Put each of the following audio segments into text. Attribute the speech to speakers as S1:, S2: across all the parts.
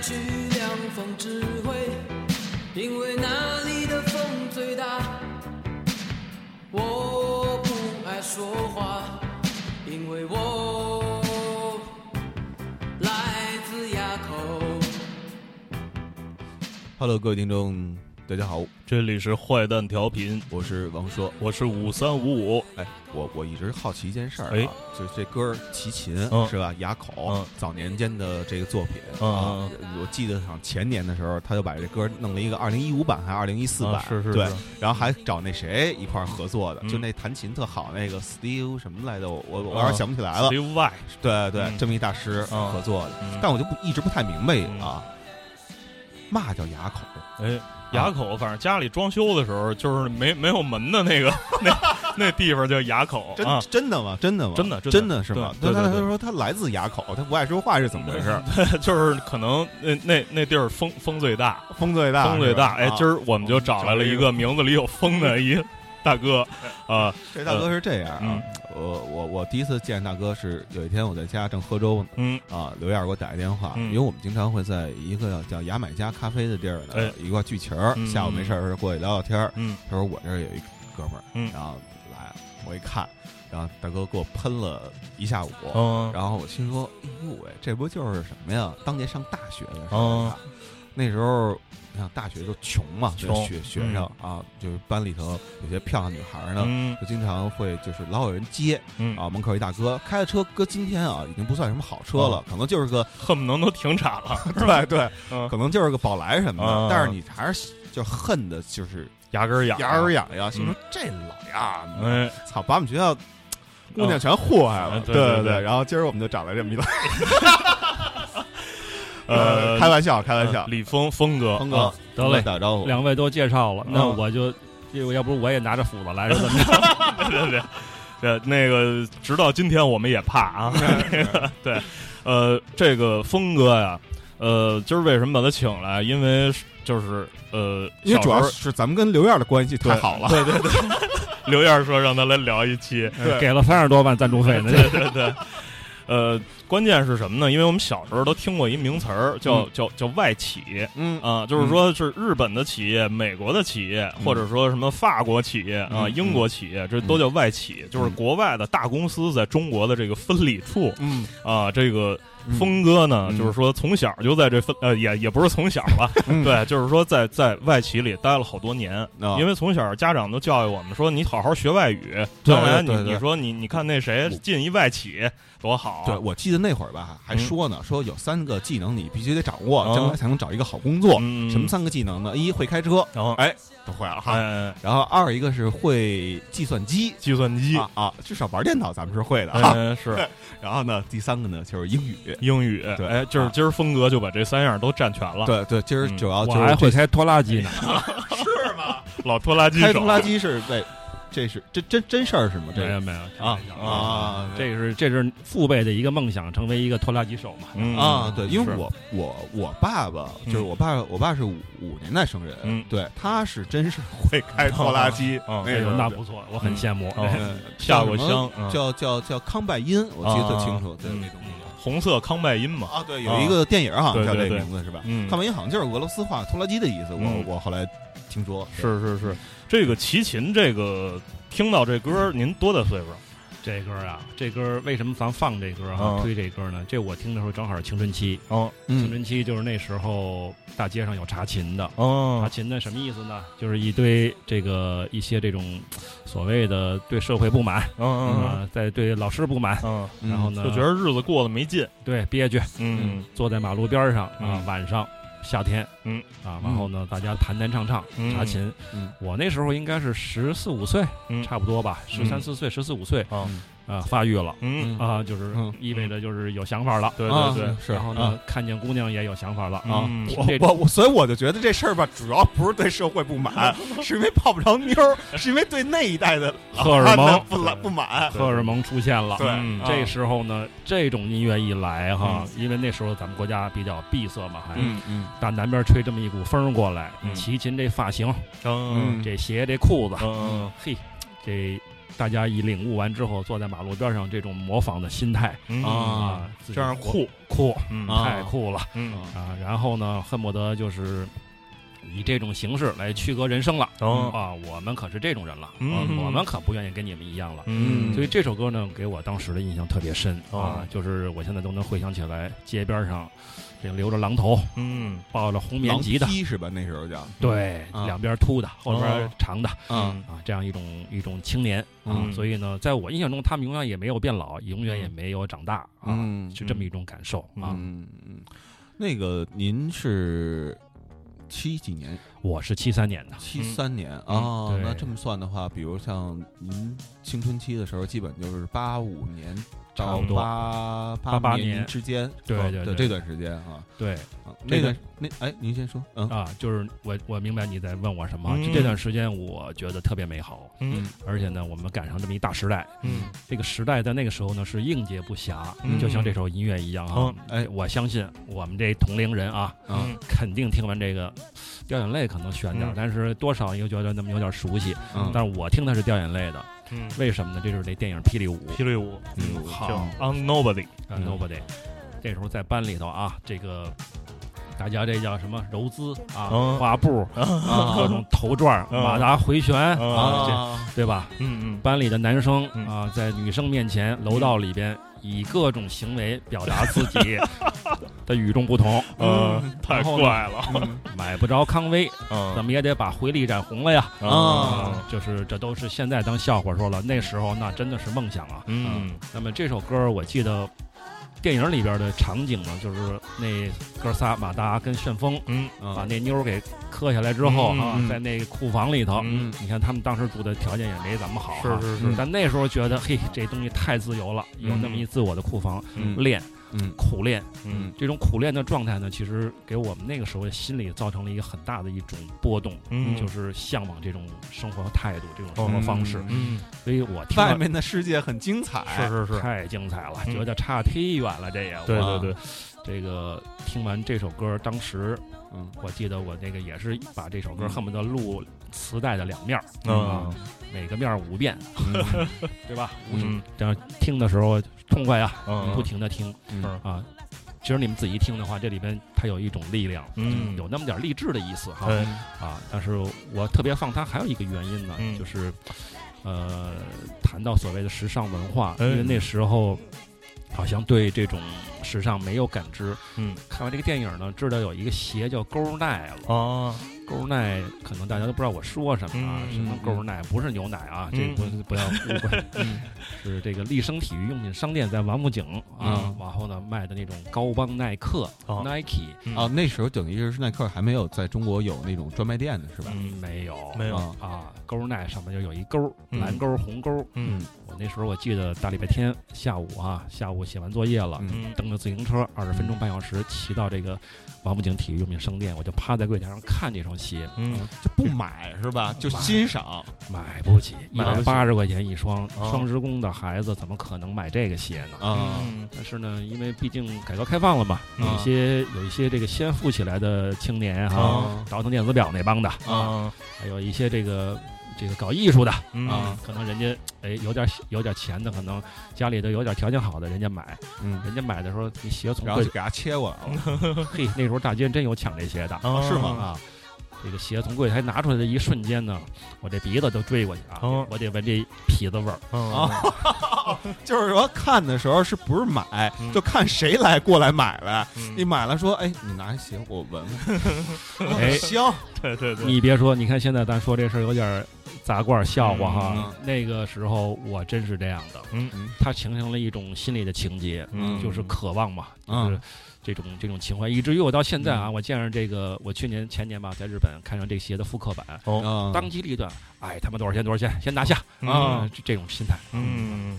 S1: 去量风智慧，因为那里的风最大。我不爱说话，因为我来自垭口。
S2: Hello，各位听众，大家好，
S3: 这里是坏蛋调频，
S2: 我是王硕。
S3: 我是五三五五，
S2: 哎，我我一直好奇一件事儿
S3: 哎
S2: 啊，就是这歌儿《齐秦》
S3: 嗯
S2: 是吧？雅口、
S3: 嗯
S2: 早年间的这个作品、
S3: 嗯
S2: 啊，我记得好像前年的时候，他就把这歌弄了一个二零一五版还是二零一四版、
S3: 啊是是
S2: 对
S3: 是，
S2: 然后还找那谁一块儿合作的，
S3: 嗯
S2: 就那弹琴特好那个 Steve 什么来着，我我我
S3: 嗯
S2: 有点想不起来了。
S3: Steve Y，
S2: 对对，
S3: 嗯
S2: 这么一大师
S3: 嗯
S2: 合作的，
S3: 嗯
S2: 但我就不一直不太明白
S3: 嗯
S2: 啊，嘛叫雅口？
S3: 哎，垭口，反正家里装修的时候，就是没没有门的那个 那那地方叫垭口
S2: 真、
S3: 啊，
S2: 真的吗？真的吗？
S3: 真的真的
S2: 真的是吗？
S3: 对
S2: 他
S3: 对对
S2: 他
S3: 对
S2: 说他来自垭口，他不爱说话是怎么回事？
S3: 就是可能那那那地儿风风最大，
S2: 风最大，
S3: 风最大。
S2: 是
S3: 哎
S2: 吧，啊哦
S3: 今儿我们就找来了一个名字里有风的
S2: 嗯
S3: 一大哥
S2: 哎
S3: 啊，
S2: 这大哥是这样啊
S3: 嗯，
S2: 我我我第一次见大哥是有一天我在家正喝粥呢。
S3: 嗯
S2: 啊，刘燕儿给我打一电话，
S3: 嗯
S2: 因为我们经常会在一个叫牙买加咖啡的地儿呢，
S3: 哎
S2: 一块儿聚群儿，
S3: 嗯
S2: 下午没事儿的时候过去聊聊天儿。
S3: 嗯
S2: 他说我这儿有一哥们儿，
S3: 嗯
S2: 然后来了，我一看，然后大哥给我喷了一下午，
S3: 嗯
S2: 然后我心说，哎呦喂，这不就是什么呀？当年上大学的时候，啊
S3: 哦
S2: 那时候你想大学就穷嘛，
S3: 穷
S2: 学学生、啊，就是班里头有些漂亮女孩呢，
S3: 嗯
S2: 就经常会就是老有人接
S3: 嗯，
S2: 啊，门口一大哥开的车，搁今天啊已经不算什么好车了，
S3: 哦
S2: 可能就是 个
S3: 恨不能都停产了，
S2: 对对，
S3: 嗯
S2: 可能就是个宝来什么的，
S3: 啊
S2: 但是你还是就恨的就是
S3: 牙根儿痒，啊嗯
S2: 牙根，痒痒，心说这老丫头。
S3: 哎，
S2: 操，把我们学校姑娘全祸害了。
S3: 啊
S2: 对
S3: 对对
S2: 对，
S3: 对
S2: 然后今儿我们就找来这么一个，
S3: 呃，
S2: 开玩笑，开玩笑
S3: 呃。李峰峰哥，
S2: 峰
S3: 啊
S2: 哥，
S4: 得嘞
S2: 打招呼。
S4: 两位都介绍了，那
S3: 嗯
S4: 我就，这个要不我也拿着斧子来是怎么着？
S3: 对 对，呃，那个直到今天我们也怕啊。
S4: 嗯
S3: 对，呃，这个峰哥呀，呃，今儿为什么把他请来？因为是就是呃，
S2: 因为主要
S3: 小时候
S2: 是咱们跟刘燕的关系太好了，
S3: 对对对，刘燕说让咱来聊一期，
S4: 嗯给了三十多万赞助费呢。
S3: 对对对。呃，关键是什么呢？因为我们小时候都听过一名词儿，
S4: 嗯
S3: 叫、叫叫外企
S2: 嗯
S3: 啊、就是说是日本的企业、美国的企业，
S2: 嗯
S3: 或者说什么法国企业啊、
S2: 嗯
S3: 英国企业，这都叫外企，就是国外的大公司在中国的这个分理处。
S2: 嗯，
S3: 啊，这个
S2: 嗯
S3: 峰哥呢，
S2: 嗯
S3: 就是说从小就在这分呃，也也不是从小吧，
S2: 嗯
S3: 对，就是说在在外企里待了好多年，
S2: 啊
S3: 因为从小家长都教育我们说，你好好学外语，
S2: 对
S3: 将来
S2: 对
S3: 你
S2: 对
S3: 你说你你看那谁进一外企多好，啊
S2: 对，我记得那会儿吧，还
S3: 嗯
S2: 说呢，说有三个技能你必须得掌握，
S3: 啊
S2: 将来才能找一个好工作。
S3: 嗯，
S2: 什么三个技能呢？一会开车，
S3: 然后
S2: 哎，都会了
S3: 哎
S2: 哈。
S3: 哎，哎
S2: 然后二一个是会计算机
S3: 计算机，
S2: 啊啊，至少玩电脑咱们是会的哈。
S3: 嗯是
S2: 然后呢，第三个呢就是英语。
S3: 英语，
S2: 对
S3: 哎，就是
S2: 啊
S3: 今儿峰哥就把这三样都占全了，
S2: 对对，今儿
S3: 嗯
S2: 主要
S4: 我
S2: 就
S4: 还
S2: 是
S4: 会开拖拉机 呢，
S3: 老拖拉机
S2: 开
S3: 手，哎
S2: 拖拉机是为，这是这真真事儿是吗？这
S4: 没
S2: 个
S4: 有没有
S2: 啊
S4: 啊！
S2: 啊
S4: 这个是这是父辈的一个梦想，成为一个拖拉机手嘛。
S3: 嗯
S2: 啊，对，因为
S3: 是
S2: 我我我爸爸就是
S3: 嗯
S2: 我爸，我爸是五五年代生人，
S3: 嗯
S2: 对，他是真 是会开拖拉 机，
S3: 啊
S2: 那
S4: 哎
S2: 时
S4: 呦
S2: 候
S4: 那不错，我很羡慕。
S3: 嗯哦
S2: 嗯
S3: 下过
S2: 叫什么
S3: 乡，嗯
S2: 叫叫叫康拜因，我记得特
S3: 啊
S2: 清楚，对
S3: 嗯
S2: 那东西叫
S3: 红色康拜音嘛，
S2: 啊，对，有一个电影好像
S3: 对
S2: 叫这
S3: 对
S2: 个
S3: 对
S2: 名字是吧？
S3: 嗯
S2: 康拜因好像就是俄罗斯话拖拉机的意思，我
S3: 嗯
S2: 我后来听说
S3: 是是是，这个齐秦，这个听到这歌
S2: 嗯
S3: 儿，您多大岁数？
S4: 这歌啊，这歌为什么咱放这歌
S3: 啊
S4: 啊，推这歌呢？这我听的时候正好是青春期，
S3: 哦
S4: 青
S2: 嗯
S4: 春期就是那时候大街上有查琴的，查
S3: 哦，
S4: 琴呢，什么意思呢？就是一堆这个一些这种所谓的对社会不满
S3: 嗯
S4: 啊，在对老师不满，
S3: 嗯
S2: 嗯
S4: 然后
S3: 嗯，
S4: 呢，
S3: 就觉得日子过得没劲。
S4: 对憋屈，
S3: 嗯
S4: 坐在马路边儿上啊
S3: 嗯，
S4: 晚上夏天，
S3: 嗯
S4: 啊，然后呢，大家弹弹唱唱，
S3: 嗯
S4: 查琴
S2: 嗯。
S4: 我那时候应该是十四五岁，
S3: 嗯
S4: 差不多吧，十三四岁、十四五岁
S3: 啊
S4: 啊，发育了
S3: 嗯，
S4: 啊，就是
S2: 嗯
S4: 意味着就是有想法了。
S3: 对
S2: 啊
S3: 对对，
S2: 是
S4: 然后
S2: 啊
S4: 呢，看见姑娘也有想法了啊。
S3: 嗯
S4: 这
S2: 我我我，所以我就觉得这事儿吧，主要不是对社会不满，是因为泡不着妞儿，是因为对那一代的
S4: 荷尔蒙
S2: 老汉们不不满。
S4: 荷尔蒙出现了，
S2: 嗯对
S3: 嗯，
S2: 啊
S4: 这时候呢，这种音乐一来哈，因为那时候咱们国家比较闭塞嘛，还、
S3: 嗯
S2: 嗯
S4: 大南边吹这么一股风过来，
S3: 嗯
S4: 齐秦这发型、
S3: 嗯
S2: 嗯
S4: 这鞋、这裤子，
S3: 嗯
S4: 嘿，这大家一领悟完之后，坐在马路边上这种模仿的心态
S3: 嗯
S2: 啊
S4: 啊，自己
S2: 这样
S4: 酷酷，
S3: 嗯
S2: 啊
S4: 太酷了
S3: 嗯，
S4: 啊！然后呢，恨不得就是以这种形式来区隔人生了
S2: 嗯
S3: 哦
S4: 啊，我们可是这种人了，啊
S3: 嗯
S4: 我我们可不愿意跟你们一样了。
S3: 嗯
S4: 所以这首歌呢，给我当时的印象特别深
S3: 哦
S4: 啊，就是我现在都能回想起来，街边上这留着狼头、
S3: 嗯
S4: 抱着红
S2: 狼
S4: 棉吉的，
S2: 梯是吧？那时候叫
S4: 对，
S2: 啊
S4: 两边秃的，后边长的
S2: 嗯
S4: 啊，这样一种一种青年啊
S3: 嗯，
S4: 所以呢，在我印象中，他们永远也没有变老，永远也没有长大啊，
S2: 嗯
S4: 就这么一种感受啊。
S2: 嗯嗯，那个您是七几年？
S4: 我是七三年的，
S2: 七三年啊、
S3: 嗯
S2: 哦
S4: 对
S2: 那这么算的话，比如像您青春期的时候，基本就是八五年
S4: 差
S2: 到
S4: 不多
S2: 八
S4: 88
S2: 年
S4: 年
S2: 之间，
S4: 对
S2: 哦
S4: 对
S2: 的
S4: 对
S2: 这段时间啊，
S4: 对
S2: 啊那
S4: 这个
S2: 段那哎，您先说，嗯
S4: 啊，就是我我明白你在问我什么，
S3: 嗯
S4: 就这段时间我觉得特别美好，
S3: 嗯
S4: 而且呢，我们赶上这么一大时代，
S3: 嗯
S4: 这个时代在那个时候呢是应接不暇，
S3: 嗯
S4: 就像这首音乐一样啊。
S2: 哎
S4: 我相信我们这同龄人啊，
S2: 啊
S4: 肯定听完这个掉眼泪可能悬点儿，
S3: 嗯
S4: 但是多少又觉得那么有点熟悉。
S2: 嗯
S4: 但是我听的是掉眼泪的，
S3: 嗯，
S4: 为什么呢？这就是那电影《霹雳舞》
S3: 霹雳舞
S2: 嗯
S4: 好
S3: 叫 On Nobody，
S4: 啊
S2: 嗯
S4: ，Nobody。这时候在班里头啊，这个大家这叫什么柔姿啊
S3: 嗯，
S4: 画步
S2: 啊
S4: 各种头转儿、
S3: 嗯
S4: 马达回旋，
S3: 啊
S2: 啊
S4: 对吧？
S3: 嗯嗯
S4: 班里的男生
S3: 嗯
S4: 啊，在女生面前楼道里边以各种行为表达自 己的与众不同。
S3: 呃，太怪了，
S2: 嗯
S4: 买不着康威，怎
S3: 嗯
S4: 么也得把回力染红了呀！
S2: 啊
S4: 就是这都是现在当笑话说了，那时候那真的是梦想啊。
S3: 嗯
S4: 那么这首歌我记得。电影里边的场景呢，就是那哥仨马达跟旋风
S3: 嗯
S4: 把那妞儿给磕下来之后
S3: 嗯
S4: 啊
S2: 嗯，
S4: 在那个库房里头，
S3: 嗯
S4: 你看他们当时住的条件也没咱们好啊，
S3: 是是是
S4: 但那时候觉得，嘿，这东西太自由了，有那么一自我的库房，
S2: 嗯
S4: 练
S2: 嗯
S4: 苦练，
S2: 嗯
S3: 嗯
S4: 这种苦练的状态呢，其实给我们那个时候心里造成了一个很大的一种波动，
S3: 嗯
S4: 就是向往这种生活态度、这种生活方式。
S3: 嗯，
S4: 所以我听
S2: 外
S4: 了
S2: 面的世界很精彩，
S3: 是是是，
S4: 太精彩了，
S3: 嗯
S4: 觉得差忒远了，这也
S3: 对
S4: 我
S3: 对对，
S4: 这个听完这首歌，当时
S2: 嗯
S4: 我记得我那个也是把这首歌
S2: 嗯
S4: 恨不得录磁带的两面儿，啊
S3: 嗯
S4: 每个面儿五遍，
S2: 嗯
S4: 对吧？五首
S3: 嗯
S4: 这样听的时候痛快啊，
S3: 嗯，
S4: 不停的听
S2: 嗯
S4: 啊。其实你们仔细听的话，这里边它有一种力量，
S3: 嗯
S4: 有那么点励志的意思哈
S3: 对，
S4: 啊。但是我特别放它还有一个原因呢，
S3: 嗯
S4: 就是呃，谈到所谓的时尚文化，
S3: 哎
S4: 因为那时候好像对这种时尚没有感知。
S3: 嗯，
S4: 看完这个电影呢，知道有一个鞋叫勾耐了。
S3: 啊，
S4: 勾耐可能大家都不知道我说什么啊，
S3: 嗯
S4: 什么勾耐不是牛奶啊，这
S3: 嗯
S4: 不是不要 误会，嗯是这个丽生体育用品商店在王府井啊
S2: 嗯，
S4: 然后呢卖的那种高帮耐克
S3: 哦
S4: Nike，
S2: 啊，那时候等于是耐克还没有在中国有那种专卖店的是吧？
S4: 嗯，没有
S3: 没有，
S2: 啊
S4: 啊，勾耐上面就有一勾，
S3: 嗯
S4: 蓝勾红勾。
S3: 嗯
S4: 我那时候我记得大礼拜天下午啊，下午写完作业了，
S2: 嗯
S3: 嗯
S4: 蹬着自行车二十分钟半小时骑到这个王府井体育用品商店，我就趴在柜台上看这双鞋，
S3: 嗯
S2: 就不买是
S4: 嗯
S2: 吧？就欣赏，
S4: 买不起，一
S3: 买不
S4: 百
S3: 起
S4: 八十块钱一双，
S3: 哦
S4: 双职工的孩子怎么可能买这个鞋呢？
S2: 啊，
S4: 但是呢，因为毕竟改革开放了嘛，
S3: 嗯
S4: 有一些有一些这个先富起来的青年哈、
S3: 哦
S4: 倒腾电子表那帮的，
S3: 啊
S4: 还有一些这个这个搞艺术的
S3: 嗯
S4: 啊，可能人家哎有点有点钱的，可能家里头有点条件好的，人家买，
S2: 嗯，
S4: 人家买的时候，你鞋从
S2: 然后
S4: 柜
S2: 就给他切过来
S4: 嗯
S2: 了，
S4: 嘿，那时候大街真有抢这鞋的
S3: 啊
S2: 是吗？
S4: 啊。这个鞋从柜台拿出来的一瞬间呢，我这鼻子都追过去啊，
S3: 哦
S4: 我得闻这痞子味儿。
S3: 啊，
S2: 就是说看的时候是不是买
S3: 嗯，
S2: 就看谁来过来买来。你
S4: 嗯
S3: 你
S2: 买了说，哎，你拿鞋我闻闻，
S4: 哎
S2: 香，
S3: 对对对，
S4: 你别说，你看现在咱说这事儿有点儿杂罐儿笑话
S2: 嗯
S4: 哈。那个时候我真是这样的，
S3: 嗯
S2: 嗯
S4: 它形成了一种心理的情节，
S3: 嗯
S4: 就是渴望嘛，
S2: 嗯
S4: 就是这种这种情怀，以至于我到现在啊，我见着这个，我去年前年吧，在日本看上这鞋的复刻版，
S2: 啊
S4: 当机立断，哎，他妈多少钱多少钱，先拿下
S3: 啊
S4: 这这种心态，
S3: 嗯，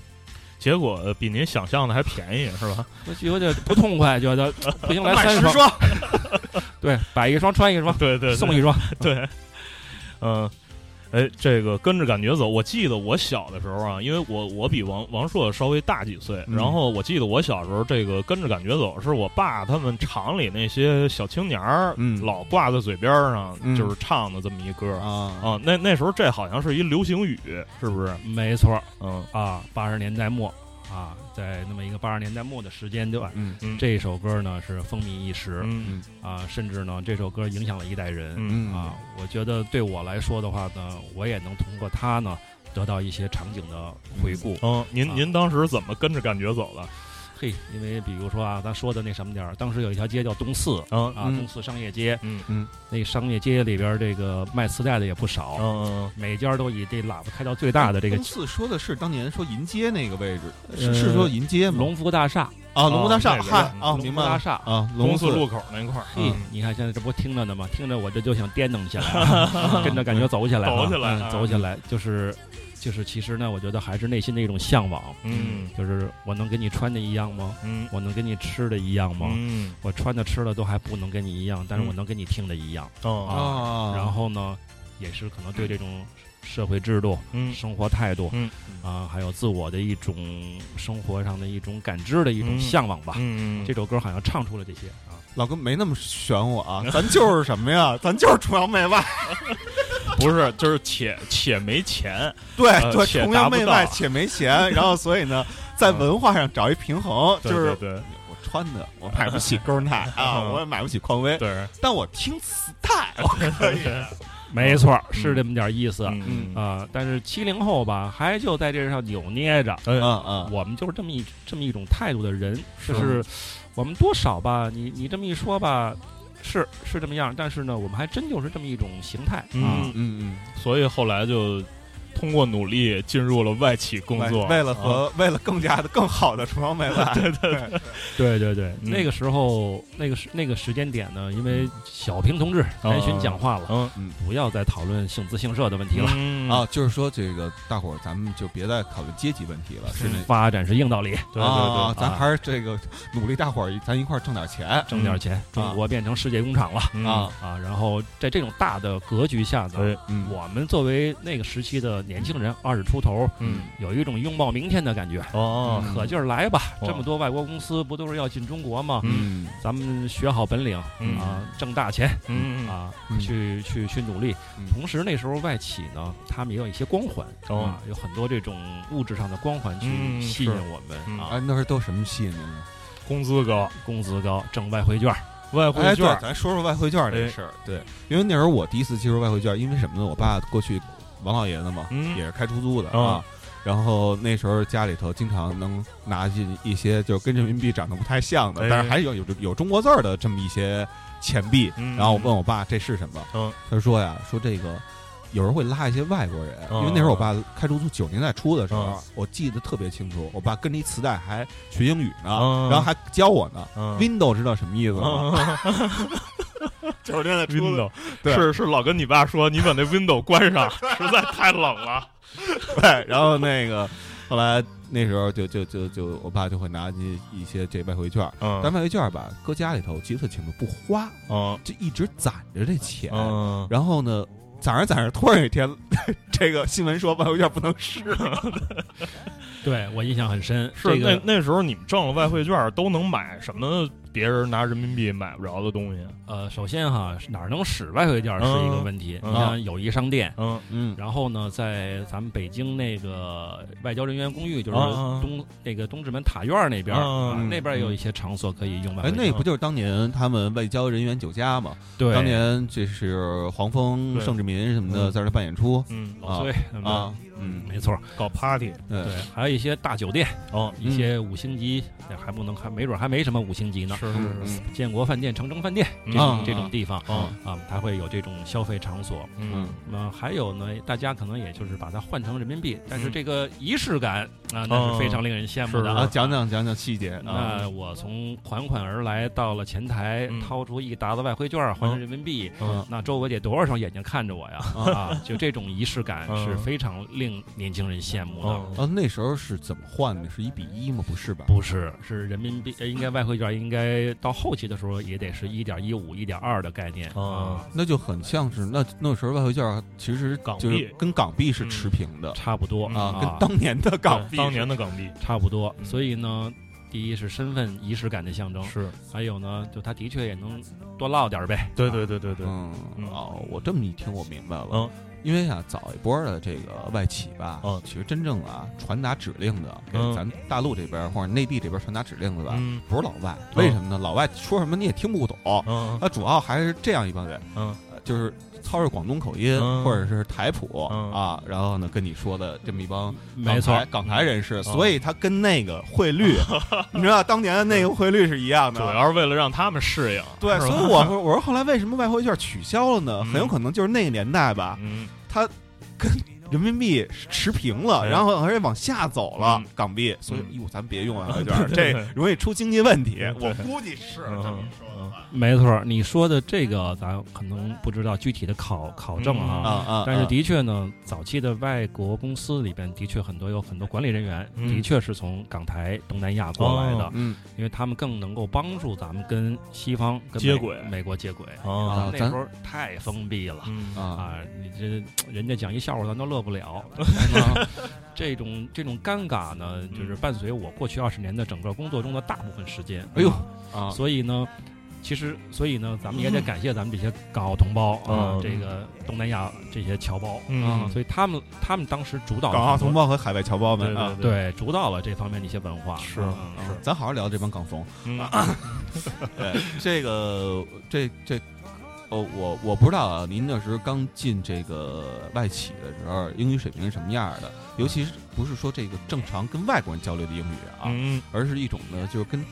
S3: 结果呃比您想象的还便宜是吧？
S4: 我就有点不痛快，觉得 不行，来
S2: 买
S4: 三
S2: 十
S4: 双，
S2: 双，
S3: 啊
S4: 对，摆一双穿一 双，
S3: 对对，
S4: 送一双，
S3: 对，嗯，哎，这个跟着感觉走。我记得我小的时候啊，因为我我比王王朔稍微大几岁，
S2: 嗯
S3: 然后我记得我小时候这个跟着感觉走是我爸他们厂里那些小青年儿，
S2: 嗯
S3: 老挂在嘴边儿上，
S2: 嗯
S3: 就是唱的这么一
S4: 嗯
S3: 歌
S2: 啊，
S3: 啊。那那时候这好像是一流行语，是不是？
S4: 没错
S3: 嗯
S4: 啊，八十年代末啊，在那么一个八十年代末的时间段，
S2: 嗯
S3: 嗯
S4: 这首歌呢是风靡一时
S3: 嗯
S4: 啊，甚至呢这首歌影响了一代人
S3: 嗯
S2: 嗯
S4: 啊。我觉得对我来说的话呢，我也能通过它呢得到一些场景的回顾。
S3: 嗯，您
S4: 啊
S3: 您当时怎么跟着感觉走的？
S4: 嘿，因为比如说啊，咱说的那什么点儿，当时有一条街叫东四
S3: 嗯
S4: 啊，
S2: 嗯
S4: 东四商业街，
S3: 嗯
S4: 那商业街里边儿这个卖磁带的也不少，
S3: 嗯
S4: 每家都以这喇叭开到最大的这个
S2: 东
S3: 哦
S2: 四说的是当年说银街那个位置，是
S4: 呃
S2: 是说银街吗？
S4: 龙福大厦，
S2: 啊，龙湖大
S3: 哦
S2: 厦，
S3: 那边
S2: 嗨
S3: 嗯
S2: 啊，
S4: 龙
S2: 明
S4: 福
S2: 白
S4: 大
S2: 了
S4: 厦。
S2: 啊，
S3: 东
S2: 龙
S3: 四
S2: 寺
S3: 路口那块儿，
S4: 嘿，嗯你看现在这不听着呢吗？听着我这就想颠腾起来 啊，跟着感觉走起来啊，
S3: 走起来啊
S4: 嗯走起来，就是就是，其实呢，我觉得还是内心的一种向往，
S3: 嗯
S4: 就是我能跟你穿的一样吗？
S3: 嗯
S4: 我能跟你吃的一样吗？
S3: 嗯
S4: 我穿的吃的都还不能跟你一样，但是我
S3: 嗯
S4: 能跟你听的一样。
S3: 哦
S2: 啊，
S4: 然后呢，也是可能对这种社会制度、
S3: 嗯
S4: 生活态度，
S3: 嗯
S4: 啊，还有自我的一种生活上的一种感知的一种
S3: 嗯
S4: 向往吧。
S3: 嗯，
S4: 这首歌好像唱出了这些啊，
S2: 老哥没那么选我啊，咱就是什么呀？咱就是崇洋媚外，
S3: 不是就是且且没钱，
S2: 对
S3: 呃
S2: 对，
S3: 且
S2: 崇洋媚外
S3: 达不到
S2: 且没 钱，然后所以呢，在文化上找一平衡，
S3: 嗯对
S2: 就是
S3: 对
S2: 我穿的我买不起勾奶啊，
S3: 嗯
S2: 我也买不起匡威
S3: 对，对，
S2: 但我听磁 带，我可以，
S4: 没错儿，是
S3: 嗯
S4: 这么点儿意思啊、
S3: 啊嗯
S4: 但是七零后吧，还就在这上扭捏
S3: 啊
S4: 着。
S2: 嗯嗯，
S4: 我们就是这么一这么一种态度的人，就是是我们多少吧，你你这么一说吧，是是这么样，但是呢，我们还真就是这么一种形态。啊
S3: 嗯
S2: 嗯，嗯
S3: 所以后来就通过努力进入了外企工
S2: 为
S3: 作，嗯
S2: 为了和为了更加的更好的崇洋媚 外，对对，
S4: 对对对，
S3: 嗯
S4: 那个时候那个时那个时间点呢，因为小平同志
S3: 嗯
S4: 南巡讲话了，
S3: 嗯
S4: 不要再讨论性资性社的问题了。
S3: 嗯
S2: 啊，，就是说这个大伙儿咱们就别再讨论阶级问题了，是那
S3: 嗯
S4: 发展是硬道理，
S3: 对
S2: 啊
S3: 对，
S2: 咱还是这个努力，大伙儿咱一块儿挣点钱
S4: 挣点
S3: 嗯
S4: 钱，中国变成世界工厂了
S3: 对，
S2: 啊，
S4: 啊！然后在这种大的格局下呢，
S3: 嗯哎
S2: 嗯，
S4: 我们作为那个时期的年轻人，二十出头，
S3: 嗯
S4: 有一种拥抱明天的感觉。
S3: 哦，
S2: 嗯
S4: 可劲儿来吧！
S3: 哇
S4: 这么多外国公司不都是要进中国吗？
S2: 嗯
S4: 咱们学好本领
S3: 嗯
S4: 啊，挣大钱
S3: 嗯啊，
S4: 啊
S2: 嗯，
S4: 去去去努力
S2: 嗯。
S4: 同时那时候外企呢，他们也有一些光环
S3: 哦
S4: 啊，有很多这种物质上的光环去
S3: 嗯
S4: 吸
S3: 是
S4: 引我
S3: 嗯
S4: 们
S2: 啊
S4: 啊，，
S2: 那是都什么吸引您呢？
S3: 工资高，
S4: 工资高，挣外汇券儿。
S3: 外
S2: 哎，
S3: 汇
S2: 对
S3: 券，，哎
S2: 咱说说外汇券这事儿。对，因为那时候我第一次接触外汇券，因为什么呢？我爸过去王老爷子嘛，
S3: 嗯
S2: 也是开出租的、
S3: 啊
S2: 啊。然后那时候家里头经常能拿进一些就跟人民币长得不太像的，
S3: 哎
S2: 但是还有有有中国字儿的这么一些钱币。
S3: 嗯
S2: 然后我问我爸这是什么，
S3: 嗯
S2: 他说呀，说这个。有人会拉一些外国人，
S3: 嗯
S2: 因为那时候我爸开出租九十年代初的时候，啊
S3: 嗯
S2: 我记得特别清楚，我爸跟着一磁带还学英语呢，
S3: 嗯
S2: 然后还教我呢。
S3: 嗯
S2: Window 知道什么意思吗？
S3: 九十年代 Window，
S2: 对
S3: 是是老跟你爸说，你把那 Window 关 上，实在太冷了。
S2: 对，然后那个后来那时候就就就就我爸就会拿一一些这外汇券，
S3: 嗯
S2: 但外汇券吧搁家里头，记得特清楚，不花，
S3: 嗯
S2: 就一直攒着这钱。
S3: 嗯，
S2: 然后呢，攒着攒着，突然有一天， 这个新闻说外汇券不能使，
S4: 对我印象很深，
S3: 是
S4: 这
S3: 那
S4: 个
S3: 那时候你们挣了外汇券，都能买什么别人拿人民币买不着的东西？啊
S4: 呃，首先哈，哪儿能使外汇券是一个问题。
S3: 嗯
S4: 你像友谊商店，
S3: 嗯
S2: 嗯
S4: 然后呢，在咱们北京那个外交人员公寓，就是
S3: 啊
S4: 东、那个东直门塔院那边，
S3: 啊
S4: 那边有一些场所可以用
S2: 嗯哎
S4: 外汇，券。
S2: 那不就是当年他们外交人员酒家吗？
S4: 对
S2: 当年这是黄蜂、
S3: 对
S2: 盛志民什么的
S3: 嗯
S2: 在这儿办演出
S3: 嗯，
S4: 老崔那边
S2: 啊，嗯，
S4: 哦没错，
S3: 搞 party
S2: 对嗯
S4: 对，还有一些大酒店，
S3: 哦，
S4: 一些五星级，那还不能还没准还没什么五星级呢。
S3: 是
S2: 嗯
S3: 是是，
S2: 嗯
S4: 建国饭店、长城饭店
S3: 嗯
S4: 这种、
S2: 啊
S4: 这种地方
S3: 啊
S4: 啊，它会有这种消费场所。
S3: 嗯
S4: 那么还有呢，大家可能也就是把它换成人民币，但是这个仪式感啊，那是非常令人羡慕的
S2: 嗯哦啊，
S4: 啊。
S2: 讲讲讲讲细节啊，
S4: 那我从款款而来到了前台
S3: 嗯，
S4: 掏出一沓子外汇券换成人民币，
S2: 嗯
S4: 那周围得多少双眼睛看着我呀？啊，就这种仪式感
S3: 嗯
S4: 是非常令年轻人羡慕的。
S2: 啊，那时候是怎么换的？是一比一吗？不是吧？
S4: 不是，是人民币，呃应该外汇券应该到后期的时候也得是一点一五、一点二的概念
S3: 哦
S4: 啊，
S2: 那就很像是那那时候外汇券其实
S3: 港币
S2: 就是跟港币是持平的
S4: 差不多
S3: 嗯
S2: 啊，跟
S4: 啊，
S2: 当年的港币
S3: 当年的港币
S4: 差不多。
S3: 嗯
S4: 所以呢，第一是身份仪式感的象征，
S3: 是，
S4: 还有呢，就他的确也能多唠点儿呗。
S3: 对
S4: 啊
S3: 对对对对，
S2: 嗯
S3: 嗯
S2: 哦，我这么一听我明白了，
S3: 嗯，
S2: 因为啊，早一波的这个外企吧，
S3: 嗯
S2: 其实真正啊传达指令的，给
S3: 嗯
S2: 咱大陆这边或者内地这边传达指令的吧，
S3: 嗯
S2: 不是老外，
S3: 嗯
S2: 为什么呢？老外说什么你也听不懂，
S3: 嗯
S2: 那主要还是这样一帮人，
S3: 嗯
S2: 呃就是操着广东口音
S3: 嗯
S2: 或者是台普
S3: 嗯
S2: 啊，然后呢跟你说的这么一帮
S4: 没错
S2: 港台，港台人士，
S3: 嗯
S2: 所以他跟那个汇 率，你知道当年的那个汇率是一样
S3: 嗯主
S2: 的，
S3: 要是为了让他们适应，
S2: 对，
S3: 是
S2: 所
S3: 吧
S2: 以我说我说后来为什么外汇券取消了呢？
S3: 嗯
S2: 很有可能就是那个年代吧，
S3: 嗯
S2: 它跟人民币持平了，
S3: 哎
S2: 然后而且往下走了
S3: 嗯
S2: 港币，所以
S3: 嗯
S2: 哟，咱别用外 汇
S3: 对
S2: 券，
S3: 对
S2: 这
S3: 对
S2: 容易出经济问题。
S3: 对
S2: 我估计是
S3: 嗯
S2: 这么说的吧。
S4: 没错。你说的这个，咱可能不知道具体的考考证
S3: 嗯
S2: 啊
S4: 啊。
S2: 啊！
S4: 但是
S2: 啊
S4: 的确呢，早期的外国公司里边的确很多有很多管理人员，
S3: 嗯
S4: 的确是从港台、东南亚过来的，
S2: 嗯
S4: 因为他们更能够帮助咱们跟西方跟美
S3: 接轨
S4: 美国接轨。
S3: 啊
S2: 啊
S4: 那
S2: 咱
S4: 时候太封闭了
S3: 嗯
S2: 啊
S4: 啊！你这人家讲一笑话，咱都乐不了。 这种这种尴尬呢，就是伴随我过去二十年的整个工作中的大部分时间。
S2: 哎呦啊！
S4: 所以呢，其实所以呢，咱们也得感谢咱们这些港澳同胞啊
S3: 嗯，
S4: 这个东南亚这些侨胞，啊
S3: 嗯
S4: 所以他们他们当时主导了
S2: 港澳
S4: 很多
S2: 同胞和海外侨胞
S3: 对
S2: 们啊，
S3: 对
S4: 对主导了这方面的一些文化。
S3: 是
S4: 啊
S2: 啊咱好好聊这帮港风。
S3: 嗯
S2: 对，这个这这，哦，我我不知道啊，您那时候刚进这个外企的时候，英语水平是什么样的？尤其是不是说这个正常跟外国人交流的英语啊，
S3: 嗯
S2: 而是一种呢，就是跟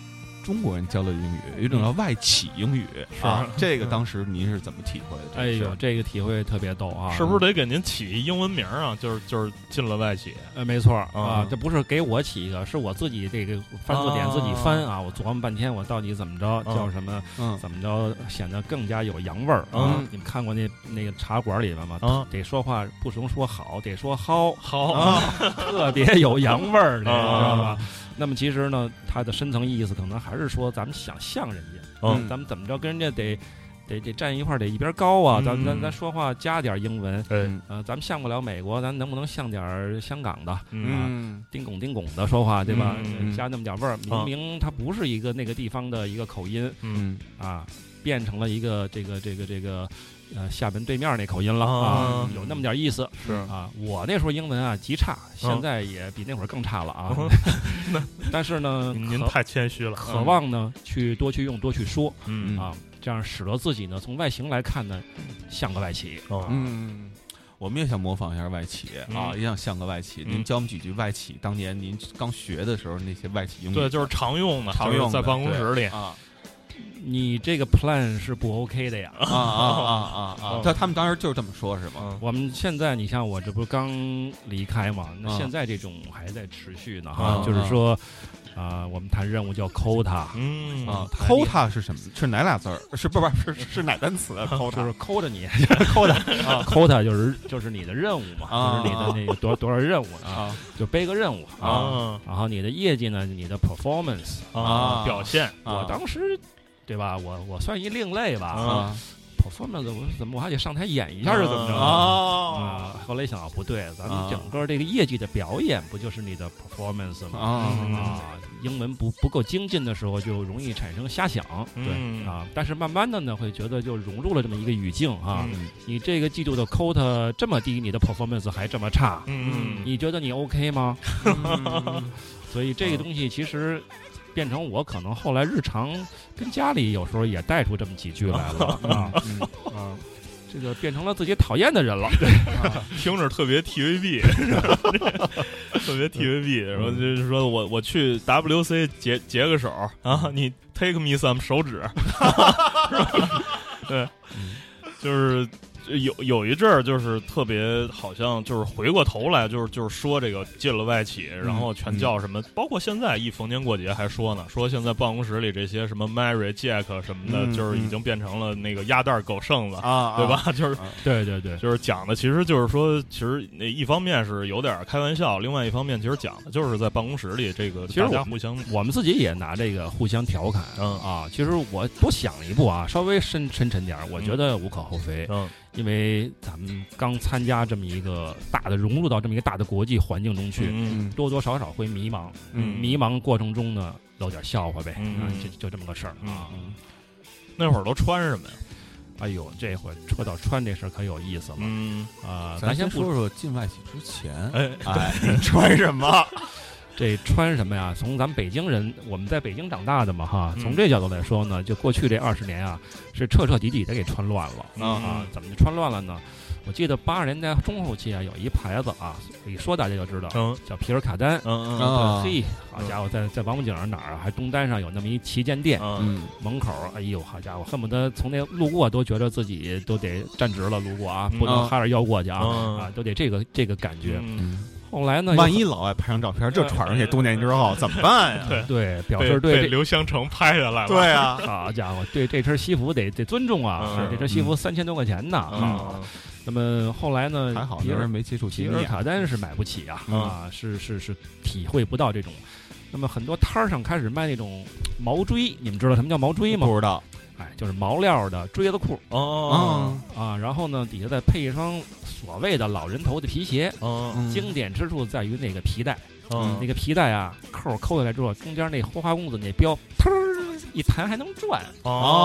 S2: 中国人交流的英语，有一种叫外企英语、啊。这个当时您是怎么体会的？
S4: 哎
S2: 这个事
S4: 呦，
S2: 儿，
S4: 这个体会特别逗啊！
S3: 是不是得给您起一英文名啊？就是就是进了外企，
S4: 呃，没错儿
S3: 啊
S4: 啊，这不是给我起一个，是我自己这个翻字典
S3: 啊
S4: 自己翻啊，我琢磨半天，我到底怎么着
S3: 嗯
S4: 叫什么，
S2: 嗯
S4: 怎么着显得更加有洋味儿啊
S2: 嗯？
S4: 你们看过那那个茶馆里边吗？
S3: 啊
S4: 得说话不能说好，得说好，
S3: 好
S4: 啊，特别有洋味儿，你知道
S3: 啊
S4: 吧？那么其实呢，它的深层意思可能还是说咱们想像人家，
S3: 哦
S2: 嗯
S4: 哦咱们怎么着跟人家得得得站一块儿，得一边高啊，咱
S3: 嗯
S4: 咱咱说话加点英文，
S3: 哎，
S2: 嗯
S4: 呃，咱们像不了美国，咱能不能像点儿香港的，
S3: 嗯
S2: 嗯
S4: 叮拱叮拱的说话，对吧？
S3: 嗯
S2: 嗯嗯
S4: 加那么点味儿，明明它不是一个那个地方的一个口音
S2: 嗯
S4: 啊，变成了一个这个这个这个呃厦门对面那口音了
S3: 啊
S4: 啊，有那么点意思
S2: 是
S4: 啊。我那时候英文啊极差，现在也比那会儿更差了啊。 但是呢，
S3: 您您
S4: 渴
S3: 太谦虚了，
S4: 渴望呢去多去用多去说
S3: 嗯
S4: 啊，这样使得自己呢从外形来看呢像个外企。
S3: 嗯
S4: 啊
S2: 嗯。我们也想模仿一下外企啊，
S3: 嗯
S2: 也想像个外企。您
S3: 嗯
S2: 教我们几句外企当年您刚学的时候那些外企英语
S3: 对，就是常用的，
S2: 嗯常
S3: 就是
S2: 用的
S3: 在办公室里，
S2: 啊
S4: 你这个 plan 是不 OK 的呀？
S2: 啊啊啊啊
S3: 嗯
S2: 啊！但他们当时就是这么说，是吗？
S4: 我们现在，你像我这不是刚离开嘛？那
S2: 啊
S4: 现在这种还在持续呢
S2: 啊
S4: 哈，就是说，啊，我们谈任务叫 quota，
S3: 嗯
S2: 啊
S4: 嗯
S2: ，quota 是什么？是哪俩字儿？是不不是是是哪单 词啊
S4: 就
S2: ？quota
S4: 是抠着你，quota quota 就是就是你的任务嘛，
S2: 啊
S4: 就是你的那个多多少任务 啊，
S2: 啊
S4: 就背个任务啊，
S3: 啊
S4: 然后你的业绩呢，你的 performance，
S2: 啊
S3: 表现
S4: 我当时。对吧？我我算一另类吧、
S2: 啊
S4: p e r f o r m a n c e 我怎么我还得上台演一下是怎
S2: 嗯
S4: 么着
S3: 啊
S2: 啊
S4: 啊？后来一想啊，不对，咱
S2: 啊
S4: 们整个这个业绩的表演不就是你的 performance 吗？
S2: 啊！
S4: 啊，英文不不够精进的时候，就容易产生瞎想。
S3: 嗯
S4: 啊，但是慢慢的呢，会觉得就融入了这么一个语境啊。
S3: 嗯
S4: 你这个季度的 quota 这么低，你的 performance 还这么差，
S3: 嗯
S4: 你觉得你 OK 吗？
S2: 嗯
S4: 所以这个东西其实变成我可能后来日常跟家里有时候也带出这么几句来 了啊
S2: 嗯
S4: 啊，这个变成了自己讨厌的人了。
S3: 听着特别 TVB，特别
S2: 嗯
S3: TVB，然后就是说我我去 WC 截截个手啊，你
S2: 嗯
S3: take me some 手指，是吧？对，就是有有一阵儿就是特别，好像就是回过头来，就是就是说这个进了外企，然后全叫什
S2: 嗯
S3: 么，包括现在一逢年过节还说呢，说现在办公室里这些什么 Mary、Jack 啊什么的，
S2: 嗯
S3: 就是已经变成了那个鸭蛋儿狗剩了，
S2: 啊，
S3: 对吧？ 就是
S4: 对对对，
S3: 就是讲的，其实就是说，其实那一方面是有点开玩笑，另外一方面其实讲的就是在办公室里这个
S4: 其实
S3: 大家
S4: 我
S3: 互相
S4: 我们自己也拿这个互相调侃。
S3: 嗯
S4: 啊，其实我多想了一步啊，稍微深深沉点儿，我
S3: 嗯
S4: 觉得无可厚非，
S3: 嗯
S4: 因为咱们刚参加这么一个大的融入到这么一个大的国际环境中去，
S3: 嗯
S2: 嗯
S4: 多多少少会迷茫，
S2: 嗯
S4: 迷茫过程中呢露点笑话呗，
S3: 嗯
S4: 啊
S3: 嗯
S4: 就就这么个事儿啊。
S3: 嗯，那会儿都穿什么呀？
S4: 哎呦，这回说到穿这事儿可有意思了
S3: 嗯，
S4: 啊、
S2: 咱
S4: 咱
S2: 先
S4: 先不
S2: 说说进外企之前，
S3: 哎，
S2: 哎，
S3: 穿什么？
S4: 这穿什么呀？从咱们北京人，我们在北京长大的嘛哈，
S3: 嗯
S4: 从这角度来说呢，就过去这二十年啊，是彻彻底底的给穿乱了
S3: 嗯
S4: 啊。怎么就穿乱了呢？我记得八十年代中后期啊，有一牌子啊，一说大家就知道，
S3: 嗯
S4: 叫皮尔卡丹。呃
S3: 嗯嗯
S2: 啊
S4: 对嘿，好家伙，在在王府井哪儿啊，还东单上有那么一旗舰店，
S3: 嗯
S2: 嗯
S4: 门口儿，哎呦，好家伙，恨不得从那路过都觉得自己都得站直了，路过啊，
S3: 嗯
S4: 不能
S2: 啊
S4: 哈着腰过去啊，
S3: 嗯
S4: 啊，都得这个这个感觉。
S3: 嗯，
S2: 嗯，
S4: 后来呢，
S5: 万
S4: 又
S5: 一老外拍张照片，这传出去多年之后怎么办呀？
S3: 对
S4: 对表
S3: 被
S4: 示
S3: 被
S4: 对这。
S3: 刘香成拍下来了。
S5: 对啊，
S4: 好家伙，对这身西服得得尊重啊！
S3: 嗯
S4: 这身西服三千多块钱呢。啊
S3: 嗯，
S4: 那么后来呢？
S2: 还好
S4: 皮
S2: 那
S4: 尔
S2: 人没接触
S4: 皮
S2: 经
S4: 尔
S2: 验，
S4: 卡丹是买不起啊，
S2: 嗯
S4: 啊，是是是体会不到这种。那么很多摊儿上开始卖那种毛锥，你们知道什么叫毛锥吗？
S2: 不知道嗯
S4: 哎，就是毛料的锥子裤。
S3: 哦，
S4: 啊，然后呢，底下再配一双所谓的老人头的皮鞋。
S3: 嗯
S2: 嗯
S4: 经典之处在于那个皮带，那
S3: 嗯
S4: 个皮带啊，扣儿扣下来之后，中间那花花公子那标，腾儿一弹还能转，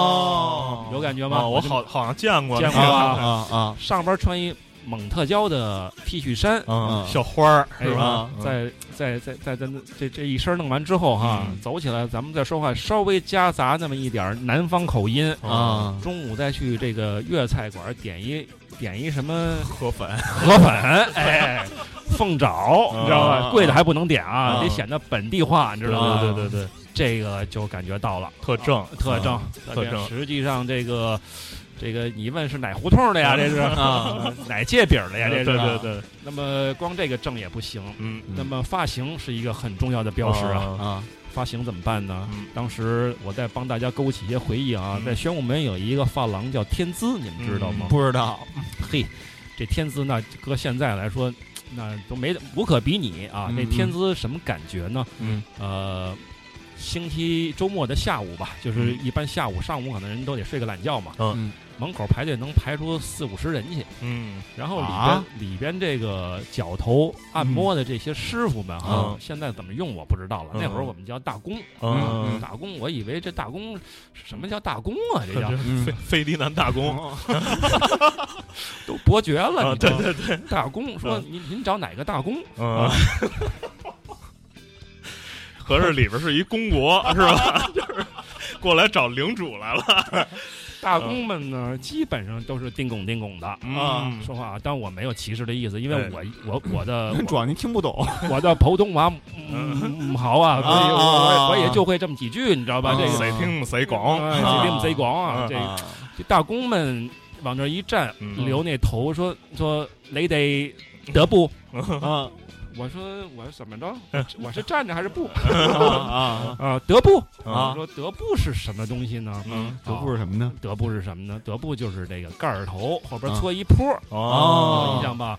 S3: 哦
S4: 有感觉
S3: 觉
S4: 吗？
S3: 我
S4: 就
S3: 好好像见过
S4: 见
S2: 啊
S4: 过
S2: 啊
S4: 吧
S2: 啊
S4: 上边穿一蒙特娇的 T 恤衫，
S3: 嗯
S2: 嗯
S3: 小花儿
S4: 哎
S3: 是吧？
S4: 在在在在在那这这一身弄完之后哈，
S3: 嗯
S4: 走起来咱们再说话，稍微夹杂那么一点儿南方口音。
S2: 啊啊，
S4: 中午再去这个粤菜馆儿点一点一什么
S3: 河粉
S4: 河粉， 哎，凤爪，你知道
S3: 啊
S4: 吧？贵的还不能点啊，
S3: 啊
S4: 得显得本地化，你知道吗？
S2: 对
S3: 对对对，
S4: 这个就感觉到了
S3: 特正
S4: 特征，
S3: 啊特征
S4: 实际上这个这个你问是哪胡同的呀？这是
S2: 啊，
S4: 哪界饼的呀？这
S3: 对
S4: 是。啊
S3: 对对，
S4: 那么光这个正也不行。
S3: 嗯，
S2: 嗯
S4: 那么发型是一个很重要的标识啊，
S3: 啊，
S2: 啊
S4: 发型怎么办呢
S3: 嗯？
S4: 当时我在帮大家勾起一些回忆啊，
S3: 嗯
S4: 在宣武门有一个发廊叫天资，你们知道吗？
S2: 不知道
S4: 嘿，这天资那搁现在来说，那都没无可比拟啊。
S2: 嗯
S4: 那天资什么感觉呢？
S2: 嗯，
S4: 呃，星期周末的下午吧，就是一般下午、上午可能人都得睡个懒觉嘛。
S3: 嗯
S2: 嗯
S4: 门口排队能排出四五十人去，
S3: 嗯
S4: 然后里边、
S2: 啊
S4: 里边这个脚头按摩的这些师傅们哈，
S3: 嗯
S4: 现在怎么用我不知道了。
S3: 嗯
S4: 那会儿我们叫大工，
S3: 嗯，
S4: 打工，我以为这大工什么叫大工啊？这 叫
S2: 嗯
S3: 费费迪南大公
S4: 都伯爵了，
S3: 啊，
S4: 你知
S3: 对
S4: 道吗
S3: 对对，
S4: 大工说您您找哪个大工？
S3: 嗯。合着里边是一公 国是吧？就是过来找领主来了
S4: 大工们呢，基本上都是叮拱叮拱的。
S3: 啊
S4: 说话啊，当然我没有歧视的意思，因
S3: 哎
S4: 为我我我的
S5: 主要您听不懂，
S4: 我我的普通话嗯不好啊，所以我
S5: 啊
S4: 我我也就会这么几句，你知道吧？
S2: 啊
S4: 这个
S3: 谁听谁讲，
S4: 哎这边贼广啊，
S3: 啊
S4: 这
S2: 啊
S4: 这大工们往这一站，
S3: 嗯
S4: 留那头说说你得得不？
S5: 啊
S4: 我说我怎么着？我是站着还是不？
S5: 啊
S4: 啊，得不？
S3: 嗯啊
S4: 我说得不是什么东西呢？
S3: 嗯
S5: 德布
S4: 啊
S5: 是什么呢？
S4: 德布是什么呢？德布就是这个盖儿头后边搓一坡，
S2: 哦
S4: 你想吧，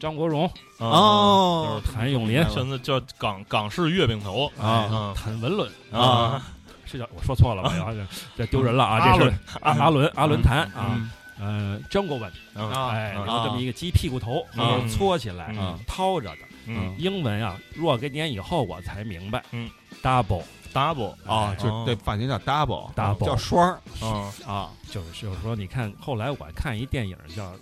S4: 张国荣、
S5: 哦
S4: 谭咏麟、
S3: 嗯哎
S4: 哎
S3: 现在叫港港式月饼头嗯
S5: 啊
S3: 哦
S4: 谭文伦
S5: 啊，
S4: 是叫我说错了吧？然后这这丢人了啊！
S3: 阿
S4: 这
S3: 伦
S4: 是阿阿伦阿伦谭
S2: 嗯
S4: 啊，呃，张国文，
S3: 啊
S4: 哎，
S5: 啊
S4: 然后这么一个鸡屁股头，然后搓起来，
S3: 嗯
S4: 掏着的。
S3: 嗯
S4: 英文啊，若干年以后我才明白，
S3: 嗯
S4: ，double
S3: ，double
S2: 啊，就
S3: 哦
S2: 对，发型叫 double
S4: double
S2: 叫双儿
S3: 啊
S2: 啊
S4: 就是就是说，你看后来我看一电影叫《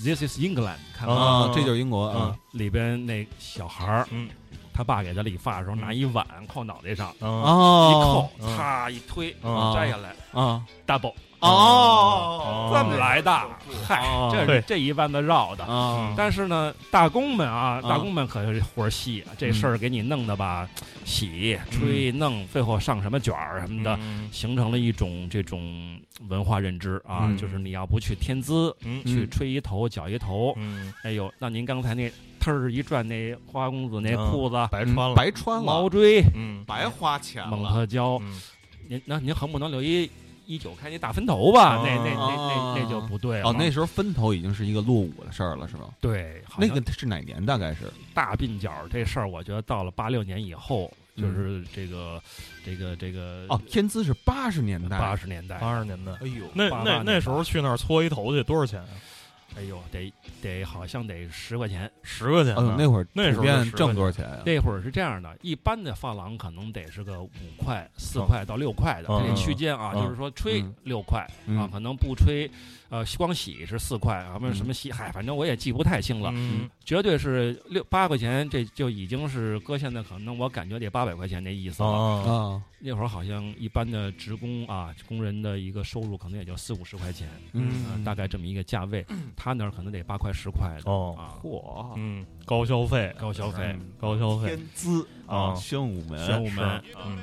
S4: This Is England》，看过吗？
S2: 啊，这就是英国啊，
S4: 里边那小孩儿，
S3: 嗯，
S4: 他爸给他理发的时候
S3: 嗯
S4: 拿一碗扣脑袋上，
S3: 啊
S4: 嗯一
S2: 哦
S4: 扣，嚓一推，
S3: 啊
S4: 摘下来
S2: 啊
S4: ，double
S2: 啊
S5: 哦
S4: 这么来的，啊嗨，
S2: 哦
S4: 这
S3: 哦对嗯
S4: 是嗯这一弯子绕
S2: 嗯
S4: 的。
S5: 啊
S4: 但是呢，打工们啊，
S5: 啊
S4: 打工们可是活儿细，啊这事儿给你弄的吧，洗、吹、弄，最后上什么卷儿什么的，
S3: 嗯
S4: 形成了一种这种文化认知啊，
S2: 嗯
S4: 就是你要不去天资，
S3: 嗯
S4: 去吹一头搅一头，
S3: 嗯，
S4: 哎呦，那您刚才那忒儿一转那花花公子那
S3: 嗯
S4: 裤子、
S3: 白穿了，
S2: 白穿了
S4: 毛，锥、
S3: 嗯
S5: 白花钱
S4: 蒙
S5: 了，
S4: 特椒，
S3: 嗯
S4: 您那您横不能留一一九开那大分头吧？
S3: 哦
S4: 那那那那那就不对了。
S2: 哦，那时候分头已经是一个落伍的事儿了，是吗？
S4: 对，好
S2: 那
S4: 像
S2: 个是哪年？大概是
S4: 大鬓角这事儿，我觉得到了八六年以后，就是这个这个这个
S2: 嗯哦，天资是八十年代，
S4: 八十年代，
S3: 八十年代。
S2: 哎呦，
S3: 那
S4: 八八
S3: 那
S4: 年
S3: 那时候去那儿搓一头去多少钱啊？
S4: 哎呦，得得好像得十块钱。
S3: 十块钱
S2: 哦
S3: 呢。，
S4: 嗯
S2: 那会儿
S3: 那时候
S2: 普遍
S3: 是10
S2: 挣多少钱啊呀？
S4: 那会儿是这样的，一般的发廊可能得是个五块、四
S2: 哦
S4: 块到六块的
S3: 嗯
S4: 这个区间啊，
S3: 嗯
S4: 就是说吹
S2: 嗯
S4: 六块啊
S2: 嗯，
S4: 可能不吹，呃，光洗是四块，啊，不是
S2: 嗯
S4: 什么洗，嗨，反正我也记不太清了，
S3: 嗯
S4: 绝对是六八块钱，这就已经是搁现在可能我感觉得八百块钱那意思了。
S3: 啊，
S2: 啊，
S4: 那会儿好像一般的职工啊，工人的一个收入可能也就四五十块钱，
S2: 嗯
S4: 呃大概这么一个价位，他那儿可能得八块十块的
S3: 嗯哦，
S4: 啊，
S2: 嚯，
S3: 嗯，高消费，
S4: 高消费
S3: 嗯高消费
S5: 天资
S3: 啊，
S2: 宣武门，
S4: 玄武门
S3: 是嗯，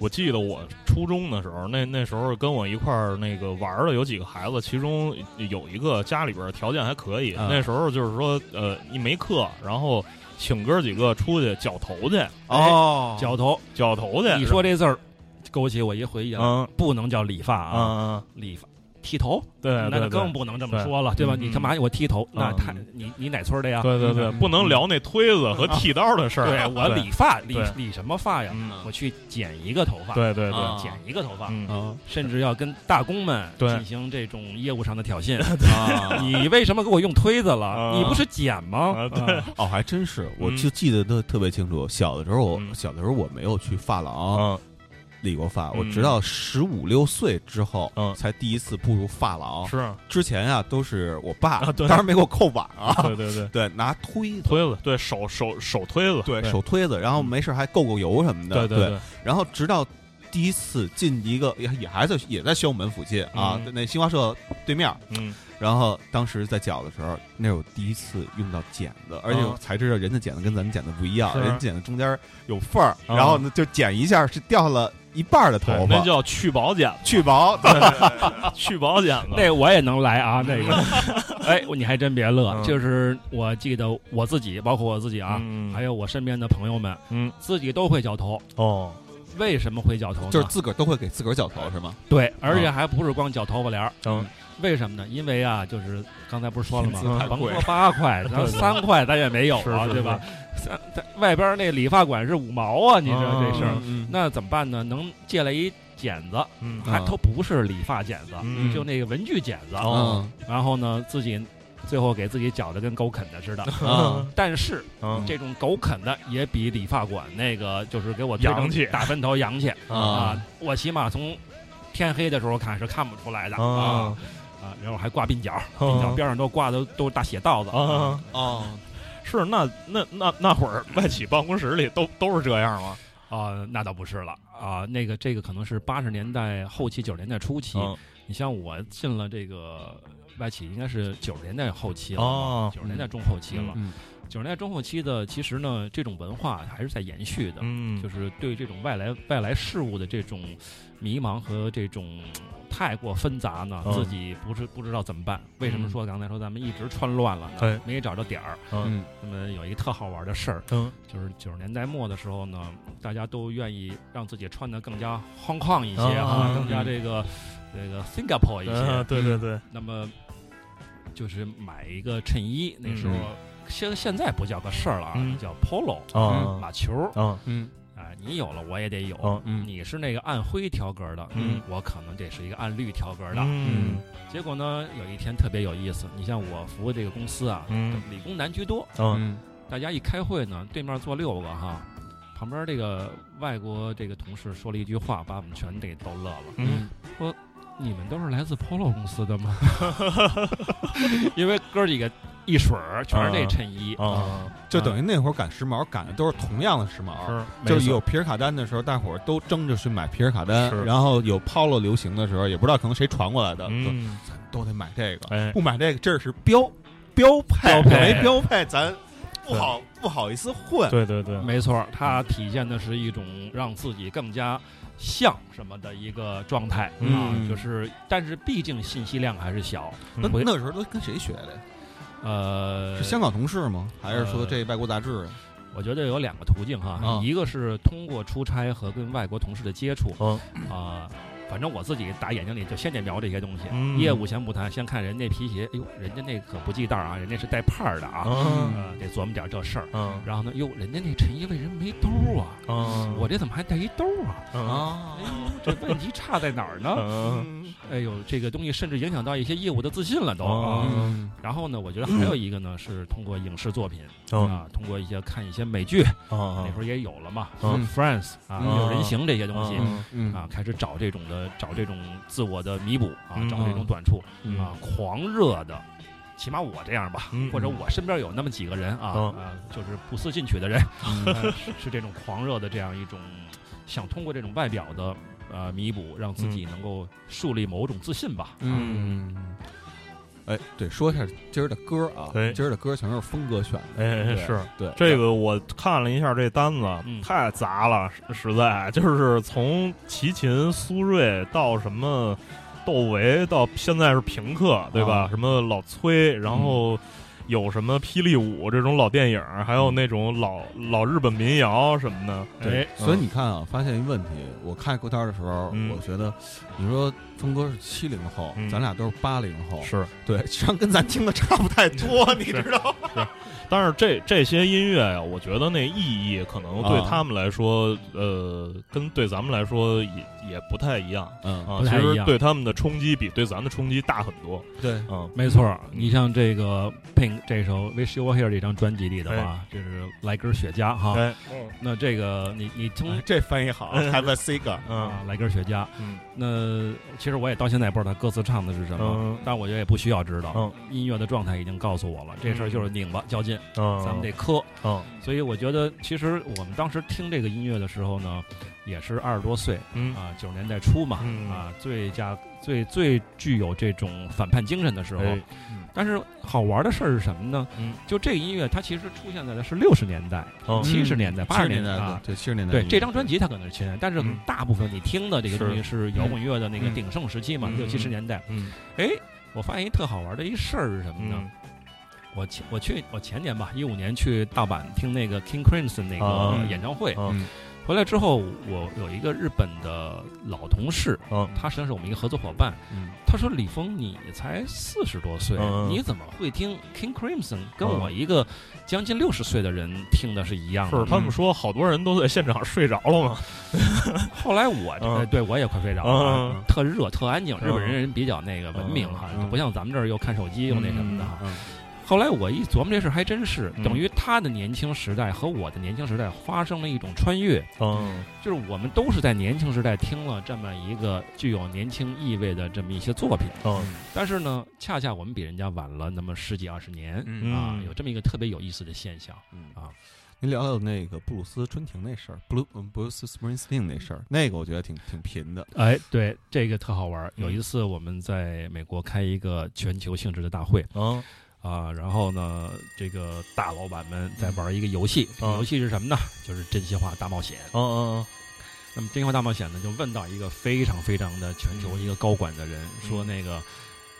S3: 我记得我初中的时候，那那时候跟我一块儿那个玩儿的有几个孩子，其中有一个家里边儿条件还可以，
S2: 啊
S3: 那时候就是说，呃，一没课，然后请哥几个出去绞头去，
S5: 哦
S4: 绞头。
S3: 绞头去。
S4: 你说这字儿，勾起我一回忆来，
S3: 哦嗯
S4: 不能叫理发
S3: 啊
S4: 啊，
S3: 啊，
S4: 理发剃头，
S3: 对对
S4: 那
S3: 对，
S4: 就更不能这么
S3: 对
S4: 说了，对吧？
S3: 嗯
S4: 你干嘛我剃头？那
S3: 嗯
S4: 他你你哪村儿的 呀？
S3: 对对对， 不能聊那推子和剃刀的事儿。
S4: 对我理发，理
S3: 对
S4: 理什么发呀？
S3: 嗯，
S4: 我去剪一个头发，
S3: 对对对，
S5: 啊
S4: 剪一个头发，
S3: 嗯，
S2: 啊
S4: 甚至要跟打工们
S3: 对
S4: 进行这种业务上的挑衅。
S2: 啊，
S4: 你为什么给我用推子了？
S3: 啊
S4: 你不是剪吗？
S3: 啊对
S2: 哦，还真是，我
S3: 嗯
S2: 就记得特特别清楚。小的时候，我
S3: 嗯
S2: 小的时候我没有去发廊
S3: 啊
S2: 理过发，
S3: 嗯
S2: 我直到十五六岁之后
S3: 嗯
S2: 才第一次步入发廊。
S3: 是啊，
S2: 之前啊，都是我爸
S3: 啊，对
S2: 当然没给我扣碗 啊，
S3: 对对对，
S2: 对，拿推子。
S3: 推子，对手手手推子，
S2: 对手推子，然后没事还够够油什么的，
S3: 嗯对
S2: 对
S3: 对，
S2: 然后直到第一次进一个也也还在也在宣武门附近啊，
S3: 嗯
S2: 那新华社对面，
S3: 嗯，
S2: 然后当时在绞的时候，那是我第一次用到剪子，而且我才知道人家剪子跟咱们剪的不一样，
S3: 嗯是
S2: 人家剪的中间有缝儿，
S3: 啊
S2: 然后呢就剪一下是掉了一半儿的
S3: 对
S2: 头，
S3: 哎那嗯
S2: 发，
S3: 叫去保剪
S2: 去毛。
S3: 子，去保剪子，
S4: 那我也能来 啊，那个，哎，你还真别乐
S3: 嗯，
S4: 就是我记得我自己，包括我自己啊，
S3: 嗯
S4: 还有我身边的朋友们，
S3: 嗯
S4: 自己都会绞头。
S3: 哦，
S4: 为什么会绞头呢？
S2: 就是自个儿都会给自个儿绞头是吗？
S4: 对，而
S3: 啊
S4: 且还不是光绞头发帘儿。
S3: 嗯
S4: 为什么呢？因为啊，就是刚才不是说了 吗
S2: 薪资太？
S4: 甭
S2: 贵
S4: 说八块，咱三块咱也没有啊，
S3: 是是
S4: 对吧？三在外边那理发馆是五毛啊，你知道这事儿
S3: 嗯。
S2: 嗯
S4: 那怎么办呢？能借来一剪子，
S3: 嗯
S4: 还都不是理发剪子，
S3: 嗯
S4: 就那个文具剪子。
S3: 哦
S4: 然后呢，自己最后给自己绞的跟狗啃的似的。
S2: 啊
S4: 但是
S3: 嗯
S4: 这种狗啃的也比理发馆那个就是给我推
S3: 洋气
S4: 打分头洋气
S2: 啊
S4: 啊！我起码从天黑的时候看是看不出来的啊
S3: 啊
S4: 啊！然后还挂鬓角，鬓角边上都挂的都是大血道子
S3: 啊，
S2: 哦，
S3: 是那那那那会儿外企办公室里都都是这样吗？
S4: 啊！那倒不是了啊，那个这个可能是八十年代后期九十年代初期，
S3: 啊
S4: 你像我进了这个外企应该是九十年代后期了
S3: 哦
S4: 啊，九十年代中后期了。
S2: 嗯
S4: 九十年代中后期的，其实呢，这种文化还是在延续的，
S3: 嗯，
S4: 就是是对这种外来外来事物的这种迷茫和这种呃太过纷杂呢，
S3: 嗯
S4: 自己不是不知道怎么办。为什么说刚才说咱们一直穿乱了呢？
S3: 对
S4: 没找着点儿。
S3: 嗯
S2: 嗯
S4: 那么有一个特好玩的事儿，
S3: 嗯
S4: 就是九十年代末的时候呢，大家都愿意让自己穿的更加荒旷一些
S3: 啊
S4: 啊，
S3: 嗯
S4: 更加这个这个 Singapore 一些。
S3: 啊对对对，
S4: 那么就是买一个衬衣，那时候
S2: 嗯
S4: 现现在不叫个事儿了啊
S3: 嗯，
S4: 叫 polo
S3: 啊
S4: 马球儿
S3: 啊
S2: 嗯
S4: 啊，你有了我也得有。
S3: 啊
S2: 嗯
S4: 你是那个暗灰调格的，
S3: 嗯
S4: 我可能得是一个暗绿调格的。
S3: 嗯
S4: 结果呢，有一天特别有意思，你像我服务这个公司啊，
S3: 嗯
S4: 理工男居多，
S3: 嗯
S4: 大家一开会呢，对面坐六个哈，旁边这个外国这个同事说了一句话，把我们全给逗乐了。
S3: 嗯
S4: 你们都是来自 Polo 公司的吗？因为哥几个。一水儿全是那衬衣，
S3: 啊，
S2: 就等于那会儿赶时髦，赶的都是同样的时髦。
S4: 嗯
S3: 是
S2: 就是有皮尔卡丹的时候，大伙儿都争着去买皮尔卡丹
S3: 是，
S2: 然后有 polo 流行的时候，也不知道可能谁传过来的，
S3: 嗯，
S2: 都得买这个。
S3: 哎，
S2: 不买这个，这是标标配，
S3: 标配
S2: 没标配，咱不好不好意思混。
S3: 对对对，
S4: 没错儿，它体现的是一种让自己更加像什么的一个状态、
S2: 嗯
S4: 啊，就是但是毕竟信息量还是小，
S2: 那
S3: 嗯
S4: 回
S2: 那时候都跟谁学的呀？
S4: 呃，
S2: 是香港同事吗？还是说
S4: 呃
S2: 这外国杂志啊？
S4: 我觉得有两个途径哈，
S2: 啊
S4: 一个是通过出差和跟外国同事的接触，
S3: 嗯
S4: 啊、反正我自己打眼睛里就先得瞄这些东西。
S3: 嗯
S4: 业务先不谈，先看人那皮鞋，哎呦，人家那可不系带儿啊，人家是带帕儿的啊，
S3: 嗯
S4: 呃，得琢磨点这事儿。
S3: 嗯
S4: 然后呢，哟，人家那衬衣为什么没兜啊？
S3: 嗯，
S4: 我这怎么还带一兜啊？
S2: 啊哦
S4: 哎 呦，这问题差在哪儿呢？
S3: 嗯
S4: 哎呦，这个东西甚至影响到一些业务的自信了都。
S3: 哦
S4: 啊
S2: 嗯
S4: 然后呢，我觉得还有一个呢，是通过影视作品
S3: 嗯
S4: 啊，通过一些看一些美剧，那
S3: 啊
S4: 时候也有了嘛，
S3: 嗯
S4: ，Friends 啊，
S2: 嗯
S4: 六人行这些东西
S3: 嗯
S2: 嗯
S4: 啊，开始找这种的，找这种自我的弥补啊
S3: 嗯，
S4: 找这种短处
S2: 嗯
S4: 啊，狂热的，起码我这样吧
S3: 嗯，
S4: 或者我身边有那么几个人啊
S3: 嗯
S4: 啊，就是不思进取的人，
S3: 啊
S4: 呃是是这种狂热的这样一种，想通过这种外表的呃弥补，让自
S3: 嗯
S4: 己能够树立某种自信吧。
S2: 嗯，哎，对，说一下今儿的歌啊，
S3: 哎
S2: 今儿的歌全是峰哥选的，
S3: 哎
S2: 对
S3: 是。
S2: 对
S3: 这个我看了一下这单子，
S4: 嗯
S3: 太杂了，实实在 就是从齐秦、苏芮到什么窦唯，到现在是平克，对吧？
S2: 啊
S3: 什么老崔，然后有什么霹雳舞这种老电影，还有那种老老日本民谣什么的。
S2: 嗯对
S3: 哎，
S2: 所以你看啊，发现一问题，我看歌单的时候，
S3: 嗯
S2: 我觉得你说峰哥是七零后
S3: 嗯，
S2: 咱俩都是八零后，
S3: 是，
S2: 对，实际上跟咱听的差不太多，你知道吗？
S3: 但是这这些音乐呀、我觉得那意义可能对
S2: 啊
S3: 他们来说，呃，跟对咱们来说也也不太一样
S2: 嗯，
S3: 啊。
S4: 不
S3: 其
S4: 太一样
S3: 实对他们的冲击比对咱的冲击大很多。
S2: 对，
S3: 嗯
S4: 没错儿，你像这个 Pink 这首《Wish You Were Here》这张专辑里的话，这是来根雪茄哈。
S3: 哎，
S4: 那这个你你听
S2: 哎这翻译好，Have a cigar，
S4: 啊
S3: 嗯，
S4: 来根雪茄。
S3: 嗯
S4: 那其实我也到现在也不知道他歌词唱的是什么，
S3: 嗯
S4: 但我觉得也不需要知道。
S3: 嗯
S4: 音乐的状态已经告诉我了，这事儿就是拧吧，较劲，
S3: 嗯，
S4: 咱们得磕。
S3: 嗯
S4: 所以我觉得，其实我们当时听这个音乐的时候呢，也是二十多岁
S3: 嗯
S4: 啊，九十年代初嘛
S3: 嗯
S4: 啊，最加最最具有这种反叛精神的时候。
S3: 哎
S4: 但是好玩的事儿是什么呢？
S3: 嗯
S4: 就这个音乐，它其实出现在的是六十年代、
S3: 嗯
S4: 七十年代、八
S2: 八
S4: 十
S2: 十年代
S4: 代
S2: 的
S4: 啊，。
S2: 对，七十年代的
S4: 对
S2: 音乐，
S4: 这张专辑它可能是七十年代，但是
S3: 嗯
S4: 大部分你听的这个东西是摇滚乐的那个
S3: 嗯
S4: 鼎盛时期嘛，
S3: 嗯
S4: 六七十年代。
S3: 嗯
S4: 哎，我发现一特好玩的一事儿是什么呢？
S3: 嗯
S4: 我前我去我前年吧，一五年去大阪听那个 King Crimson 那
S3: 啊
S4: 个演唱会，
S3: 嗯
S4: 回来之后，我有一个日本的老同事，
S3: 嗯
S4: 他实际上是我们一个合作伙伴，
S2: 嗯
S4: 他说：“李峰，你才四十多岁，
S3: 嗯嗯
S4: 你怎么会听 King Crimson？跟
S3: 嗯
S4: 我一个将近六十岁的人听的是一样的。
S3: 是他们说好多人都在现场睡着了嘛。
S4: 后来我、
S3: 嗯
S4: 哎对我也快睡着
S3: 嗯
S4: 了，
S3: 嗯嗯
S4: 特热特安静，
S3: 嗯
S4: 日本人人比较那个文明哈，
S2: 嗯嗯
S4: 不像咱们这儿又看手机又那什么的哈。
S2: 嗯
S4: 后来我一琢磨这事儿还真是，
S3: 嗯
S4: 等于他的年轻时代和我的年轻时代发生了一种穿越，
S3: 嗯
S4: 就是我们都是在年轻时代听了这么一个具有年轻意味的这么一些作品，
S3: 嗯
S4: 但是呢，恰恰我们比人家晚了那么十几二十年、
S2: 嗯
S4: 啊
S3: 嗯，
S4: 有这么一个特别有意思的现象。
S2: 嗯
S4: 啊，
S2: 您聊聊那个布鲁斯春婷那事儿，布鲁嗯布鲁斯 Springsteen 那事儿，那个我觉得挺挺贫的，
S4: 哎，对，这个特好玩儿。
S3: 嗯
S4: 有一次我们在美国开一个全球性质的大会
S3: 嗯
S4: 啊，然后呢，这个大老板们在玩一个游戏，这个
S3: 啊
S4: 游戏是什么呢？就是真心话大冒险。
S3: 嗯
S4: 那么真心话大冒险呢，就问到一个非常非常的全球一个高管的人，说那个，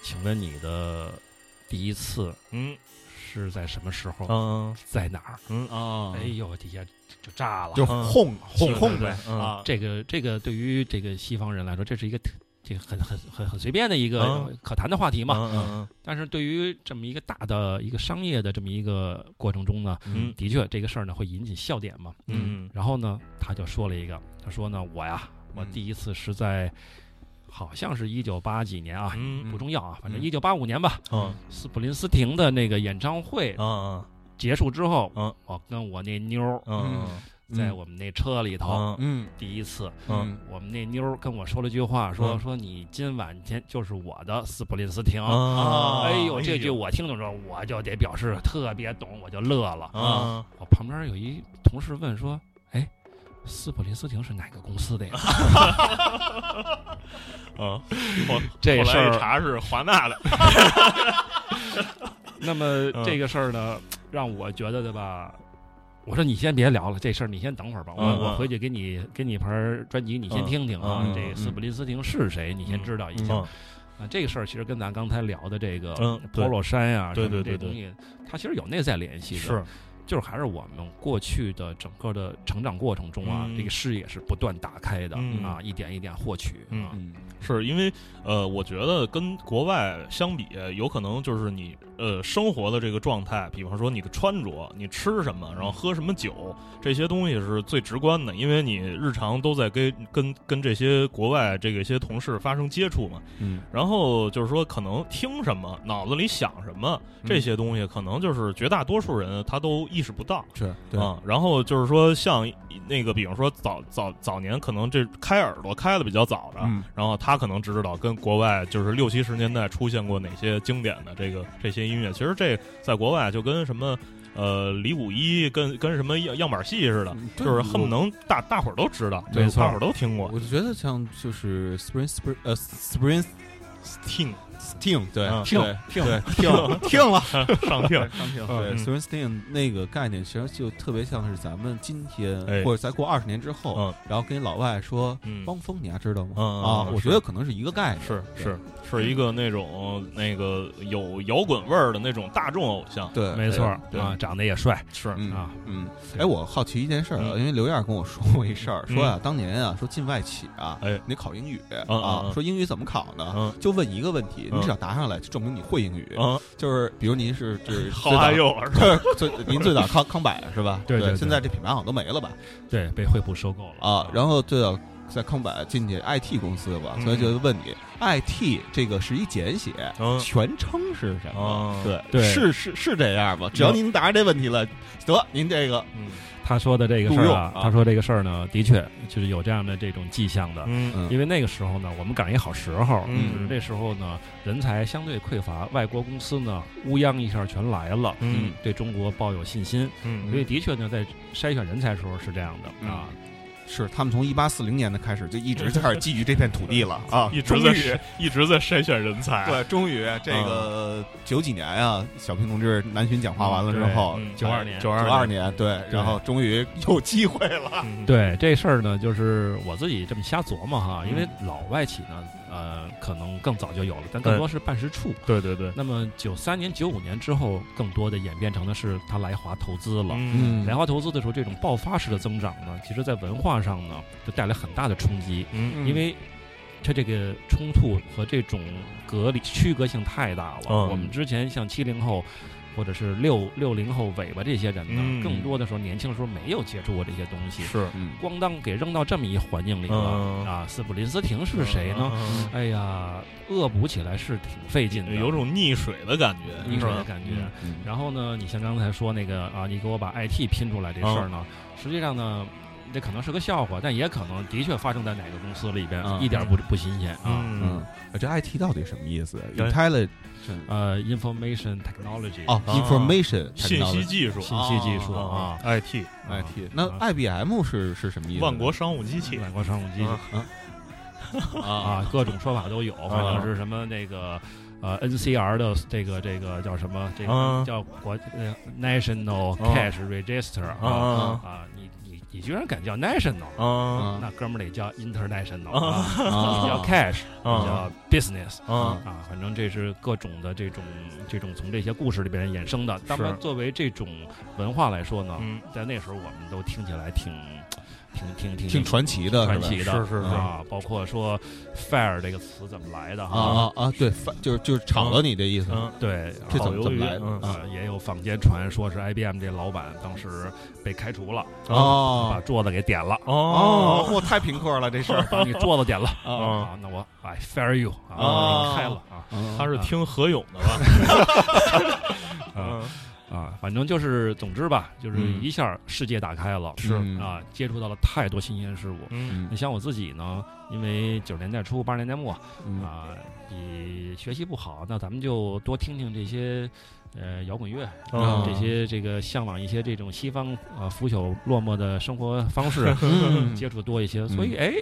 S4: 请问你的第一次
S3: 嗯
S4: 是在什么时候，
S3: 嗯
S4: 在哪儿？
S2: 啊
S4: 哎呦，底下就炸了，
S2: 就
S3: 嗯
S2: 哄
S3: 对
S2: 哄哄
S3: 对
S2: 呗
S3: 嗯
S2: 啊，
S4: 这个这个对于这个西方人来说，这是一个特这个很很很很随便的一个
S3: 啊
S4: 呃可谈的话题嘛。
S3: 嗯
S4: 但是对于这么一个大的一个商业的这么一个过程中呢，
S3: 嗯
S4: 的确这个事儿呢会引起笑点嘛。
S3: 嗯
S4: 然后呢，他就说了一个，他说呢，我呀，我第一次是在好像是一九八几年啊，
S3: 嗯
S4: 不重要啊，反正
S2: 嗯
S4: 一九八五年吧，
S3: 嗯
S4: 斯普林斯廷的那个演唱会
S3: 嗯
S4: 结束之后
S3: 嗯，
S4: 我跟我那妞儿
S3: 嗯
S4: 在
S2: 嗯
S4: 我们那车里头，
S3: 嗯
S2: 嗯
S4: 第一次，
S3: 嗯
S4: 我们那妞儿跟我说了句话，说、
S3: 嗯
S4: 说你今晚天就是我的斯普林斯汀。
S3: 啊
S4: 哎呦，这句我听的时候，我就得表示特别懂，我就乐了。
S3: 啊，
S4: 我旁边有一同事问说：“哎，斯普林斯汀是哪个公 司的呀
S3: 啊，我？”
S4: 这
S3: 后
S4: 事
S3: 来一
S4: 儿，
S3: 查是华纳的，
S4: 那么这个事儿呢，让我觉得对吧？我说你先别聊了，这事儿你先等会儿吧，我
S3: 嗯嗯
S4: 我回去给你给你盘专辑，你先
S3: 嗯
S4: 听听啊
S3: 嗯嗯，
S4: 这
S2: 嗯
S4: 斯普林斯汀是谁，你先知道一下。
S3: 嗯
S4: 啊，这个事儿其实跟咱刚才聊的这个
S3: 嗯对
S4: polo 衫呀、
S3: 对
S4: 什
S3: 对
S4: 么
S3: 对
S4: 这
S3: 对
S4: 东西，它其实有内在联系的。，就是还是我们过去的整个的成长过程中啊，
S3: 嗯
S4: 这个视野是不断打开的、
S3: 嗯
S4: 啊，一点一点获取啊。
S2: 嗯
S3: 是因为呃，我觉得跟国外相比，有可能就是你呃生活的这个状态，比方说你的穿着、你吃什么，然后喝什么酒，这些东西是最直观的，因为你日常都在跟跟跟这些国外这个一些同事发生接触嘛。
S2: 嗯
S3: 然后就是说，可能听什么，脑子里想什么，
S4: 嗯
S2: 嗯
S3: 这些东西可能就是绝大多数人他都意识不到。
S2: 是对
S3: 啊、然后就是说，像一那个，比方说早早早年，可能这开耳朵开的比较早的，
S2: 嗯
S3: 然后他可能只知道跟国外就是六七十年代出现过哪些经典的这个这些音乐。其实这在国外就跟什么呃李谷一跟跟什么样样板戏似的，
S2: 嗯对
S3: 就是恨不能大大伙儿都知道，
S2: 没错
S3: 大伙儿都听过。
S2: 我就觉得像就是 Spring Spring 呃 Spring
S3: 听
S2: Sting 对
S3: 嗯
S2: 啊对
S4: 听
S2: 对 听听了
S3: 上听，
S2: 上听对
S3: 嗯
S2: Spring Sting 那个概念其实就特别像是咱们今天
S3: 哎
S2: 或者再过二十年之后，
S3: 嗯
S2: 然后跟老外说
S3: 嗯，
S2: 汪峰，你还知道吗？
S3: 嗯嗯
S2: 啊，
S3: 嗯
S2: 我
S3: 是
S2: 觉得可能是一个概念，
S3: 是是是一个那种那个有摇滚味儿的那种大众偶像，
S2: 对，
S4: 没错
S3: 对
S4: 啊，长得也帅
S3: 是
S2: 嗯
S4: 啊。
S2: 嗯，哎，我好奇一件事儿啊，
S3: 嗯
S2: 因为刘燕跟我说过一事儿，说呀，当年啊，说进外企啊，
S3: 哎
S2: 你考英语
S3: 嗯
S2: 啊
S3: 嗯，
S2: 说英语怎么考呢
S3: 嗯？
S2: 就问一个问题，你
S3: 嗯
S2: 只要答上来，就证明你会英语。
S3: 啊，
S2: 就是比如您是 就是
S3: 好啊还
S2: 最
S3: 有是吧？
S2: 早最您最早康康柏是吧？
S4: 对对对
S2: 现在这品牌好像都没了吧？
S4: 对，被惠普收购了
S2: 啊，
S3: 嗯
S2: 然后最早在康柏进去 IT 公司吧，所以就问你 IT 这个是一简写，
S3: 嗯
S2: 全称是什么
S3: 哦？
S2: 对
S4: 对
S2: 是是是这样吧？只要您答上这问题了，得您这个
S3: 嗯
S4: 他说的这个事
S2: 录
S4: 儿
S2: 用
S4: 啊
S2: 啊，
S4: 他说这个事儿呢，的确就是有这样的这种迹象的。
S3: 嗯
S4: 因为那个时候呢，我们赶上一好时候，
S3: 嗯
S4: 就是那时候呢，人才相对匮乏，外国公司呢乌泱一下全来了，
S3: 嗯
S4: 对中国抱有信心，
S3: 嗯
S4: 所以的确呢，在筛选人才时候是这样的啊。
S2: 是他们从一八四零年的开始就一直在这儿觊觎这片土地了啊，
S3: 嗯一
S2: 终
S3: 直在
S2: 于
S3: 筛一直在筛选人才，
S2: 对，终于这个九几年啊，小平同志南巡讲话完了之后
S3: 嗯，
S4: 对92年
S3: 九
S2: 九
S3: 二
S2: 二年对，然后终于有机会了，
S3: 嗯
S4: 对这事儿呢，就是我自己这么瞎琢磨哈，
S3: 嗯
S4: 因为老外企呢，呃，可能更早就有了，但更多是办事处。
S3: 对对对，
S4: 那么九三年、九五年之后，更多的演变成的是他来华投资了。
S3: 嗯
S4: 来华投资的时候，这种爆发式的增长呢，其实在文化上呢，就带来很大的冲击，
S3: 嗯
S4: 因为它这个冲突和这种隔离区隔性太大了。
S3: 嗯
S4: 我们之前像七零后。或者是六六零后尾巴这些人呢，
S3: 嗯
S4: 更多的时候年轻的时候没有接触过这些东西，
S3: 是
S2: 嗯
S4: 咣当给扔到这么一环境里了、
S3: 嗯
S4: 啊！斯普林斯汀是谁呢？？
S3: 嗯
S4: 哎呀，恶补起来是挺费劲的，
S3: 有种溺水的感觉，
S4: 溺
S3: 是
S4: 水的
S3: 吧？
S4: 感觉。
S3: 嗯
S2: 嗯
S4: 然后呢，你像刚才说那个啊，你给我把 IT 拼出来
S2: 嗯
S4: 这事儿呢，实际上呢，这可能是个笑话，但也可能的确发生在哪个公司里边，
S2: 嗯
S4: 一点不不新鲜啊。
S2: 嗯
S3: 嗯，，
S2: 这 IT 到底什么意思
S3: 对
S2: ？Intelligent
S4: 呃，information technology
S2: 哦
S3: 啊
S2: ，Information
S3: 信息技术
S4: 信息技术
S3: 啊
S4: 啊
S3: ，IT
S2: IT，那哦
S4: 啊
S2: IBM 是是什么意思呢？
S3: 万国商务机器
S4: 外国商务机
S3: 啊
S2: 啊
S4: 啊，各种说法都有，
S2: 嗯
S4: 可能是什么那个。呃，NCR 的这个这个叫什么？这
S3: 嗯
S4: 个叫国呃 National
S3: 嗯
S4: Cash Register
S2: 嗯
S4: 啊
S3: 啊
S4: 啊！你你你居然敢叫 National，
S3: 啊
S2: 啊
S4: 那哥们儿得叫 International
S3: 啊
S4: 啊，
S2: 啊
S4: 叫 Cash，
S3: 啊
S4: 叫 Business
S3: 啊
S4: 啊，反正这是各种的这种这种从这些故事里边衍生的。当然，作为这种文化来说呢，
S3: 嗯，
S4: 在那时候我们都听起来挺挺挺挺
S2: 挺传奇的，是
S4: 传
S2: 吧
S4: 奇的，
S3: 是是是
S4: 啊，包括说 “fire” 这个词怎么来的哈，
S2: 啊啊啊！对，反就是就是炒了你的意思。
S3: 嗯，
S4: 对，
S2: 这怎
S4: 然后
S2: 么怎么来的
S3: 好犹豫嗯
S4: 呃，也有坊间传说是 IBM 这老板当时被开除了，把
S2: 哦
S4: 桌子给点了，
S2: 哦，
S3: 哦
S2: 我太贫困了这事儿
S4: 把你桌子点了
S2: 啊！
S4: 啊，那我 I fire you 啊，
S2: 哦
S4: 给你开了啊。
S2: 他
S3: 他是听何勇的吧？
S4: 啊，啊，反正就是，总之吧，就是
S2: 嗯
S4: 一下世界打开了，
S2: 是
S4: 啊，接触到了太多新鲜事物。
S3: 嗯
S4: 你
S2: 嗯
S4: 像我自己呢，因为九十年代初、八十年代末
S2: 嗯
S4: 啊，也学习不好，那咱们就多听听这些呃摇滚乐，
S2: 啊
S4: 这些这个向往一些这种西方啊腐朽落寞的生活方式，
S2: 嗯
S4: 接触多一些，所以哎，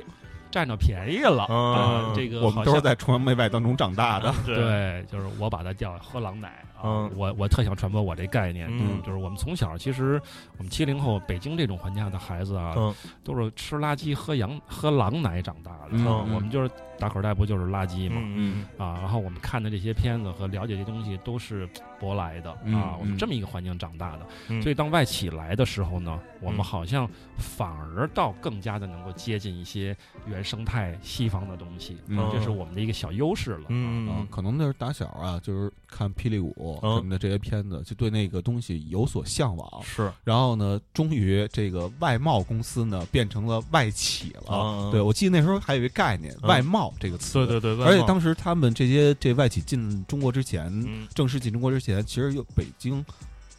S4: 占着便宜了
S3: 啊
S4: 啊。这个
S2: 我
S4: 好
S2: 们都是
S4: 像
S2: 在崇洋媚外当中长大的，
S4: 对，就是我把它叫喝狼奶啊
S3: 嗯。
S4: 我我特想传播我这概念，
S3: 嗯
S4: 就是我们从小其实我们七零后北京这种环境下的孩子啊，
S3: 嗯
S4: 都是吃垃圾喝羊喝狼奶长大的。
S2: 嗯
S4: 啊
S2: 嗯
S4: 我们就是打口袋不就是垃圾嘛、
S3: 嗯
S4: 啊，然后我们看的这些片子和了解这些东西都是舶来的、
S2: 嗯
S4: 啊，我们
S2: 嗯
S4: 这么一个环境长大的。
S3: 嗯
S4: 所以当外企来的时候呢，我
S3: 嗯
S4: 们好像反而倒更加的能够接近一些原生态西方的东西，
S2: 嗯
S4: 这是我们的一个小优势了。
S2: 啊
S3: 嗯，
S2: 可能那是打小啊，就是看霹雳舞
S3: 嗯
S2: 什么的这些片子，就对那个东西有所向往。
S3: 是
S2: 然后呢，终于这个外贸公司呢变成了外企了。
S3: 啊
S2: 对，我记得那时候还有一个概念“
S3: 嗯
S2: 外贸”这个词。
S3: 对对对，
S2: 而且当时他们这些这外企进中国之前，
S3: 嗯
S2: 正式进中国之前，其实有北京，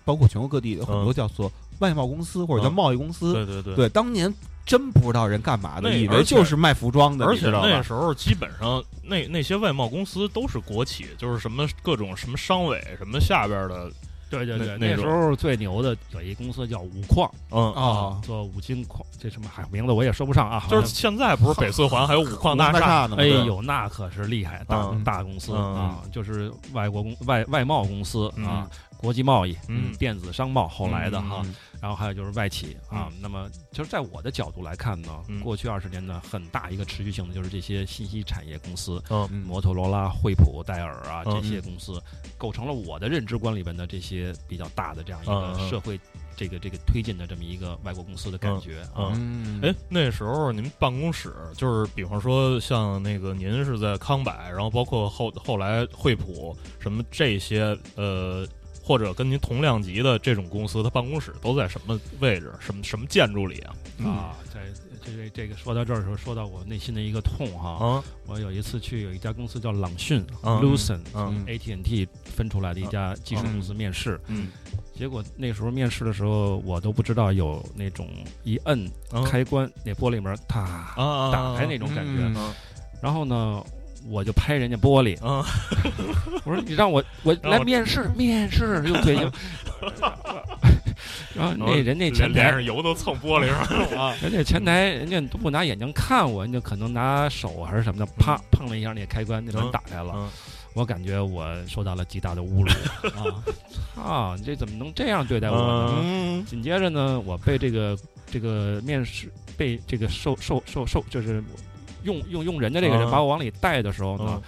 S2: 包括全国各地有很多叫做外贸公司或者叫
S3: 嗯
S2: 贸易公司。
S3: 对对对。
S2: 对，当年真不知道人干嘛的，
S3: 那
S2: 以
S3: 而
S2: 为
S3: 且
S2: 就是卖服装的，
S3: 而
S2: 你
S3: 且
S2: 知道
S3: 那
S2: 吧？
S3: 时候基本上那那些外贸公司都是国企，就是什么各种什么商委什么下边的，
S4: 对对对，
S3: 那那
S4: 那时候最牛的有一公司叫五矿
S3: 嗯
S2: 啊，
S4: 做五金矿，这什么海名字我也说不上啊，
S3: 就是现在不是北四环还有五矿大
S2: 大
S3: 厦，
S2: 呢？
S4: 哎呦，那可是厉害，大、
S3: 嗯
S4: 大公司、
S3: 嗯
S4: 啊，就是外国公外外贸公司、
S3: 嗯
S4: 啊，国际贸易、
S3: 嗯
S4: 电子商贸后来
S3: 啊
S4: 的哈，
S2: 嗯
S4: 然后还有就是外企啊。那么，就是在我的角度来看呢，
S3: 嗯
S4: 过去二十年呢，很大一个持续性的就是这些信息产业公司，
S3: 嗯
S2: 嗯
S4: 摩托罗拉、惠普、戴尔啊
S3: 嗯
S4: 这些公司，构成了我的认知观里边的这些比较大的这样一
S3: 嗯嗯
S4: 个社会这个这个推进的这么一个外国公司的感觉啊。
S3: 嗯，
S2: 嗯，
S3: 哎，那时候您办公室就是，比方说像那个您是在康柏，然后包括后后来惠普什么这些，呃，或者跟您同量级的这种公司，它办公室都在什么位置？什么什么建筑里啊？
S4: 啊，在这个这个说到这儿的时候，说到我内心的一个痛哈。
S3: 啊，
S4: 我有一次去有一家公司叫朗讯
S3: 嗯
S4: （Lucent）。
S3: 嗯
S4: AT&T 分出来的一家技术公司面试，
S3: 嗯，
S4: 结果那时候面试的时候，我都不知道有那种一摁
S3: 嗯
S4: 开关，那玻璃门啪
S3: 啊，
S4: 打开那种感觉。
S2: 嗯
S4: 然后呢，我就拍人家玻璃，
S3: 啊，
S4: 我说你让我我
S3: 让我
S4: 来面试 面试，用嘴硬。 然后那人那前
S3: 哦脸脸
S4: 台
S3: 上油都蹭玻璃上了啊，
S4: 人家前台人家都不拿眼睛看我，人家可能拿手还是什么的，啪碰了一下那开关，那门打开了。
S3: 嗯
S4: 我感觉我受到了极大的 侮辱啊！你这怎么能这样对待我呢？
S2: 嗯
S4: 紧接着呢，我被这个这个面试被这个受受受受就是用用用人的这个人
S3: 嗯
S4: 把我往里带的时候呢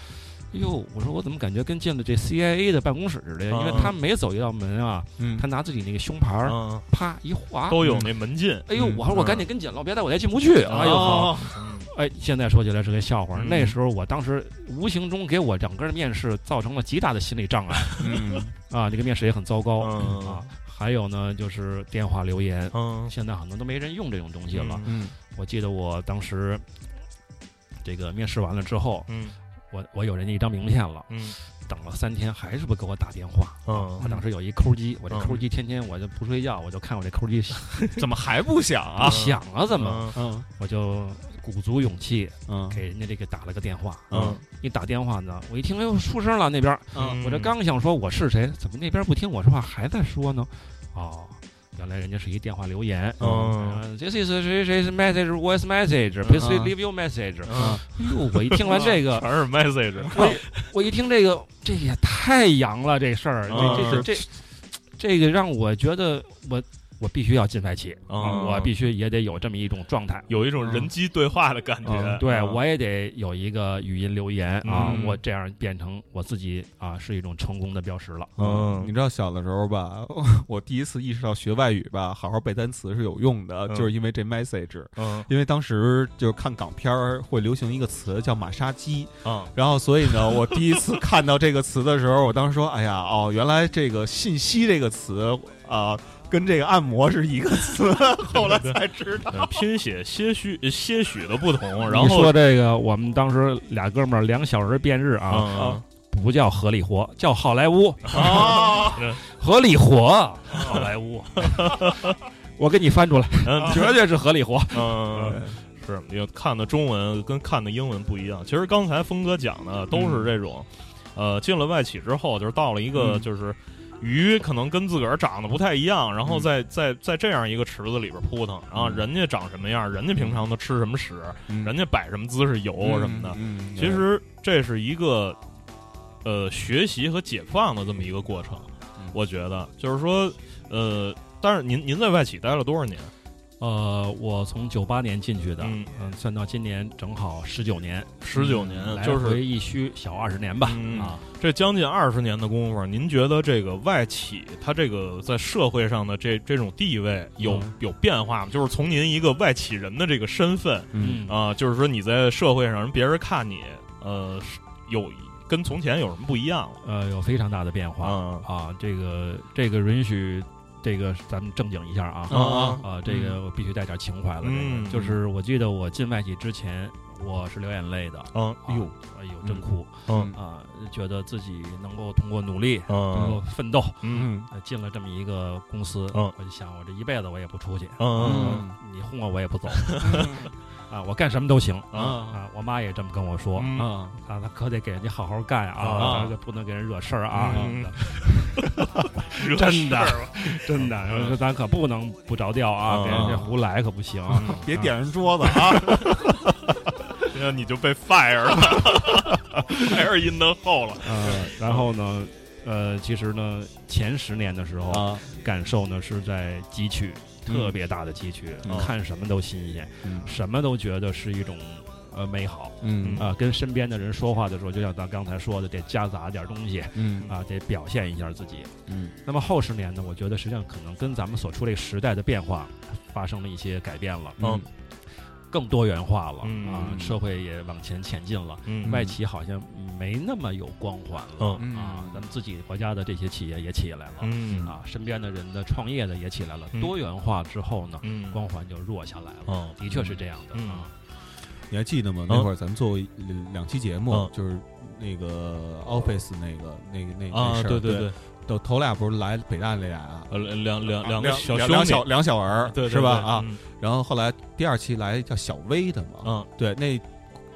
S3: 嗯，
S4: 哟，我说我怎么感觉跟进了这 CIA 的办公室似的？因为
S3: 嗯
S4: 他每走一道门啊，
S2: 嗯
S4: 他拿自己那个胸牌儿
S3: 嗯，
S4: 啪一划，
S3: 都有那门禁。
S4: 哎呦，
S2: 嗯
S4: 我说我赶紧跟紧了，别带我再进不去。哎呦，好
S3: 哦，
S4: 哎，现在说起来是个笑话。
S3: 嗯
S4: 那时候我当时无形中给我整个的面试造成了极大的心理障碍
S2: 嗯
S4: 啊，这个面试也很糟糕
S3: 嗯
S4: 啊。还有呢，就是电话留言，
S3: 嗯，
S4: 现在好像都没人用这种东西
S3: 嗯
S4: 了。
S2: 嗯
S4: 我记得我当时这个面试完了之后，
S3: 嗯
S4: 我我有人家一张名片了，
S3: 嗯
S4: 等了三天还是不给我打电话。
S3: 嗯
S4: 他，当时有一抠机，我这
S3: 嗯
S4: 抠机天天我就不睡觉，我就看我这抠机
S3: 怎么还不响啊
S4: 不响啊，怎么？
S2: 嗯
S4: 我就鼓足勇气
S2: 嗯
S4: 给人家这个打了个电话。
S3: 嗯
S4: 一打电话呢，我一听，哎呦，出声了那边儿，
S3: 嗯
S4: 我这刚想说我是谁，怎么那边不听我说话，还在说呢？哦，原来人家是一电话留言。
S3: 嗯
S4: 呃 This is 谁谁谁是 message voice message, please
S2: 嗯
S4: leave your message。
S3: 嗯，
S4: 哟，我一听完这个，
S3: 全是 message，
S4: 我一听这个，这也太洋了，这事儿，
S3: 嗯
S4: 这这这这这个让我觉得我我必须要进外企，
S3: 嗯
S4: 啊我必须也得有这么一种状态。
S3: 有一种人机嗯对话的感觉。
S2: 嗯
S4: 对，我也得有一个语音留言啊
S3: 啊嗯，
S4: 我这样变成我自己啊，是一种成功的标识了。
S2: 嗯，你知道小的时候吧， 我第一次意识到学外语吧，好好背单词是有用的，
S3: 嗯
S2: 就是因为这 message。
S3: 嗯
S2: 因为当时就是看港片儿会流行一个词叫马杀鸡，
S3: 嗯
S2: 然后所以呢，我第一次看到这个词的时候，我当时说，哎呀，哦，原来这个信息这个词啊、跟这个按摩是一个词，后来才知道。
S3: 嗯，拼写些许些许的不同，然
S4: 你
S3: 后
S4: 说这个，我们当时俩哥们儿两小时辩日啊，
S3: 啊
S4: 不叫合理活，叫好莱坞
S5: 啊，
S4: 合理活，好莱 坞。我给你翻出来，
S3: 嗯
S4: 绝对是合理活。
S3: 嗯，是有看的中文跟看的英文不一样。其实刚才峰哥讲的都是这种，呃，进了外企之后，就是到了一个就是鱼可能跟自个儿长得不太一样，然后在在在这样一个池子里边扑腾，然后人家长什么样，人家平常都吃什么屎，人家摆什么姿势游什么的。
S2: 嗯，
S3: 其实这是一个呃学习和解放的这么一个过程
S2: 嗯，
S3: 我觉得就是说呃。但是您您在外企待了多少年？
S4: 呃，我从九八年进去的，
S3: 嗯
S4: 嗯，算到今年正好十九年，
S3: 十九年，
S4: 嗯来
S3: 嗯就是
S4: 回一虚小二十年吧。
S3: 嗯
S4: 啊，
S3: 这将近二十年的功夫，您觉得这个外企它这个在社会上的这这种地位有、
S4: 嗯
S3: 有变化吗？就是从您一个外企人的这个身份
S4: 嗯
S3: 啊、就是说你在社会上人别人看你，呃，是有跟从前有什么不一样了？
S4: 呃，有非常大的变化、
S3: 啊
S4: 啊。这个这个允许，这个咱们正经一下啊
S3: 啊啊
S4: 啊这个我必须带点情怀了。
S3: 嗯
S4: 这个就是我记得我进外企之前，我是流眼泪的。
S3: 嗯
S4: 哎呦，哎呦，真哭
S3: 嗯
S4: 啊！觉得自己能够通过努力，能够
S3: 嗯
S4: 奋斗，
S3: 嗯
S4: 呃进了这么一个公司，
S3: 嗯
S4: 我就想，我这一辈子我也不出去，啊
S3: 嗯
S4: 你轰我我也不走 啊，我干什么都行
S3: 啊
S4: 啊。我妈也这么跟我说
S3: 嗯
S5: 啊，
S4: 啊，那可得给人家好好干
S3: 啊
S4: 啊，咱就不能给人惹事儿啊
S3: 嗯。
S4: 真的真的， 真的，然后说咱可不能不着调啊，
S3: 啊
S4: 给人家胡来可不行啊。
S5: 别点人桌子啊，
S3: 那、哎你就被 fire 了，fire in the hole 了。
S4: 呃，然后呢，呃，其实呢，前十年的时
S2: 嗯
S4: 候，
S5: 啊，
S4: 感受呢是在汲取，特别大的汲取
S3: 嗯，
S4: 看什么都新鲜，
S2: 嗯
S4: 什么都觉得是一种呃美好。
S2: 嗯
S4: 啊，跟身边的人说话的时候，就像咱刚才说的，得夹杂点东西
S2: 嗯
S4: 啊，得表现一下自己。
S2: 嗯
S4: 那么后十年呢，我觉得实际上可能跟咱们所处这个时代的变化发生了一些改变了，
S3: 嗯
S4: 更多元化了、
S3: 嗯
S4: 啊，
S2: 嗯
S4: 社会也往前前进了，
S3: 嗯
S4: 外企好像没那么有光环了、
S3: 嗯
S4: 啊，咱们自己国家的这些企业也起来了、
S3: 嗯
S4: 啊，身边的人的创业的也起来了，
S3: 嗯
S4: 多元化之后呢，
S3: 嗯
S4: 光环就弱下来了，
S3: 嗯
S4: 的确是这样的、
S3: 嗯
S4: 啊，
S2: 你还记得吗？那会儿咱们做过一两期节目
S3: 嗯，
S2: 就是那个 Office 那个那个那那
S3: 啊，
S2: 事儿
S3: 对对
S2: 对，头
S3: 对，
S2: 头俩不是来北大那俩啊，
S3: 呃，两两两个
S2: 两
S3: 小兄
S2: 两
S3: 弟
S2: 两小两小儿，
S3: 对对
S2: 是吧？
S3: 对
S2: 啊，
S3: 嗯
S2: 然后后来第二期来叫小薇的嘛，
S3: 嗯
S2: 对，那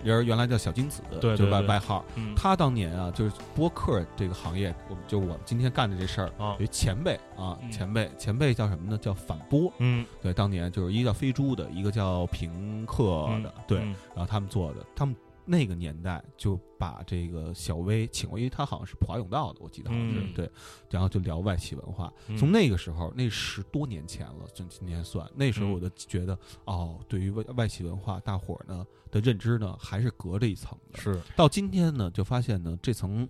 S2: 人原来叫小金子，
S3: 对对
S2: 就是外
S3: 对
S2: 外号。
S3: 嗯
S2: 他当年啊，就是播客这个行业，我们就我们今天干的这事儿，
S3: 啊
S2: 有一前辈啊
S3: 嗯，
S2: 前辈前辈叫什么呢？叫反播。
S3: 嗯
S2: 对，当年就是一个叫飞猪的，一个叫平克的，对，
S3: 嗯
S2: 然后他们做的，他们那个年代就把这个小薇请过，因为他好像是普华永道的，我记得好像是、
S3: 嗯
S2: 对，然后就聊外企文化。
S3: 嗯
S2: 从那个时候，那十多年前了，就今天算，那时候我就觉得，哦，对于外外企文化，大伙儿呢的认知呢还是隔着一层的。
S3: 是
S2: 到今天呢，就发现呢这层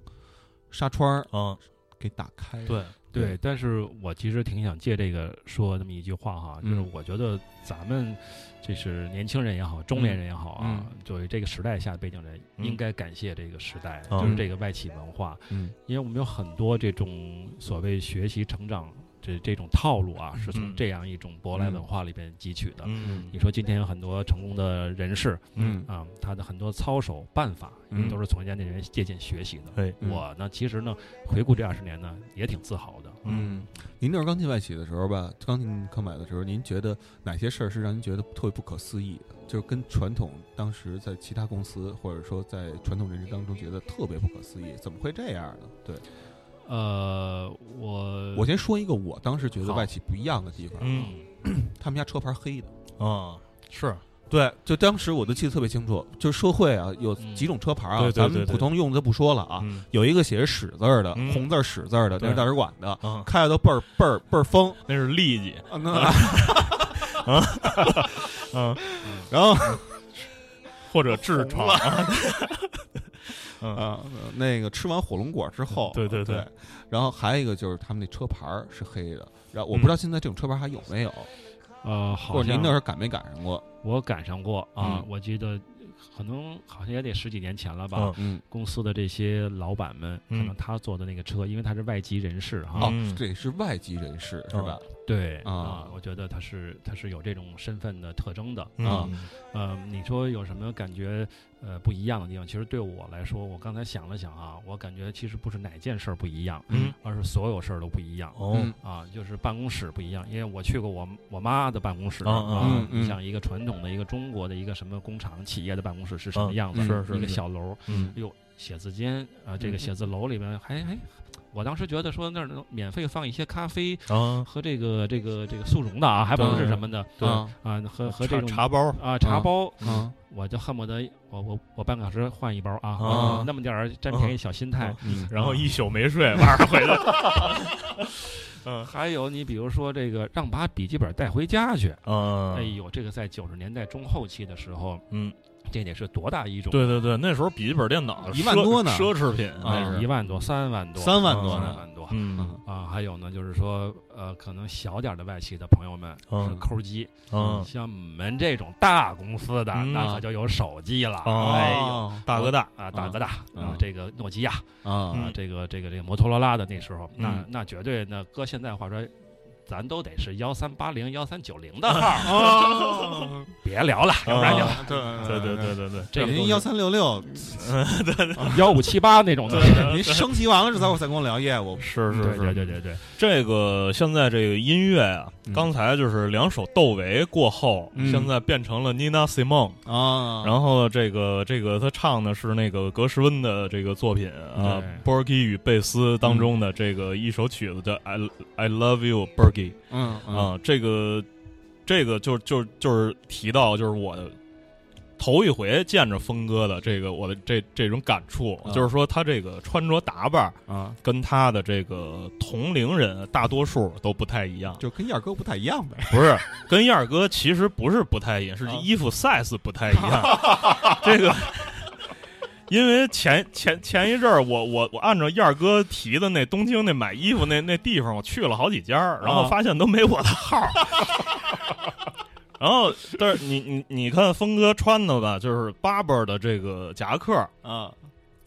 S2: 纱窗儿
S3: 啊，
S2: 给打开了。
S3: 对，
S4: 对，但是我其实挺想借这个说那么一句话哈，就是
S2: 嗯
S4: 我觉得咱们这是年轻人也好，中年人也好啊，作为这个时代下的背景人，
S3: 嗯
S4: 应该感谢这个时代，
S3: 嗯
S4: 就是这个外企文化，
S2: 嗯
S4: 因为我们有很多这种所谓学习成长这这种套路啊，是从
S3: 嗯
S4: 这样一种舶来文化里边汲取的。
S3: 嗯
S4: 你说今天有很多成功的人士
S2: 嗯
S4: 啊，他的很多操守办法
S2: 嗯
S4: 都是从人家那人借鉴学习的。
S3: 哎
S2: 嗯
S4: 我呢，其实呢，回顾这二十年呢，也挺自豪的。
S2: 嗯，您那时候刚进外企的时候吧，刚进科买的时候，您觉得哪些事儿是让您觉得特别不可思议的？就是跟传统当时在其他公司或者说在传统人士当中觉得特别不可思议，怎么会这样呢？对
S4: 呃，我
S2: 我先说一个我当时觉得
S4: 好
S2: 外企不一样的地方，
S3: 嗯
S2: 他们家车牌黑的。
S3: 啊是
S2: 对，就当时我都记得特别清楚，就是社会啊有几种车牌啊，
S3: 嗯对对
S2: 咱
S3: 对
S2: 们
S3: 对
S2: 普通用的就不说了啊，
S3: 嗯
S2: 有一个写着“屎”字儿的，
S3: 嗯
S2: 红字儿“屎”字儿的，那是
S3: 对
S2: 大使馆的，
S3: 啊，
S2: 开的都倍儿倍儿倍儿疯。
S3: 那是痢疾
S2: 啊，嗯那 然后
S3: 或者痔疮
S2: 啊，那个吃完火龙果之后，啊
S3: 对对对
S2: 对，然后还有一个就是他们那车牌儿是黑的，然后我不知道现在这种车牌还有没有，
S4: 呃，
S2: 或
S4: 好
S2: 者您
S4: 像
S2: 那时候赶没赶上过？
S4: 我赶上过啊，
S2: 嗯
S4: 我记得可能好像也得十几年前了吧。
S3: 嗯
S2: 嗯，
S4: 公司的这些老板们，可
S3: 嗯
S4: 能他坐的那个车，因为他是外籍人士哈，
S2: 哦
S3: 嗯，
S2: 这是外籍人士是吧？
S4: 对
S2: 啊
S4: 我觉得他是他是有这种身份的特征的
S2: 啊
S3: 嗯
S4: 呃，你说有什么感觉呃不一样的地方？其实对我来说，我刚才想了想啊，我感觉其实不是哪件事儿不一样，
S3: 嗯
S4: 而是所有事儿都不一样。
S3: 哦
S2: 嗯
S4: 啊，就是办公室不一样，因为我去过我我妈的办公室
S3: 啊啊
S4: 啊
S2: 嗯，
S4: 你
S2: 嗯
S4: 像一个传统的一个中国的一个什么工厂企业的办公室是什么样子？
S2: 嗯是
S4: 一
S2: 是是
S4: 个小楼，
S3: 嗯
S4: 哟，写字间啊，这个
S2: 嗯
S4: 写字楼里面还还，我当时觉得说那儿能免费放一些咖啡
S3: 啊，
S4: 和这个这个这个速溶的啊，还不是
S2: 对
S4: 什么的
S2: 对
S4: 啊，和和
S3: 茶
S4: 这种
S3: 茶嗯包儿
S4: 啊茶包。
S2: 啊
S4: 我就恨不得我我我半个小时换一包啊，
S3: 啊
S4: 那么点儿占便宜小心态
S3: 啊，然后一宿没睡，晚上回来，嗯
S4: 还有你比如说这个让把笔记本带回家去，
S3: 嗯
S4: 哎呦，这个在九十年代中后期的时候，
S3: 嗯，
S4: 这得是多大一种？
S3: 对对对，那时候笔记本电脑
S2: 一万
S3: 奢
S2: 多呢
S3: 奢侈品
S2: 啊
S3: 那是
S4: 哎一万多、三万多、
S2: 三万
S3: 多
S4: 啊
S3: 呢
S4: 三万多
S3: 嗯
S4: 啊！还有呢，就是说，呃，可能小点儿的外企的朋友们
S3: 嗯
S4: 是抠机，
S3: 嗯，
S4: 像我们这种大公司的，
S3: 嗯
S4: 那可就有手机了，
S3: 哦
S4: 哎呦
S2: 啊
S3: 大哥大
S4: 啊，大哥大
S2: 嗯
S4: 啊，这个诺基亚
S2: 啊
S4: 啊
S3: 嗯，
S4: 这个这个这个摩托罗拉的那时候，那
S3: 嗯
S4: 那绝对，那搁现在话说。咱都得是幺三八零、幺三九零的
S3: 嗯
S4: 号，
S3: 哦，
S4: 别聊了，要不 然就
S2: 对
S3: 对对对对对，
S4: 这个
S2: 您幺
S4: 幺
S2: 三六六，
S4: 幺五七八那种的，
S2: 您升级完了之后再跟我聊业务，
S3: 是是
S4: 对
S3: 是，
S4: 对对对对，
S3: 这个现在这个音乐啊，
S2: 嗯
S3: 刚才就是两首窦唯过后，
S2: 嗯
S3: 现在变成了 Nina Simone，、
S2: 啊，
S3: 然后这个这个他唱的是那个格什温的这个作品啊，《
S4: 对
S3: b u r g i 与贝斯》当中的这个一首曲子叫《I I Love You b u r g i
S2: 嗯嗯
S3: 啊，这个这个就就就是提到就是我头一回见着峰哥的这个我的这这种感触，
S2: 啊
S3: 就是说他这个穿着打扮。
S2: 啊，
S3: 跟他的这个同龄人大多数都不太一样，
S2: 就跟燕儿哥不太一样呗，
S3: 不是跟燕儿哥其实不是不太 一样，是
S2: 啊
S3: 衣服 size 不太一样。这个，因为前前前一阵儿，我我我按照燕儿哥提的那东京那买衣服那那地方，我去了好几家儿，然后
S2: 啊
S3: 发现都没我的号儿。 然后，但是你你你看峰哥穿的吧，就是巴贝儿的这个夹克，
S2: 啊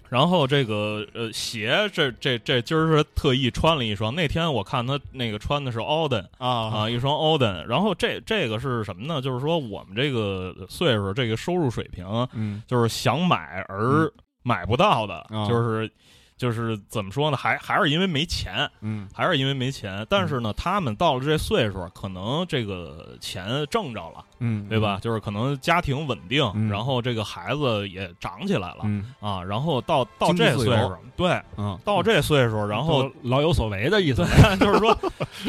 S3: 然后这个呃鞋，这这这今儿是特意穿了一双。那天我看他那个穿的是 Alden
S2: 啊
S3: 啊，一双 Alden。然后这这个是什么呢？就是说我们这个岁数，这个收入水平，
S2: 嗯
S3: 就是想买而买不到的，
S2: 啊
S3: 就是就是怎么说呢？还还是因为没钱，
S2: 嗯
S3: 还是因为没钱。但是呢，他们到了这岁数，可能这个钱挣着了，
S2: 嗯，
S3: 对吧？？就是可能家庭稳定，
S2: 嗯
S3: 然后这个孩子也长起来了。
S2: 嗯
S3: 啊，然后到到
S2: 经济
S3: 这
S2: 自
S3: 岁
S2: 由
S3: 数，对，
S2: 啊
S3: 嗯到这岁数，然后
S4: 嗯都老有所为的意思。
S3: 就是说，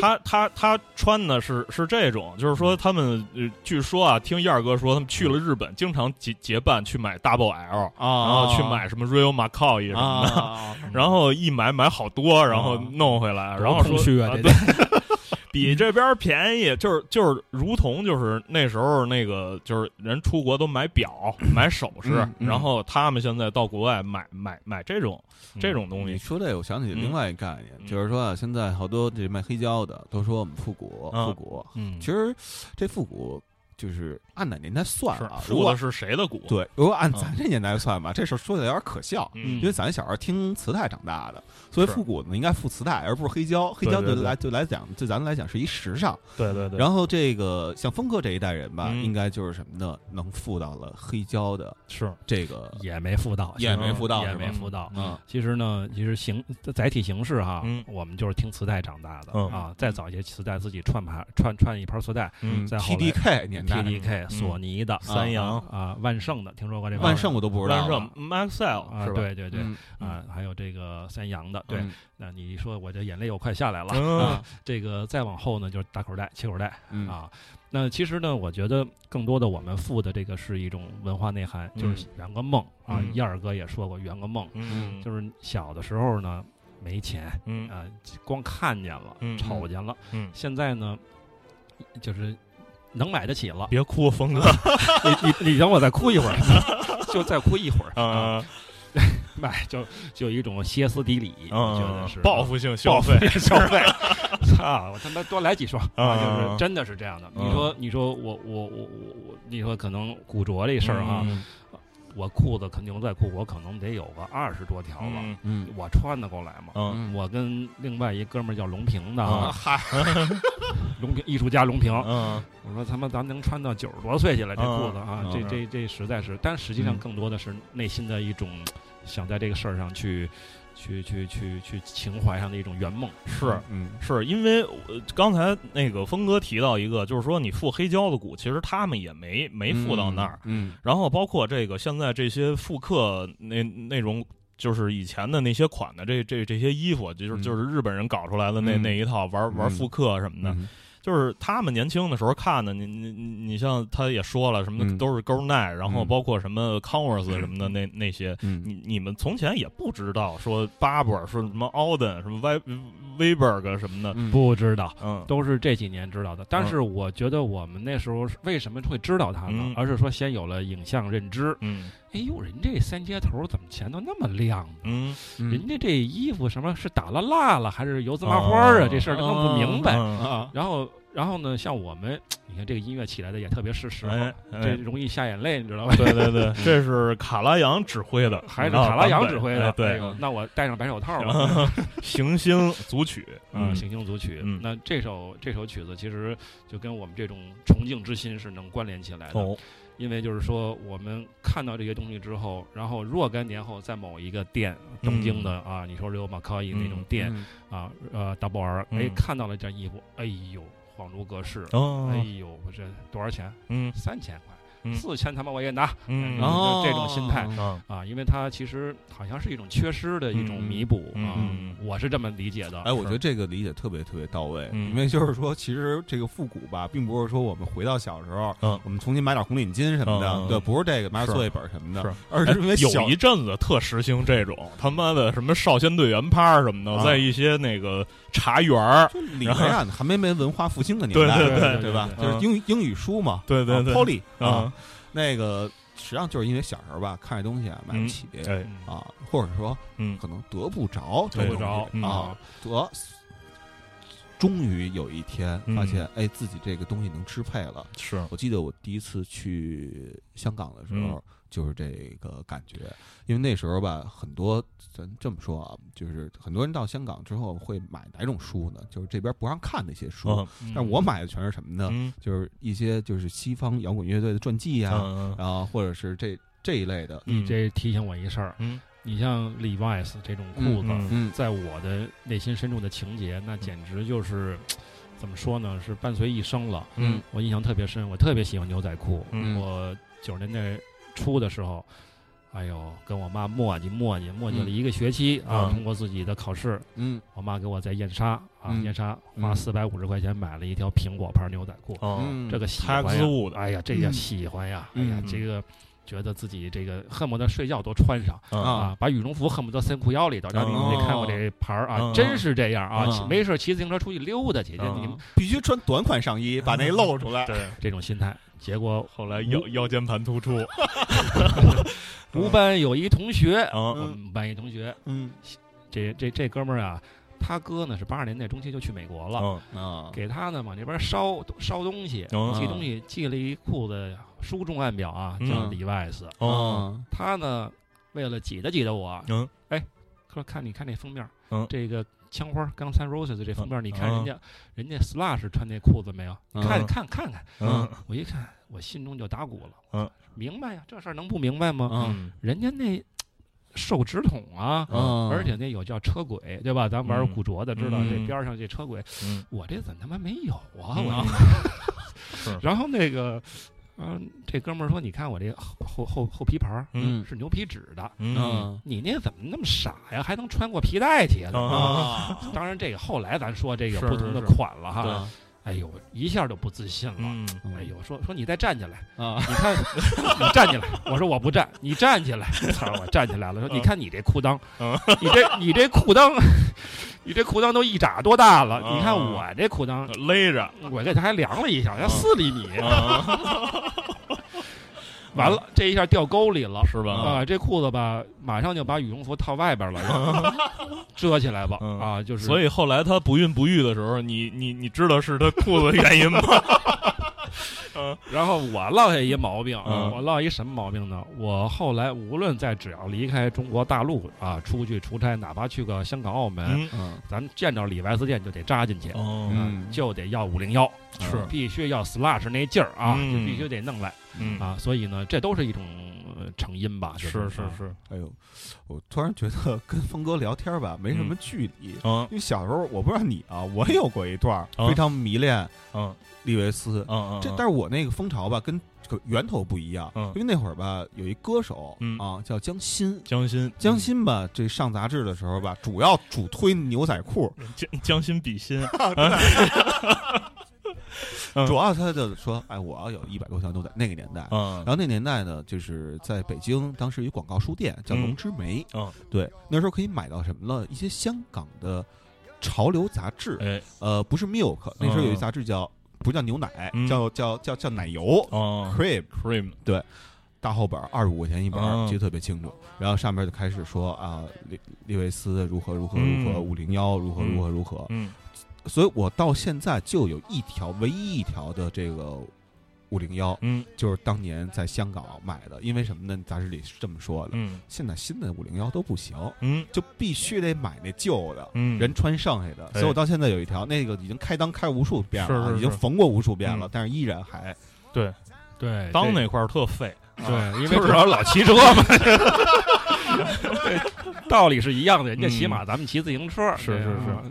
S3: 他他他穿的是是这种，就是
S4: 嗯
S3: 说他们呃据说啊，听燕儿哥说，他们去了日本，经常结结伴去买 Double
S4: 哦
S3: L，
S2: 啊，
S3: 然后哦去买什么 Real Macau 什么的，
S2: 啊，
S3: 然后一买买好多，然后
S2: 啊
S3: 弄回来，
S4: 多
S3: 然后
S4: 空
S3: 说
S4: 虚啊这
S3: 对， 比这边便宜，就是就是如同就是那时候那个就是人出国都买表买首饰
S2: 嗯，嗯
S3: 然后他们现在到国外买买买这种
S4: 嗯
S3: 这种东
S2: 你
S3: 西，
S2: 说这，我想起另外一概念，
S3: 嗯
S2: 就是说啊，现在好多这卖黑胶的都说我们复古，
S3: 嗯
S2: 复古。
S3: 嗯
S2: 其实这复古就是按哪年代算
S3: 是
S2: 啊？如
S3: 付
S2: 果
S3: 的是谁的股？，
S2: 对，如果按
S3: 嗯
S2: 咱这年代算吧，这事儿说起来有点可笑，
S3: 嗯
S2: 因为咱小时候听磁带长大的，所以
S3: 是
S2: 复古呢应该复磁带，而不是黑胶。黑
S3: 对
S2: 胶
S3: 对
S2: 来对来讲，对咱们来讲是一时尚。
S3: 对对对，
S2: 然后这个像峰哥这一代人吧，
S3: 嗯
S2: 应该就是什么呢？能复到了黑胶的
S3: 是
S2: 这个，
S4: 也没辅导，
S2: 也没
S4: 辅
S2: 复到
S4: 也
S2: 是吧
S4: 没辅导。
S2: 嗯
S4: 其实呢，其实形载体形式哈
S3: 嗯，
S4: 我们就是听磁带长大的
S3: 嗯
S4: 啊。再早一些磁带自己串盘串串一盘磁带
S3: 嗯
S4: 再后来
S2: ，TDK 年代，
S4: ，TDK 索尼的
S3: 三洋、
S4: 啊，万盛的，听说过这个
S2: 万盛我都不知道
S3: 嗯万
S2: 了，
S3: 盛、Maxell
S4: 啊
S3: 是，吧？
S4: 对对对
S2: 嗯
S4: 啊，，还有这个三洋的，对
S2: 嗯。
S4: 那你一说我这眼泪又快下来了。
S3: 嗯
S4: 啊，这个再往后呢，就是打口袋、切口袋，
S2: 嗯
S4: 啊。那其实呢，我觉得更多的我们付的这个是一种文化内涵，就是圆个梦啊
S3: 嗯。
S4: 燕儿哥也说过圆个梦，
S3: 嗯，
S4: 就是是小的时候呢没钱
S3: 嗯
S4: 啊，光看见了
S3: 嗯，
S4: 瞅见了，
S3: 嗯，
S4: 现在呢就是能买得起了。
S3: 别哭，峰哥
S4: 你你你等我再哭一会儿，就再哭一会儿啊，
S3: 啊，
S4: 买就就有一种歇斯底里，我觉得
S3: 嗯
S4: 是，
S3: 报
S4: 复。
S3: 复性
S4: 报
S3: 消
S4: 复
S3: 费，
S4: 性消 费，操！我他妈多来几双，啊，就
S3: 啊
S4: 是真的是这样的。
S3: 嗯
S4: 你说，你说我我我我我，你说可能古着这
S3: 这
S4: 事儿哈，，我裤子肯定在裤，我可能得有个二十多条吧，
S3: 嗯
S2: 嗯
S4: 我穿得过来吗？
S3: 嗯
S2: 嗯，
S4: 我跟另外一哥们儿叫龙平的
S3: 啊
S4: 啊，龙平艺术家龙平，
S3: 嗯
S4: 我说他妈咱能穿到九十多岁去了，这
S3: 嗯
S4: 裤子啊，
S2: 嗯
S4: 这这这实在是，但实际上
S2: 嗯
S4: 更多的是内心的一种想在这个事儿上去去去去去情怀上的一种圆梦。
S3: 是。
S2: 嗯
S3: 是因为我刚才那个峰哥提到一个，就是说你付黑胶的鼓，其实他们也没没付到那儿。
S2: 嗯
S3: 然后包括这个现在这些复刻那那种，就是以前的那些款的这这这些衣服，就是、
S2: 嗯
S3: 就是日本人搞出来的那、
S2: 嗯
S3: 那一套玩玩
S2: 嗯
S3: 复刻什么的，
S2: 嗯
S3: 就是他们年轻的时候看的。你你你你像他也说了，什么
S2: 嗯
S3: 都是勾耐，然后
S2: 嗯
S3: 包括什么 Converse 什 么的那那些，
S2: 嗯
S3: 你你们从前也不知道说巴布尔说什么 Alden 什么 Wei Weiberg 什么的，
S2: 嗯
S4: 不知道，
S3: 嗯
S4: 都是这几年知道的。但是我觉得我们那时候是为什么会知道它呢
S3: 嗯？
S4: 而是说先有了影像认知。
S3: 嗯
S4: 哎呦，人这三接头怎么前头那么亮呢？
S3: 嗯，
S2: 嗯
S4: 人家这衣服什么是打了蜡了，还是油渍麻花啊？这事儿根本不明白。
S3: 嗯
S2: 啊
S4: 然后，然后呢，像我们，你看这个音乐起来的也特别是时候，
S3: 哎哎
S4: 这容易下眼泪，你知道吧？
S3: 对对对，这是卡拉扬指挥的，
S4: 还是卡拉扬指挥的
S3: 哎，对哎
S4: 哎，呦那我戴上白手套吧。
S3: 行星组曲，
S4: 嗯，
S3: 嗯
S4: 行星组曲。
S3: 嗯
S4: 那这首这首曲子其实就跟我们这种崇敬之心是能关联起来的，
S3: 哦，
S4: 因为就是说我们看到这些东西之后，然后若干年后在某一个店，东京的啊，你说六马卡伊那种
S3: 嗯
S4: 店啊，呃，double R，
S3: 嗯
S4: 哎，看到了这件衣服，哎呦，恍如隔世。哎
S3: 哦，
S4: 呦，我这多少钱？
S3: 嗯
S4: 三千块，
S3: 嗯
S4: 四千他妈我也拿
S3: 嗯，
S4: 就
S3: 哦
S2: 哦
S4: 这种心态
S3: 嗯
S4: 啊！因为它其实好像是一种缺失的一种
S3: 嗯
S4: 弥补
S3: 嗯
S4: 啊
S3: 嗯，
S4: 我是这么理解的。
S2: 哎，我觉得这个理解特别特别到位，
S3: 嗯
S2: 因为就是说，其实这个复古吧，并不是说我们回到小时候，
S3: 嗯
S2: 我们重新买点红领巾什么的，
S3: 嗯嗯
S2: 对，不是这个买
S3: 是
S2: 点作业本什么的，
S3: 是哎
S2: 而是因为小
S3: 有一阵子特时兴这种他妈的什么少先队员趴什么的，
S2: 啊
S3: 在一些那个茶园儿，
S2: 就里面啊，还没没文化复兴的年代，
S3: 对
S4: 对对
S2: 对吧？
S3: 对
S2: 就是英语英语书嘛，
S3: 对对对
S2: p o l y
S3: 啊
S2: 啊，，那个实际上就是因为小时候吧，看这东西啊买不起
S3: 哎，
S4: 嗯
S2: 啊，或者说
S3: 嗯
S2: 可能得不着这
S3: 对
S4: 够
S2: 东
S4: 不
S2: 西，
S4: 着
S3: 嗯
S2: 啊，得。终于有一天
S3: 嗯
S2: 发现，哎，自己这个东西能支配了。
S3: 是，
S2: 我记得我第一次去香港的时候，
S3: 嗯
S2: 就是这个感觉，因为那时候吧，很多咱这么说啊，就是很多人到香港之后会买哪种书呢？就是这边不让看那些书，
S3: 嗯
S2: 但我买的全是什么呢？
S3: 嗯
S2: 就是一些就是西方摇滚乐队的传记呀、
S3: 嗯
S2: 然后或者是这这一类的，
S3: 嗯，
S4: 这提醒我一事儿，
S3: 嗯
S4: 你像 Levi's 这种裤子，
S3: 嗯
S2: 嗯
S4: 在我的内心深处的情节，那简直就是。怎么说呢？是伴随一生了。
S3: 嗯
S4: 我印象特别深，我特别喜欢牛仔裤。
S3: 嗯
S4: 我九十年代初的时候，哎呦，跟我妈磨叽磨叽磨叽了一个学期、啊，
S3: 嗯
S4: 通过自己的考试，
S2: 嗯
S4: 我妈给我在燕莎啊，
S2: 嗯
S4: 燕莎花
S2: 嗯
S4: 四百五十块钱买了一条苹果牌牛仔裤，
S3: 哦，
S4: 这个喜欢呀
S3: Taxwood
S4: 哎呀，这叫
S2: 嗯
S4: 喜欢呀，哎呀
S2: 嗯，
S4: 这个觉得自己这个恨不得睡觉都穿上
S2: 啊
S3: 啊，
S4: 啊，把羽绒服恨不得塞裤腰里头，让你们
S2: 哦
S4: 得看我这牌儿啊
S3: 嗯，
S4: 真是这样啊
S2: 嗯，
S4: 没事骑自行车出去溜达去，就
S3: 嗯
S4: 你们
S2: 必须穿短款上衣，把那露出来。
S3: 对，
S4: 这种心态，结果
S3: 后来腰腰间盘突 出，
S4: 我们班有一同学，
S3: 嗯
S4: 我们班一同学，
S2: 嗯
S4: 这这这哥们儿啊，他哥呢是八十年代中期就去美国了，
S3: 嗯
S2: 啊，
S4: 给他呢往那边烧烧东西，
S3: 嗯
S4: 寄东西寄了一裤子书中暗表啊，叫
S2: 嗯
S4: 里外斯。
S3: 哦，
S4: 他呢为了挤得挤得我，
S3: 嗯，
S4: 哎，说看你看这封面，
S3: 嗯
S4: 这个枪花刚才 Roses 的这封面，你看
S3: 嗯
S4: 人家、人家 Slash 穿那裤子没有？
S2: 嗯
S4: 看看看看，
S3: 嗯
S4: 我一看我心中就打鼓了，
S3: 嗯，
S4: 明白呀，这事儿能不明白吗？
S2: 嗯
S4: 人家那手指筒啊，
S2: 嗯
S4: 而且那有叫车轨，对吧？咱玩
S3: 嗯
S4: 古着的知道
S3: 嗯
S4: 这边上这车轨，
S3: 嗯
S4: 我这怎么他妈没有啊？
S3: 嗯
S4: 我
S3: 是
S4: 然后那个，嗯、这哥们儿说，你看我这后后后后皮牌儿
S2: 嗯
S4: 是牛皮纸的，
S3: 嗯
S2: 嗯
S4: 你那怎么那么傻呀？还能穿过皮带去呢？
S2: 啊
S4: 当然，这个后来咱说这个
S3: 哦是
S4: 不同的
S3: 是是
S4: 款了哈。哎呦，一下就不自信了。
S3: 嗯
S4: 哎呦，说说你再站起来，
S2: 啊
S4: 你看 你站起来，我说我不站，你站起来， 操，我站起来了，说你看你这裤裆
S3: 嗯，
S4: 你这你这裤裆，你这裤裆都一拃多大了？
S3: 嗯
S4: 你看我这裤裆，
S3: 勒 着，
S4: 我这还量了一下，要
S3: 嗯
S4: 四厘米，
S3: 啊
S4: 完了这一下掉沟里了。
S3: 是吧？
S4: 啊，这裤子吧，马上就把羽绒服套外边 了，然后遮起来吧。
S3: 嗯
S4: 啊，就是，
S3: 所以后来她不孕不育的时候，你你你知道是她裤子的原因吗？嗯
S4: 然后我落下一毛病，
S3: 嗯
S4: 我落一什么毛病呢？我后来无论在只要离开中国大陆啊，出去出差，哪怕去个香港、澳门，
S3: 嗯
S2: 嗯
S4: 咱见着李白四剑就得扎进去，
S3: 哦
S2: 嗯，哎
S4: 就得要五零幺，
S3: 是
S4: 啊必须要 slash 那劲儿啊，
S3: 嗯
S4: 就必须得弄来
S3: 嗯
S4: 啊。所以呢，这都是一种呃成因吧，就是
S3: 是
S4: 啊
S3: 是
S2: 哎呦，我突然觉得跟峰哥聊天吧没什么距离，
S3: 嗯
S2: 因为小时候我不知道你啊，我也有过一段
S3: 啊
S2: 非常迷恋
S3: 嗯
S2: 利维斯，
S3: 嗯
S2: 这但是我那个风潮吧跟这个源头不一样，
S3: 嗯
S2: 因为那会儿吧有一歌手
S3: 嗯
S2: 啊叫江欣。
S3: 江心
S2: 江心吧，这上杂志的时候吧，主要主推牛仔裤，
S3: 江江心比心嗯
S2: 主要他就说，哎，我要有一百多条牛仔，那个年代，
S3: 嗯
S2: 然后那年代呢，就是在北京，当时有一广告书店叫
S3: 嗯
S2: 龙之梅，
S3: 嗯
S2: 对，那时候可以买到什么呢？一些香港的潮流杂志，
S3: 哎
S2: 呃，不是 Milk，那时候有一
S3: 嗯
S2: 杂志叫、不叫牛奶，
S3: 嗯
S2: 叫叫叫叫奶油、
S3: 哦
S2: Cream。
S3: cream
S2: 大厚本二十五块钱一本，
S3: 嗯
S2: 记得特别清楚。然后上面就开始说啊，利利维斯如何如何
S3: 嗯
S2: 如何，五零幺如何如何如何。
S3: 嗯
S2: 所以我到现在就有一条，唯一一条的这个五零幺，
S3: 嗯
S2: 就是当年在香港买的，因为什么呢？杂志里是这么说的。
S3: 嗯
S2: 现在新的五零幺都不行，
S3: 嗯
S2: 就必须得买那旧的，
S3: 嗯
S2: 人穿剩下的。
S3: 哎
S2: 所以我到现在有一条，那个已经开裆开无数遍了，
S3: 是是是
S2: 已经缝过无数遍了，
S3: 嗯
S2: 但是依然还
S4: 对
S3: 当
S4: 哎这
S3: 那块儿特费
S4: 对，因
S3: 啊
S4: 为
S3: 就是
S4: 主要老骑车嘛，对 道理是一样的。人家骑马，咱们骑自行车，
S3: 嗯是
S4: 对
S3: 是
S4: 啊，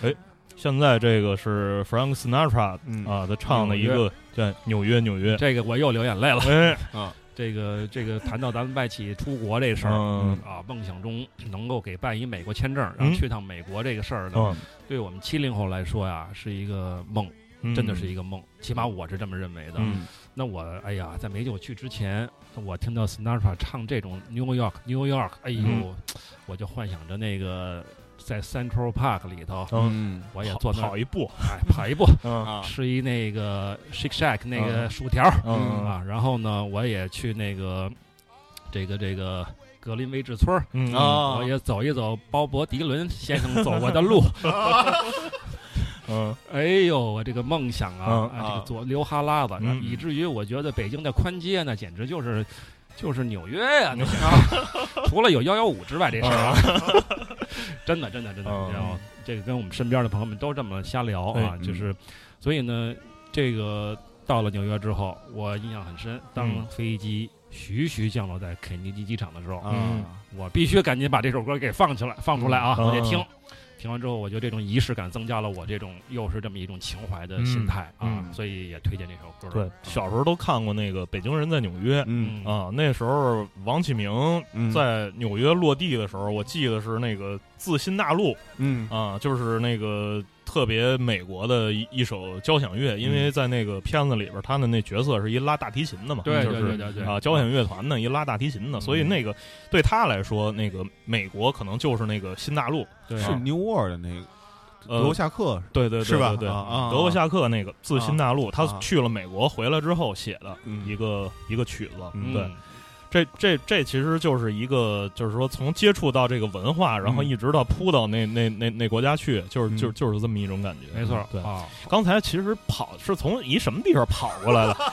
S4: 对，
S3: 现在这个是 Frank Sinatra
S2: 嗯
S3: 啊，他唱的一
S4: 纽
S3: 个叫《纽约纽约》。
S4: 这个我又流眼泪了。
S3: 哎，
S4: 这个这个谈到咱们外企出国这事儿。
S3: 嗯
S4: 啊，梦想中能够给办一美国签证，然后
S3: 嗯
S4: 去趟美国这个事儿呢，
S3: 嗯
S4: 对我们七零后来说呀，是一个梦，
S3: 嗯
S4: 真的是一个梦，起码我是这么认为的。
S3: 嗯
S4: 那我哎呀，在没有去之前，我听到 Sinatra 唱这种 New York New York，哎呦，
S3: 嗯
S4: 我就幻想着那个在 Central Park 里头，
S3: 嗯，
S2: 嗯
S4: 我也坐那
S3: 跑
S4: 儿
S3: 一步，
S4: 哎 跑一步，
S3: 嗯
S2: 啊
S4: 吃一那个 Shake Shack 那个
S3: 嗯
S4: 薯条、
S3: 嗯
S4: 啊，然后呢，我也去那个这个这个格林威治村儿。
S3: 嗯
S2: 啊
S4: 我也走一走鲍勃迪伦先生走过的路，
S3: 嗯
S4: 哎呦，我这个梦想啊，
S3: 嗯
S4: 啊这
S2: 啊
S4: 个左流哈喇子，
S3: 嗯
S4: 以至于我觉得北京的宽街呢，简直就是就是纽约呀、 那是除了有幺幺五之外，这事儿啊， 真的真的真的，
S3: 嗯
S4: 你知道吗？这个跟我们身边的朋友们都这么瞎聊啊
S3: 哎，
S2: 嗯
S4: 就是，所以呢，这个到了纽约之后，我印象很深，当
S3: 嗯
S4: 飞机徐徐降落在肯尼基机场的时候，
S2: 啊
S4: 我必须赶紧把这首歌给放起来，放出来啊！
S3: 嗯
S4: 我得听，听完之后，我觉得这种仪式感增加了我这种又是这么一种情怀的心态啊
S3: 嗯，
S4: 所以也推荐这首歌。啊
S3: 对，小时候都看过那个《北京人在纽约》
S2: 嗯
S4: 嗯，
S3: 啊，那时候王启明
S2: 嗯
S3: 在纽约落地的时候，我记得是那个自新大陆
S2: 嗯
S3: 啊，就是那个特别美国的一一首交响乐，因
S2: 嗯
S3: 为在那个片子里边，他的那角色是一拉大提琴的嘛，
S4: 对
S3: 就
S4: 对
S3: 是
S4: 对对对
S3: 啊，交响乐团呢，一拉大提琴的，
S2: 嗯
S3: 所以那个对他来说，那个美国可能就是那个新大陆，
S4: 对
S2: 是
S3: 啊
S2: New World 的那个
S3: 呃
S2: 德国下课
S3: 对对对
S2: 是吧
S3: 对对
S2: 啊啊啊
S3: 德国下课那个自新大陆，他
S2: 啊
S3: 去了美国回来之后写的
S2: 嗯
S3: 一个一个曲子，
S2: 嗯
S3: 对，这这这其实就是一个，就是说从接触到这个文化，然后
S2: 嗯
S3: 一直到扑到那那那那国家去，就是就
S2: 嗯
S3: 就是这么一种感觉，
S4: 没错
S3: 嗯对，
S4: 啊，
S3: 刚才其实跑是从一什么地方跑过来的？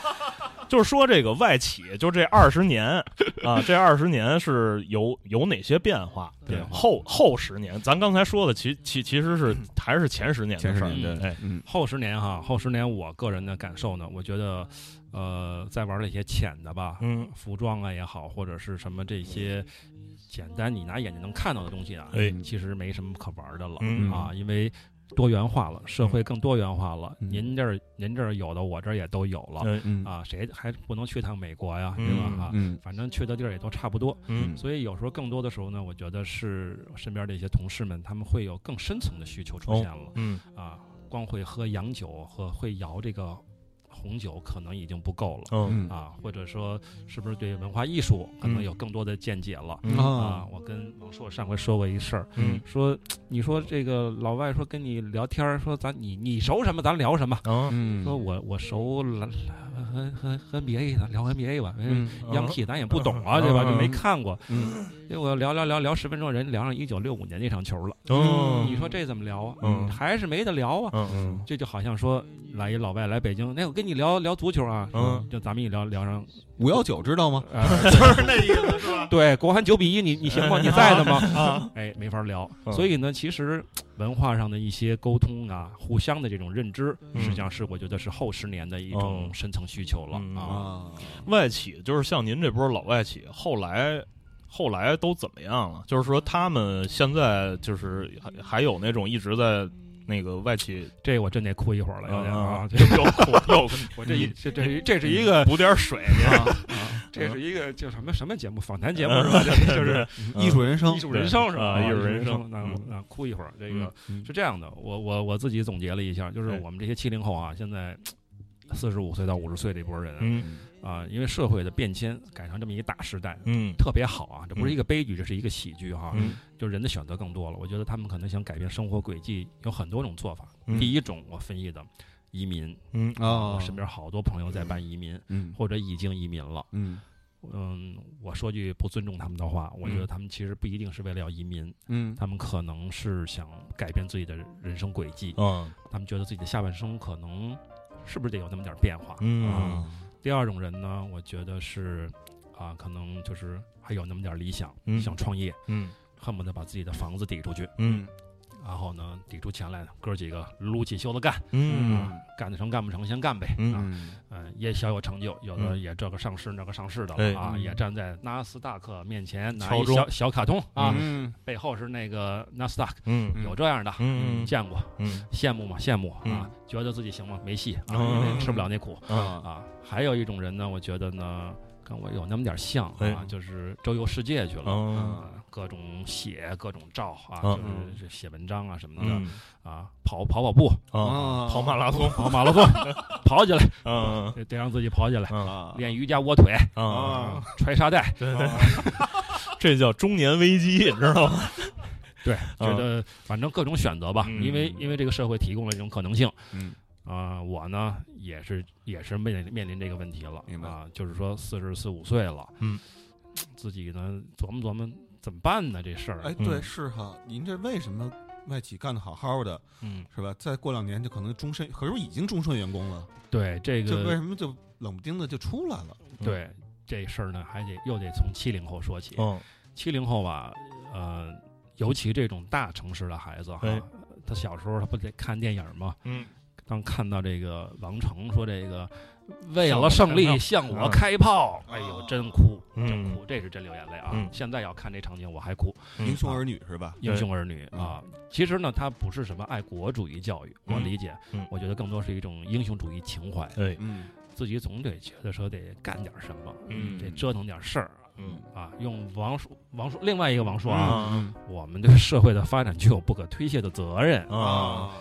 S3: 就是说这个外企，就这二十年 啊，这二十年是有有哪些变化？
S4: 对
S3: 后后十年，咱刚才说的其其其实是还是前十年的
S2: 前
S3: 事
S2: 十
S3: 儿。
S2: 年
S3: 哎
S2: 的，嗯
S4: 后十年哈，后十年我个人的感受呢，我觉得，呃，在玩这些浅的吧，
S3: 嗯，
S4: 服装啊也好，或者是什么这些简单你拿眼睛能看到的东西啊，
S3: 哎，
S2: 嗯
S4: 其实没什么可玩的了
S3: 嗯
S4: 啊，因为多元化了，社会更多元化了。
S2: 嗯
S4: 您这儿您这儿有的，我这儿也都有了
S3: 哎
S2: 嗯
S4: 啊，谁还不能去趟美国呀，
S3: 嗯
S4: 对吧？啊，
S2: 嗯
S4: 反正去的地儿也都差不多，
S3: 嗯
S4: 所以有时候更多的时候呢，我觉得是身边的一些同事们，他们会有更深层的需求出现了
S3: 嗯
S4: 啊，光会喝洋酒和会摇这个红酒可能已经不够了。
S3: 嗯
S2: 嗯
S4: 啊，或者说，是不是对文化艺术可能
S3: 嗯
S4: 有更多的见解了？
S3: 嗯
S4: 啊，我跟王硕上回说过一事儿，
S3: 嗯
S4: 说你说这个老外说跟你聊天儿，说咱你你熟什么，咱聊什么。
S3: 啊
S2: 嗯
S4: 说我我熟篮和和和 NBA，咱聊 NBA 吧。嗯
S2: 嗯
S4: 央 k 咱也不懂啊，对吧？
S3: 嗯
S4: 就没看过。
S2: 嗯
S4: 结果聊聊聊聊十分钟，人聊上一九六五年那场球了。
S3: 哦
S4: 你说这怎么聊啊？
S3: 嗯
S4: 还是没得聊啊。
S3: 嗯
S4: 这就好像说来一老外来北京，那我跟你你聊聊足球啊，
S3: 嗯，
S4: 就咱们一聊聊上，
S2: 五幺九知道吗？
S4: 呃
S5: 就是那意思是 吧？
S4: 对，国韩九比一，你你行吗？你在呢吗？
S5: 啊，
S4: 哎，没法聊。
S3: 嗯
S4: 所以呢，其实文化上的一些沟通啊，互相的这种认知，
S3: 嗯
S4: 实际上是我觉得是后十年的一种
S3: 哦
S4: 深层需求了
S3: 嗯
S4: 啊。
S2: 啊，
S3: 外企就是像您这波老外企，后来后来都怎么样了？就是说他们现在就是还还有那种一直在那个外企
S4: 这我真得哭一会儿了，有点啊。 这
S3: 又苦又苦
S4: 我这一
S3: 你
S4: 这这这是一个
S3: 补点水，
S4: 啊，啊这是一个叫什么什么节目？访谈节目是吧？这 就是
S3: 嗯
S2: 艺术人生
S4: 艺，术人生是吧？
S3: 啊艺术人
S4: 人
S3: 生
S4: 那
S3: 嗯
S4: 那哭一会儿。这
S3: 嗯
S4: 个是这样的，我我我自己总结了一下，就是
S3: 哎
S4: 我们这些七零后啊，现在四十五岁到五十岁这波人啊
S3: 嗯
S4: 啊，因为社会的变迁赶上这么一大时代，
S3: 嗯
S4: 特别好啊，这不
S3: 嗯
S4: 是一个悲剧，这是一个喜剧哈、
S3: 嗯
S4: 就人的选择更多了。我觉得他们可能想改变生活轨迹，有很多种做法。
S3: 嗯
S4: 第一种我分析的，移民，
S3: 嗯
S2: 啊
S4: 我，身边好多朋友在办移民
S2: 嗯
S4: 或者已经移民了。
S2: 嗯
S4: 嗯，我说句不尊重他们的话，我觉得
S3: 嗯
S4: 他们其实不一定是为了要移民，
S2: 嗯
S4: 他们可能是想改变自己的人生轨迹，
S3: 嗯
S4: 他们觉得自己的下半生可能是不是得有那么点变化。
S3: 嗯
S4: 第二种人呢，我觉得是啊，可能就是还有那么点理想，
S3: 嗯
S4: 想创业，
S3: 嗯
S4: 恨不得把自己的房子抵出去，
S3: 嗯
S4: 然后呢，抵出钱来，哥几个撸起袖子干，
S3: 嗯
S4: 啊，干得成干不成先干呗，啊，
S2: 嗯
S4: 嗯，也小有成就，有的
S3: 嗯
S4: 也这个上市那个上市的
S3: 哎
S4: 了啊，
S2: 嗯
S4: 也站在纳斯达克面前拿
S3: 敲
S4: 一
S3: 钟
S4: 小小卡通啊，
S2: 嗯
S4: 背后是那个纳斯达克，
S3: 嗯
S4: 有这样的，
S3: 嗯
S4: 见过，
S3: 嗯
S4: 羡慕吗？羡慕啊
S3: 嗯，
S4: 觉得自己行吗？没戏啊，
S3: 嗯
S4: 因为吃不了那苦
S2: 啊
S4: 啊。还有一种人呢，我觉得呢，跟我有那么点像
S3: 哎
S4: 啊，就是周游世界去了。
S3: 嗯
S4: 啊各种写，各种照啊，
S3: 嗯
S4: 就是这写文章啊什么的、
S3: 嗯
S4: 啊，跑跑跑步，
S3: 啊跑马拉松
S4: 跑马拉松， 跑起来，
S3: 嗯
S4: 得得让自己跑起来，
S3: 嗯
S2: 啊
S4: 练瑜伽窝腿，
S3: 啊
S5: 啊，
S4: 揣沙袋，
S3: 对对，这叫中年危机，你知道吗？
S4: 对，觉
S3: 嗯
S4: 得反正各种选择吧，
S3: 嗯
S4: 因为因为这个社会提供了这种可能性。
S2: 嗯
S4: 啊、我呢也是也是面临面临这个问题了，
S2: 明白
S4: 啊、就是说四十四五岁了，
S3: 嗯，
S4: 自己呢琢磨琢磨怎么办呢这事儿，
S2: 哎，对，是哈，您这为什么外企干得好好的，
S4: 嗯，
S2: 是吧？再过两年就可能终身，可是我已经终身员工了，
S4: 对这
S2: 这为
S4: 个
S2: 什么就冷不丁的就出来了？
S4: 对这事儿呢还得又得从七零后说起，
S3: 嗯
S4: 七零后吧，呃，尤其这种大城市的孩子哈，
S3: 哎
S4: 他小时候他不得看电影吗？
S3: 嗯
S4: 当看到这个王成说这个为了胜利向我开炮，
S2: 嗯
S4: 哎呦，真哭，
S3: 嗯
S4: 真哭，这是真流眼泪啊！
S3: 嗯
S4: 现在要看这场景我还哭，
S3: 嗯
S2: 英
S4: 啊
S2: 雄儿女是吧？
S4: 英雄儿女啊！其实呢，它不是什么爱国主义教育，
S3: 嗯
S4: 我理解
S3: 嗯，
S4: 我觉得更多是一种英雄主义情怀，
S3: 哎
S2: 嗯
S4: 自己总得觉得说得干点什么，
S3: 嗯
S4: 得折腾点事儿
S3: 嗯
S4: 啊！用王叔王叔另外一个王叔啊，
S3: 嗯
S4: 我们对社会的发展具有不可推卸的责任
S2: 嗯
S4: 啊！
S3: 啊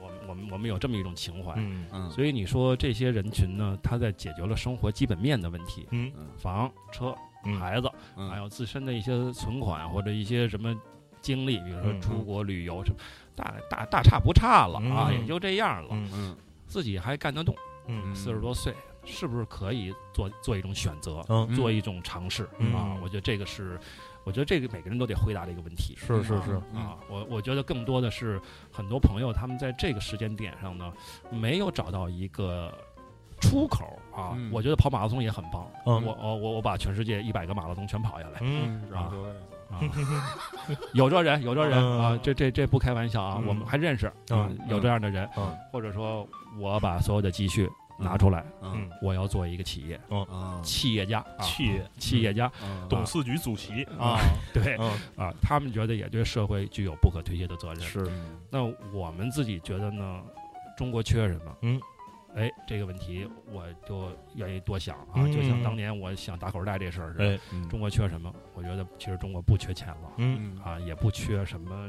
S4: 我们我们我们有这么一种情怀，
S3: 嗯
S2: 嗯，
S4: 所以你说这些人群呢，他在解决了生活基本面的问题，
S3: 嗯
S4: 房、车、
S3: 嗯
S4: 孩子，
S2: 嗯
S4: 还有自身的一些存款或者一些什么经历，比如说
S3: 嗯
S4: 出国旅游什么，大大大差不差了啊，
S3: 嗯
S4: 也就这样了，
S3: 嗯
S2: 嗯
S4: 自己还干得动，
S3: 嗯
S4: 四十多岁，是不是可以做做一种选择，
S3: 嗯
S4: 做一种尝试
S3: 嗯
S4: 啊？我觉得这个是，我觉得这个每个人都得回答这个问题。
S2: 嗯
S3: 是是是，
S4: 啊，我我觉得更多的是很多朋友他们在这个时间点上呢，没有找到一个出口啊。
S2: 嗯
S4: 我觉得跑马拉松也很棒，
S3: 嗯
S4: 我我我我把全世界一百个马拉松全跑下来，
S3: 嗯
S4: 啊 啊，有这人有这人
S3: 嗯
S4: 啊，这这这不开玩笑啊，
S3: 嗯
S4: 我们还认识啊
S3: 嗯
S4: 有这样的人，
S3: 嗯
S4: 或者说我把所有的积蓄拿出来，
S2: 嗯
S4: 我要做一个企业
S2: 啊
S4: 企业家啊，
S3: 嗯企业
S4: 企业家，
S2: 懂
S3: 嗯董事局主席
S4: 啊
S3: 啊，
S4: 对
S3: 嗯
S4: 啊，他们觉得也对社会具有不可推卸的责任，
S3: 是
S4: 那我们自己觉得呢，中国缺什么？
S3: 嗯，
S4: 哎，这个问题我就愿意多想啊，
S3: 嗯
S4: 就像当年我想打口袋这事儿似的。
S3: 哎
S4: 中国缺什么？我觉得其实中国不缺钱了
S3: 嗯
S2: 嗯
S4: 啊，也不缺什么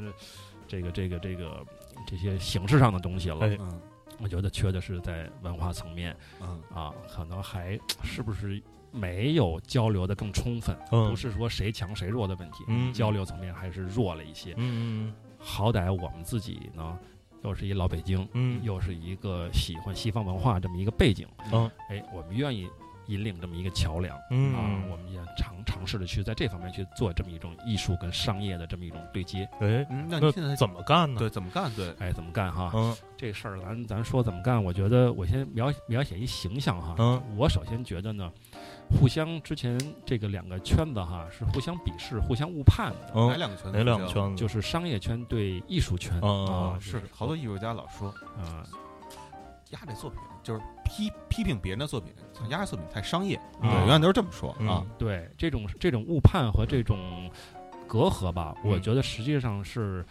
S4: 这个这个这个这些形式上的东西了。
S3: 哎
S2: 嗯
S4: 我觉得缺的是在文化层面
S2: 嗯
S4: 啊，可能还是不是没有交流的更充分，
S3: 嗯
S4: 不是说谁强谁弱的问题，
S3: 嗯
S4: 交流层面还是弱了一些。
S3: 嗯
S4: 好歹我们自己呢，又是一老北京，
S3: 嗯
S4: 又是一个喜欢西方文化这么一个背景，
S3: 嗯
S4: 哎，我们愿意引领这么一个桥梁。
S3: 嗯
S4: 啊，我们也尝尝试着去在这方面去做这么一种艺术跟商业的这么一种对接。
S3: 哎，
S2: 嗯，那你现
S3: 那
S2: 在
S3: 怎么干呢？
S2: 对怎么干？对，
S4: 哎，怎么干哈？
S3: 嗯
S4: 这事儿咱咱说怎么干？我觉得我先描描写一形象哈。
S3: 嗯
S4: 我首先觉得呢，互相之前这个两个圈子哈是互相鄙视、互相误判的，
S2: 哪
S3: 嗯，
S2: 两个圈？
S3: 哪两个？圈子？
S4: 就是商业圈对艺术圈
S3: 哦
S4: 啊，
S2: 是
S4: 就
S2: 好多艺术家老说，
S4: 啊
S2: 压这作品就是批批评别人的作品，压这作品太商业，对，
S4: 啊
S2: 永远都是这么说
S3: 嗯
S2: 啊。
S4: 对这种这种误判和这种隔阂吧，
S3: 嗯
S4: 我觉得实际上是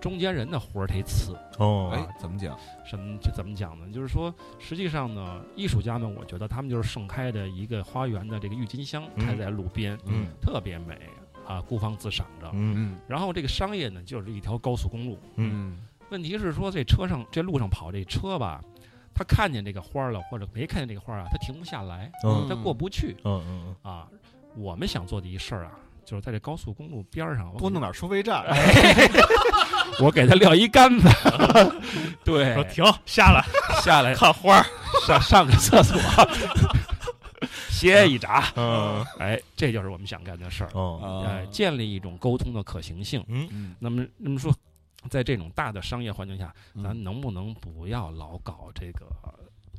S4: 中间人的活儿忒次。
S2: 哎
S3: 哦，，
S2: 怎么讲？
S4: 什么这怎么讲呢？就是说，实际上呢，艺术家们，我觉得他们就是盛开的一个花园的这个郁金香，
S3: 嗯
S4: 开在路边，
S3: 嗯
S4: 特别美啊，孤芳自赏着。
S3: 嗯
S2: 嗯
S4: 然后这个商业呢，就是一条高速公路。
S3: 嗯
S2: 嗯
S4: 问题是说，这车上这路上跑这车吧，他看见这个花儿了，或者没看见这个花儿啊，他停不下来，
S3: 嗯
S4: 他过不去
S3: 嗯嗯，
S4: 啊。我们想做的一事儿啊，就是在这高速公路边儿上，我
S2: 多弄点收费站，
S4: 我给他撂一杆 子，对
S3: 说，哎停下来
S4: 下来
S3: 看花儿。
S4: 上上个厕 所，歇一闸，
S3: 嗯
S4: 哎，这就是我们想干的事儿，
S3: 哦
S4: 哎，建立一种沟通的可行性。
S3: 嗯
S2: 啊嗯
S4: 那么，那么说，在这种大的商业环境下，
S2: 嗯
S4: 咱能不能不要老搞这个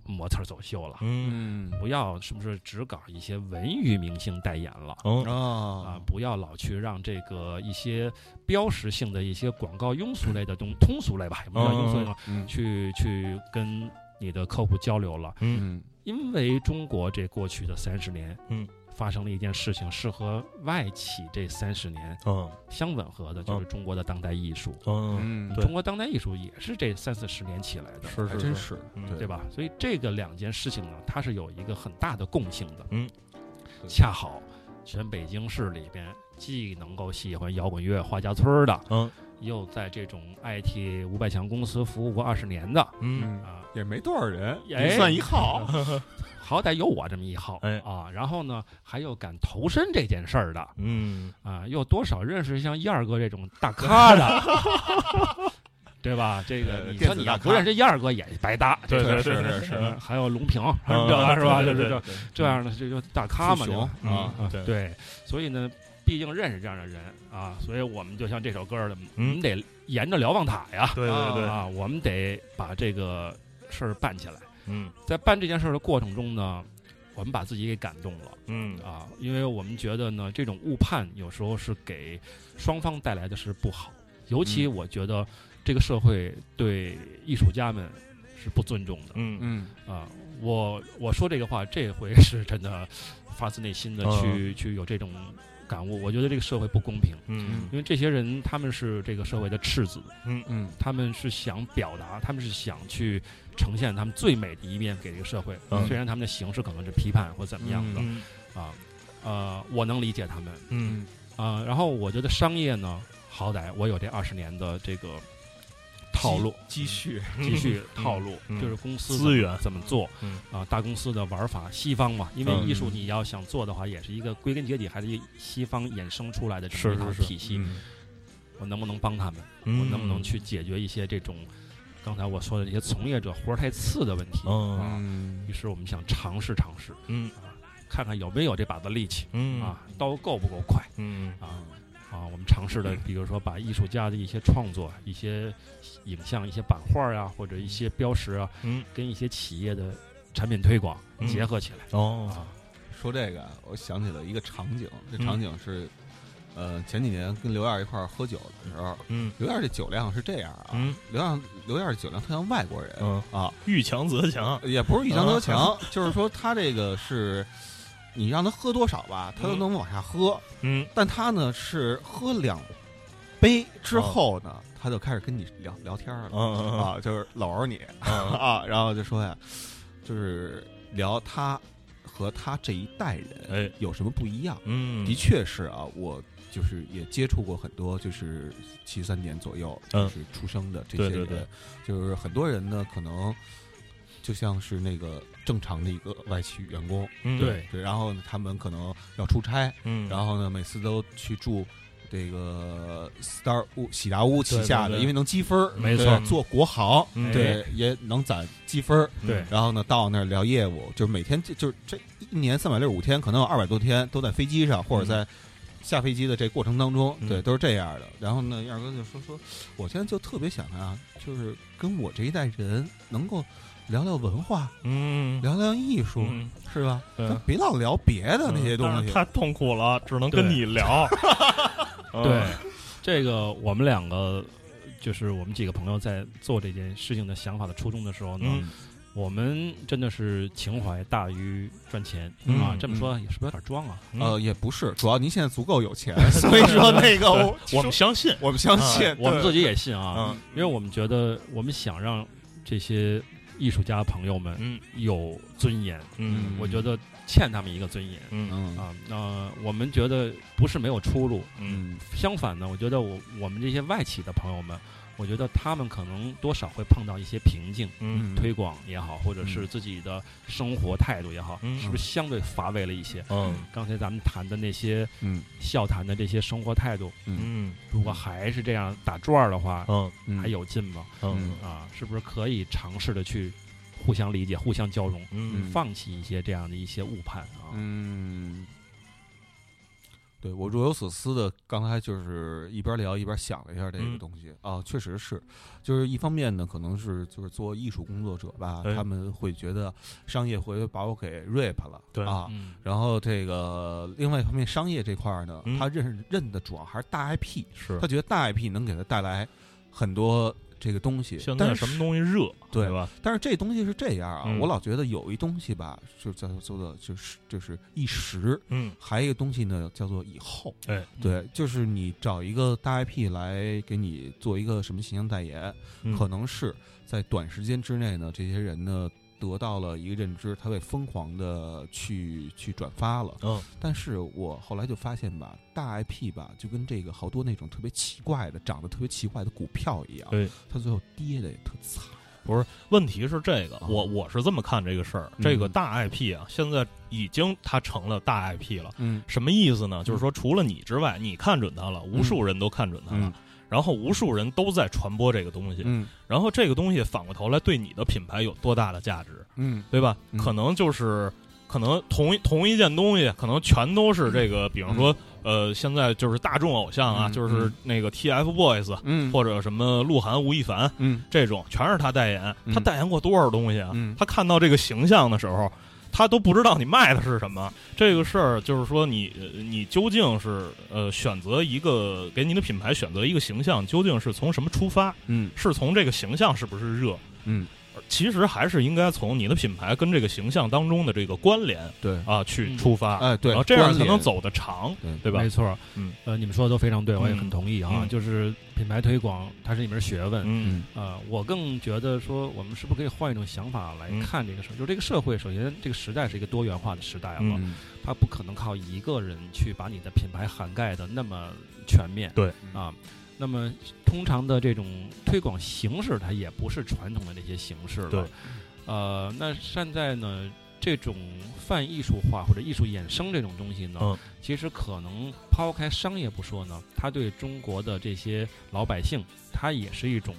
S4: 模特儿走秀了？
S3: 嗯
S2: 嗯
S4: 不要是不是只搞一些文娱明星代言了？
S3: 哦
S4: 啊
S2: 啊，，
S4: 不要老去让这个一些标识性的一些广告庸俗类 的东通俗类吧，也不叫庸俗类
S3: 哦
S4: 吧，
S2: 嗯
S4: 去去跟你的客户交流了。
S3: 嗯
S2: 嗯
S4: 因为中国这过去的三十年，
S3: 嗯，
S4: 发生了一件事情，是和外企这三十年
S3: 嗯
S4: 相吻合的，就是中国的当代艺术。
S3: 嗯，
S2: 嗯，
S3: 哦对
S4: 中国当代艺术也是这三四十年起来的，
S3: 是
S2: 还真是
S3: 嗯
S4: 对吧？所以这个两件事情呢，它是有一个很大的共性的。
S3: 嗯，
S4: 恰好全北京市里边既能够喜欢摇滚乐画家村儿的，
S3: 嗯，
S4: 又在这种 IT 五百强公司服务过二十年的
S3: 嗯
S2: 嗯，
S4: 啊，
S2: 也没多少人，
S4: 哎
S2: 也算一号，
S4: 好歹有我这么一号，
S3: 哎
S4: 啊，然后呢，还有敢投身这件事儿的
S3: 嗯
S4: 啊，又多少认识像燕儿哥这种大咖的， 对吧？这个
S2: 呃
S4: 你
S2: 电
S4: 说
S2: 子
S4: 你
S2: 大
S4: 要
S2: 咖
S4: 不认识燕儿哥也白搭，
S3: 对
S4: 这
S3: 对
S4: 个
S3: 对对
S2: 是
S4: 嗯还有龙平，
S3: 嗯
S4: 这个是吧？
S3: 对
S4: 就
S3: 对
S4: 是这这样的这就大咖
S2: 树
S4: 嘛，对
S2: 熊
S4: 吧？
S2: 啊，
S3: 嗯对
S4: 对，所以呢，毕竟认识这样的人啊，所以我们就像这首歌儿的，我们得沿着瞭望塔呀，
S3: 对嗯对对，
S4: 啊，我们得把这个事儿办起来。
S3: 嗯
S4: 在办这件事儿的过程中呢，我们把自己给感动了
S3: 嗯
S4: 啊，因为我们觉得呢，这种误判有时候是给双方带来的是不好，尤其
S3: 嗯
S4: 我觉得这个社会对艺术家们是不尊重的
S3: 嗯
S2: 嗯
S4: 啊。我我说这个话，这回 是真的发自内心的去、去有这种感悟。我觉得这个社会不公平，
S3: 嗯
S4: 因为这些人他们是这个社会的赤子，
S2: 嗯
S4: 他们是想表达，他们是想去呈现他们最美的一面给这个社会。
S3: 嗯
S4: 虽然他们的形式可能是批判或怎么样的、
S3: 嗯
S4: 啊，呃，我能理解他们
S3: 嗯
S4: 啊。然后我觉得商业呢，好歹我有这二十年的这个套路，
S2: 积蓄，
S4: 积蓄套路，
S3: 嗯
S4: 就是公司
S3: 资源
S4: 怎么做
S3: 嗯
S4: 啊，大公司的玩法，西方嘛，因为
S3: 嗯
S4: 艺术你要想做的话，也是一个归根结底还是一个西方衍生出来的这么一套
S3: 是是是
S4: 体系。我能不能帮他们？
S3: 嗯
S4: 我能不能去解决一些这种刚才我说的这些从业者活儿太次的问题？
S3: 嗯
S2: 嗯
S4: 于是我们想尝试尝试，啊
S3: 嗯
S4: 看看有没有这把子力气
S3: 嗯
S4: 啊，刀够不够快
S3: 嗯
S4: 啊啊！我们尝试的，比如说把艺术家的一些创作、一些影像、一些版画呀、或者一些标识啊，
S3: 嗯
S4: 跟一些企业的产品推广
S3: 嗯
S4: 结合起来
S3: 哦
S4: 啊。
S2: 说这个，我想起了一个场景，这
S3: 嗯
S2: 场景是，呃，前几年跟刘燕儿一块儿喝酒的时候，
S3: 嗯
S2: 刘燕儿这酒量是这样啊，
S3: 嗯
S2: 刘燕儿刘燕儿酒量特像外国人
S3: 嗯，
S2: 啊，
S3: 遇强则强，
S2: 也不是遇强则强，就是说他这个是，你让他喝多少吧，他都能往下喝，
S3: 嗯
S2: 但他呢是喝两杯之后呢，他就开始跟你聊聊天了。
S3: 嗯
S2: 啊，就是搂着你
S3: 嗯
S2: 啊，然后就说呀，就是聊他和他这一代人
S3: 哎
S2: 有什么不一样。
S3: 嗯
S2: 的确是啊，我就是也接触过很多，就是七三年左右
S3: 嗯
S2: 就是出生的这些
S3: 对
S2: 人，
S3: 对对
S2: 就是很多人呢，可能就像是那个正常的一个外企员工，
S3: 嗯
S4: 对，
S2: 对，然后呢他们可能要出差，
S3: 嗯
S2: 然后呢，每次都去住这个 Star 屋喜达屋旗下
S3: 对对
S2: 的，
S3: 对
S2: 因为能积分儿，
S4: 没
S2: 对
S4: 错
S2: 做国航
S3: 嗯
S2: 对也能攒积分儿。
S3: 嗯
S4: 对
S2: 然后呢，到那儿聊业务，就是每天就就是这一一年三百六十五天，可能有二百多天都在飞机上，或者在下飞机的这过程当中，
S3: 嗯
S2: 对，都是这样的。然后呢，燕儿哥就说说，我现在就特别想啊，就是跟我这一代人能够聊聊文化，
S3: 嗯，
S2: 聊聊艺术，
S3: 嗯
S2: 是吧？
S3: 对嗯
S2: 咱别老聊别的那些
S3: 但
S2: 东
S3: 是
S2: 西。
S3: 太痛苦了，只能跟
S4: 对
S3: 你 聊。嗯
S4: 对，这个我们两个就是我们几个朋友在做这件事情的想法的初衷的时候呢，
S3: 嗯
S4: 我们真的是情怀大于赚钱、
S3: 嗯
S4: 啊。这么说也是不是有点装啊？
S3: 嗯
S2: 呃，也不是，主要您现在足够有钱，所以说那个我
S3: 我们相信，
S2: 我们相信，
S4: 我
S2: 对
S4: 们自己也信啊，
S2: 嗯
S4: 因为我们觉得我们想让这些艺术家朋友们
S3: 嗯
S4: 有尊严，
S3: 嗯
S4: 我觉得欠他们一个尊严。
S3: 嗯
S2: 嗯
S4: 啊，那、我们觉得不是没有出路，
S3: 嗯
S4: 相反呢，我觉得我我们这些外企的朋友们，我觉得他们可能多少会碰到一些瓶颈，
S3: 嗯
S4: 推广也好，或者是自己的生活态度也好，
S3: 嗯
S4: 是不是相对乏味了一些？
S3: 嗯
S4: 刚才咱们谈的那些
S2: 嗯
S4: 笑谈的这些生活态度，
S3: 嗯
S4: 如果还是这样打转儿的话，
S3: 嗯
S2: 嗯
S4: 还有劲吗？
S3: 嗯
S4: 啊，是不是可以尝试的去互相理解、互相交融，
S3: 嗯
S4: 放弃一些这样的一些误判啊？
S2: 嗯，对我若有所思的，刚才就是一边聊一边想了一下这个
S3: 嗯
S2: 东西、啊，确实是，就是一方面呢，可能是就是做艺术工作者吧，
S3: 对
S2: 他们会觉得商业会把我给 rape 了，
S3: 对
S2: 啊。
S4: 嗯，
S2: 然后这个另外一方面，商业这块儿呢，
S3: 嗯
S2: 他认认的主要还是大 IP，
S3: 是
S2: 他觉得大 IP 能给他带来很多这个东西。
S3: 现
S2: 但
S3: 在
S2: 是
S3: 什么东西热，
S2: 对
S3: 吧？
S2: 但是这东西是这样啊，
S3: 嗯
S2: 我老觉得有一东西吧，就叫做做的就是就是一时，
S3: 嗯
S2: 还有一个东西呢，叫做以后。
S3: 哎，
S2: 对，就是你找一个大 IP 来给你做一个什么形象代言，
S3: 嗯
S2: 可能是在短时间之内呢，这些人呢得到了一个认知，他会疯狂的去去转发了。
S3: 嗯
S2: 但是我后来就发现吧，大 IP 吧，就跟这个好多那种特别奇怪的、长得特别奇怪的股票一样，
S3: 对，
S2: 它最后跌的也特惨。
S3: 问题是这个，
S2: 啊
S3: 我我是这么看这个事儿，
S2: 嗯
S3: 这个大 IP 啊，现在已经它成了大 IP 了。
S2: 嗯
S3: 什么意思呢？就是说，除了你之外，你看准它了，无数人都看准它了，
S2: 嗯
S3: 然后无数人都在传播这个东西，
S2: 嗯
S3: 然后这个东西反过头来对你的品牌有多大的价值，
S2: 嗯
S3: 对吧？
S2: 嗯
S3: 可能就是，可能同一同一件东西，可能全都是这个，比方说，呃，现在就是大众偶像啊，
S2: 嗯
S3: 就是
S2: 嗯
S3: 那个 TFBOYS、
S2: 嗯
S3: 啊或者什么鹿晗、吴亦凡，
S2: 嗯
S3: 这种全是他代言，
S2: 嗯
S3: 他代言过多少东西啊？
S2: 嗯
S3: 他看到这个形象的时候，他都不知道你卖的是什么。这个事儿就是说你，呃你究竟是呃选择一个给你的品牌选择一个形象，究竟是从什么出发？
S2: 嗯
S3: 是从这个形象是不是热？
S2: 嗯，
S3: 其实还是应该从你的品牌跟这个形象当中的这个关联
S2: 对，
S3: 啊去
S4: 嗯
S3: 出发，
S2: 哎对
S3: 然后这样
S2: 关
S3: 才
S2: 联
S3: 能走得长，
S2: 对
S3: 对吧
S4: 没？错，
S3: 嗯，
S4: 呃，你们说的都非常对，我也很
S3: 嗯
S4: 同意啊。
S3: 嗯
S4: 就是品牌推广，它是一门学问。
S3: 嗯
S4: 呃，我更觉得说，我们是不是可以换一种想法来
S3: 嗯
S4: 看这个事儿？就这个社会，首先这个时代是一个多元化的时代了，
S3: 嗯
S4: 它不可能靠一个人去把你的品牌涵盖的那么全面。
S3: 对
S4: 啊，那么通常的这种推广形式，它也不是传统的那些形式了。
S3: 对，
S4: 呃，那现在呢，这种泛艺术化或者艺术衍生这种东西呢，
S3: 嗯
S4: 其实可能抛开商业不说呢，它对中国的这些老百姓，它也是一种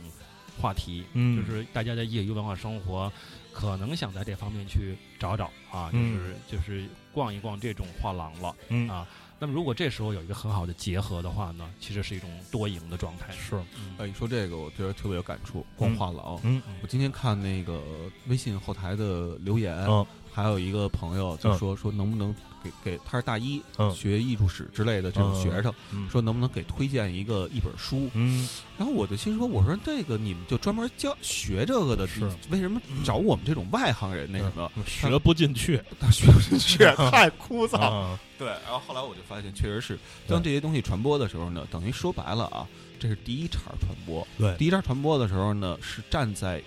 S4: 话题，
S3: 嗯
S4: 就是大家的业余文化生活。可能想在这方面去找找啊，就
S3: 嗯
S4: 是、就是逛一逛这种画廊了。
S3: 嗯
S4: 啊那么如果这时候有一个很好的结合的话呢，其实是一种多赢的状态。
S3: 是
S4: 嗯
S2: 哎，你说这个我觉得特别有感触，逛画廊。
S3: 嗯
S2: 我今天看那个微信后台的留言，
S3: 嗯
S2: 还有一个朋友就说、说能不能给给他是大一、
S3: 嗯
S2: 学艺术史之类的这种学生，
S3: 嗯
S2: 说能不能给推荐一个一本书？
S3: 嗯
S2: 然后我就心说，我说这个你们就专门教学这个的，
S3: 是
S2: 你为什么找我们这种外行人那什么？
S3: 学不进去
S2: 他学不进 去，太枯燥。
S3: 啊，
S2: 对，然后后来我就发现，确实是当这些东西传播的时候呢，等于说白了啊，这是第一茬传播。
S3: 对
S2: 第一茬传播的时候呢，是站在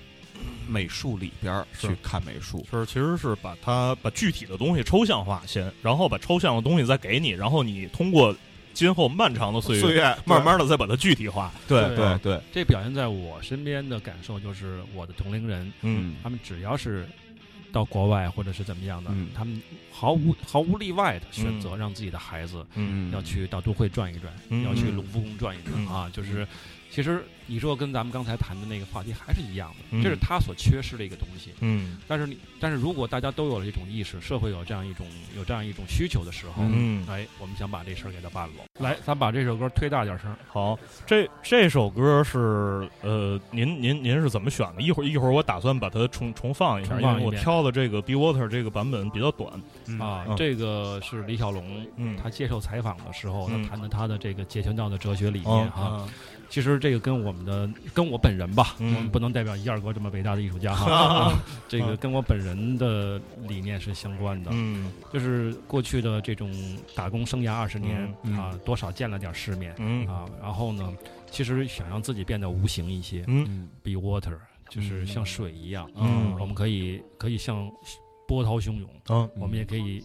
S2: 美术里边儿
S3: 是
S2: 去看美术。
S3: 就是其实是把它把具体的东西抽象化先，然后把抽象的东西再给你，然后你通过今后漫长的岁月，
S2: 月
S3: 慢慢的再把它具体化。
S2: 对
S4: 对
S2: 对对，
S4: 这表现在我身边的感受就是，我的同龄人，
S3: 嗯
S4: 他们只要是到国外或者是怎么样的，
S2: 嗯
S4: 他们毫无毫无例外的选择让自己的孩子
S3: 嗯
S4: 要去到都会转一转，
S3: 嗯
S4: 要去卢浮宫转一转、
S3: 嗯
S4: 啊，就是其实你说跟咱们刚才谈的那个话题还是一样
S3: 嗯
S4: 的，这是他所缺失的一个东西。
S3: 嗯
S4: 但是你，但是如果大家都有了这种意识，社会有这样一种有这样一种需求的时候，
S3: 嗯，
S4: 哎，我们想把这事儿给它办了。来，咱把这首歌推大点声。
S3: 哎好，这这首歌是呃，您您您是怎么选的？一会儿一会儿我打算把它重重放一下，
S4: 重
S3: 因
S4: 放一
S3: 为我
S4: 遍
S3: 挑的这个《Be Water》这个版本比较短。
S4: 啊
S3: 嗯，
S4: 这个是李小龙，
S3: 嗯
S4: 他接受采访的时候，
S3: 嗯
S4: 他谈的他的这个截拳道的哲学理
S3: 哦
S4: 念哈。其实这个跟我们的，跟我本人吧，
S3: 嗯
S4: 我们不能代表一二哥这么伟大的艺术家哈。 啊这个跟我本人的理念是相关的，
S3: 嗯
S4: 就是过去的这种打工生涯二十年
S2: 嗯嗯
S4: 啊，多少见了点世面
S3: 嗯
S4: 啊，然后呢，其实想让自己变得无形一些
S3: 嗯
S2: 嗯
S4: ，be water，就是像水一样，
S3: 嗯
S4: 我们可以可以像波涛汹涌。
S3: 嗯
S4: 我们也可以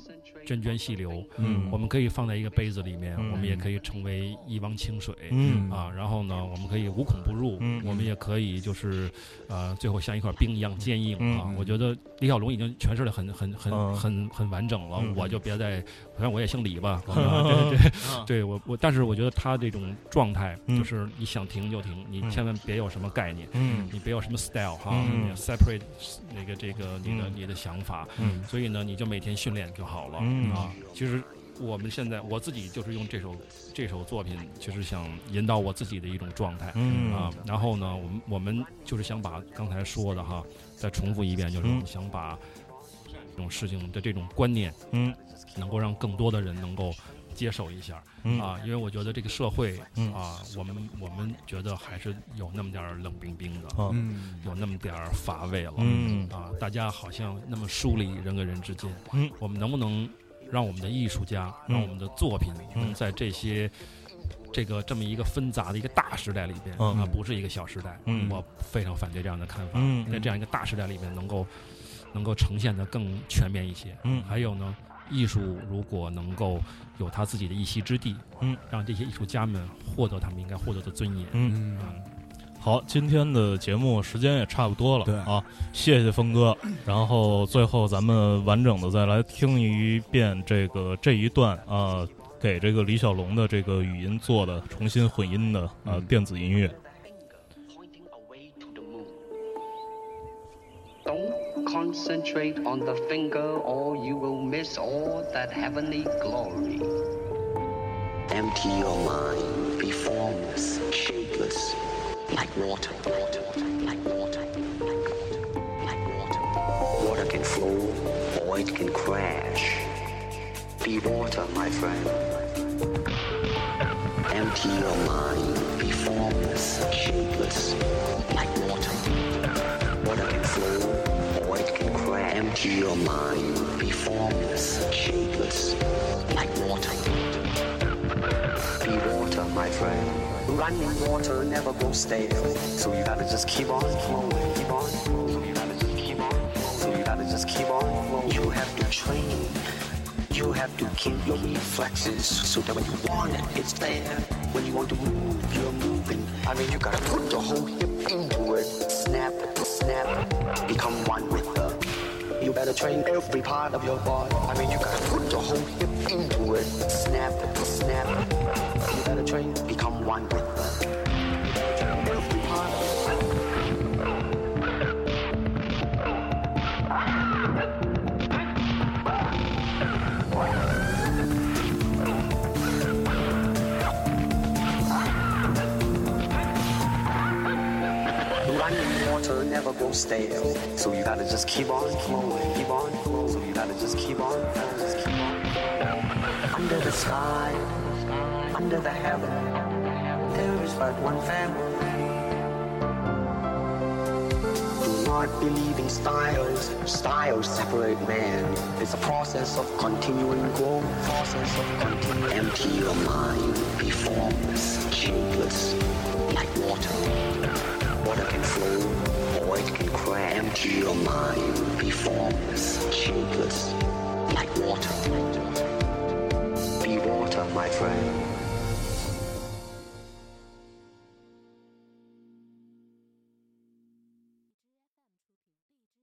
S4: 涓涓细流，
S3: 嗯
S4: 我们可以放在一个杯子里面，
S3: 嗯
S4: 我们也可以成为一汪清水。
S3: 嗯
S4: 啊，然后呢，我们可以无孔不入，
S3: 嗯
S4: 我们也可以就是，呃，最后像一块冰一样坚硬、
S3: 嗯
S4: 啊
S2: 嗯！
S4: 我觉得李小龙已经诠释的很很很、
S3: 嗯
S4: 很很完整了，
S3: 嗯
S4: 我就别再，反正我也姓 李吧，啊对
S2: 嗯
S4: 对对，我我，但是我觉得他这种状态，
S3: 嗯
S4: 就是你想停就停，你
S3: 嗯
S4: 千万别有什么概念，
S3: 嗯
S4: 你别有什么 style 哈、
S3: 嗯
S4: 你要，separate 那个这个你的、
S3: 嗯
S4: 你的想法，
S3: 嗯
S4: 所以呢，你就每天训练就好了、
S3: 嗯
S4: 啊。其实我们现在我自己就是用这首这首作品，就是想引导我自己的一种状态、
S3: 嗯
S4: 啊。然后呢，我们我们就是想把刚才说的哈，再重复一遍，就是
S3: 嗯
S4: 我们想把这种事情的这种观念，
S3: 嗯
S4: 能够让更多的人能够接受一下。
S3: 嗯
S4: 啊，因为我觉得这个社会
S3: 嗯
S4: 啊，我们我们觉得还是有那么点儿冷冰冰的，
S3: 啊
S2: 嗯
S4: 有那么点儿乏味了，
S3: 嗯
S4: 啊，大家好像那么疏离人跟人之间，
S3: 嗯
S4: 我们能不能让我们的艺术家，
S3: 嗯
S4: 让我们的作品
S3: 嗯
S4: 能在这些这个这么一个纷杂的一个大时代里边
S3: 嗯
S4: 啊，不是一个小时代，
S3: 嗯
S4: 我非常反对这样的看法，
S3: 嗯
S4: 在这样一个大时代里面能够能够呈现的更全面一些，
S3: 嗯
S4: 还有呢。艺术如果能够有他自己的一席之地，
S3: 嗯，
S4: 让这些艺术家们获得他们应该获得的尊严，
S3: 嗯。
S2: 嗯
S4: 啊，
S3: 好，今天的节目时间也差不多了，
S2: 对
S3: 啊，谢谢峰哥。然后最后咱们完整的再来听一遍这个这一段啊，给这个李小龙的这个语音做的重新混音的啊
S2: 嗯
S3: 电子音乐。
S6: pointing away to the moon. Don't concentrate on the finger, or you will miss all that heavenly glory.
S7: Empty your mind, be formless, shapeless, like water, water, like water, like water, like water. Water can flow or it can crash. Be water, my friend. Empty your mind, be formless, shapeless, like water. Water can flow or it can crash. Empty your mind, be formless, shapeless, like water. Be water, my friend. Running water never goes stale. So you gotta just keep on flowing. Keep on flowing. So you gotta just keep on flowing. So you gotta just keep on flowing. You have to train. You have to keep your reflexes so that when you want it, it's there. When you want to move, you're moving. I mean, you gotta put the whole hip into it. Snap, snap, become one with the you better train every part of your body. I mean, you gotta put the whole hip into it. Snap, snap. You better train, become one with the. You better train every part of your body. Running water never goes stale. So you gotta just keep on flowing, keep on flowing. So you gotta just keep on flowing, just keep on flowing. Under the sky, under the heaven, there is but one family. Do not believe in styles. Styles separate man. It's a process of continuing growth. Process of continuing. Empty your mind, be formless, shapeless, like water. Water can flow, or it can crash. Empty your mind, be formless, shapeless, like water. Be water, my friend.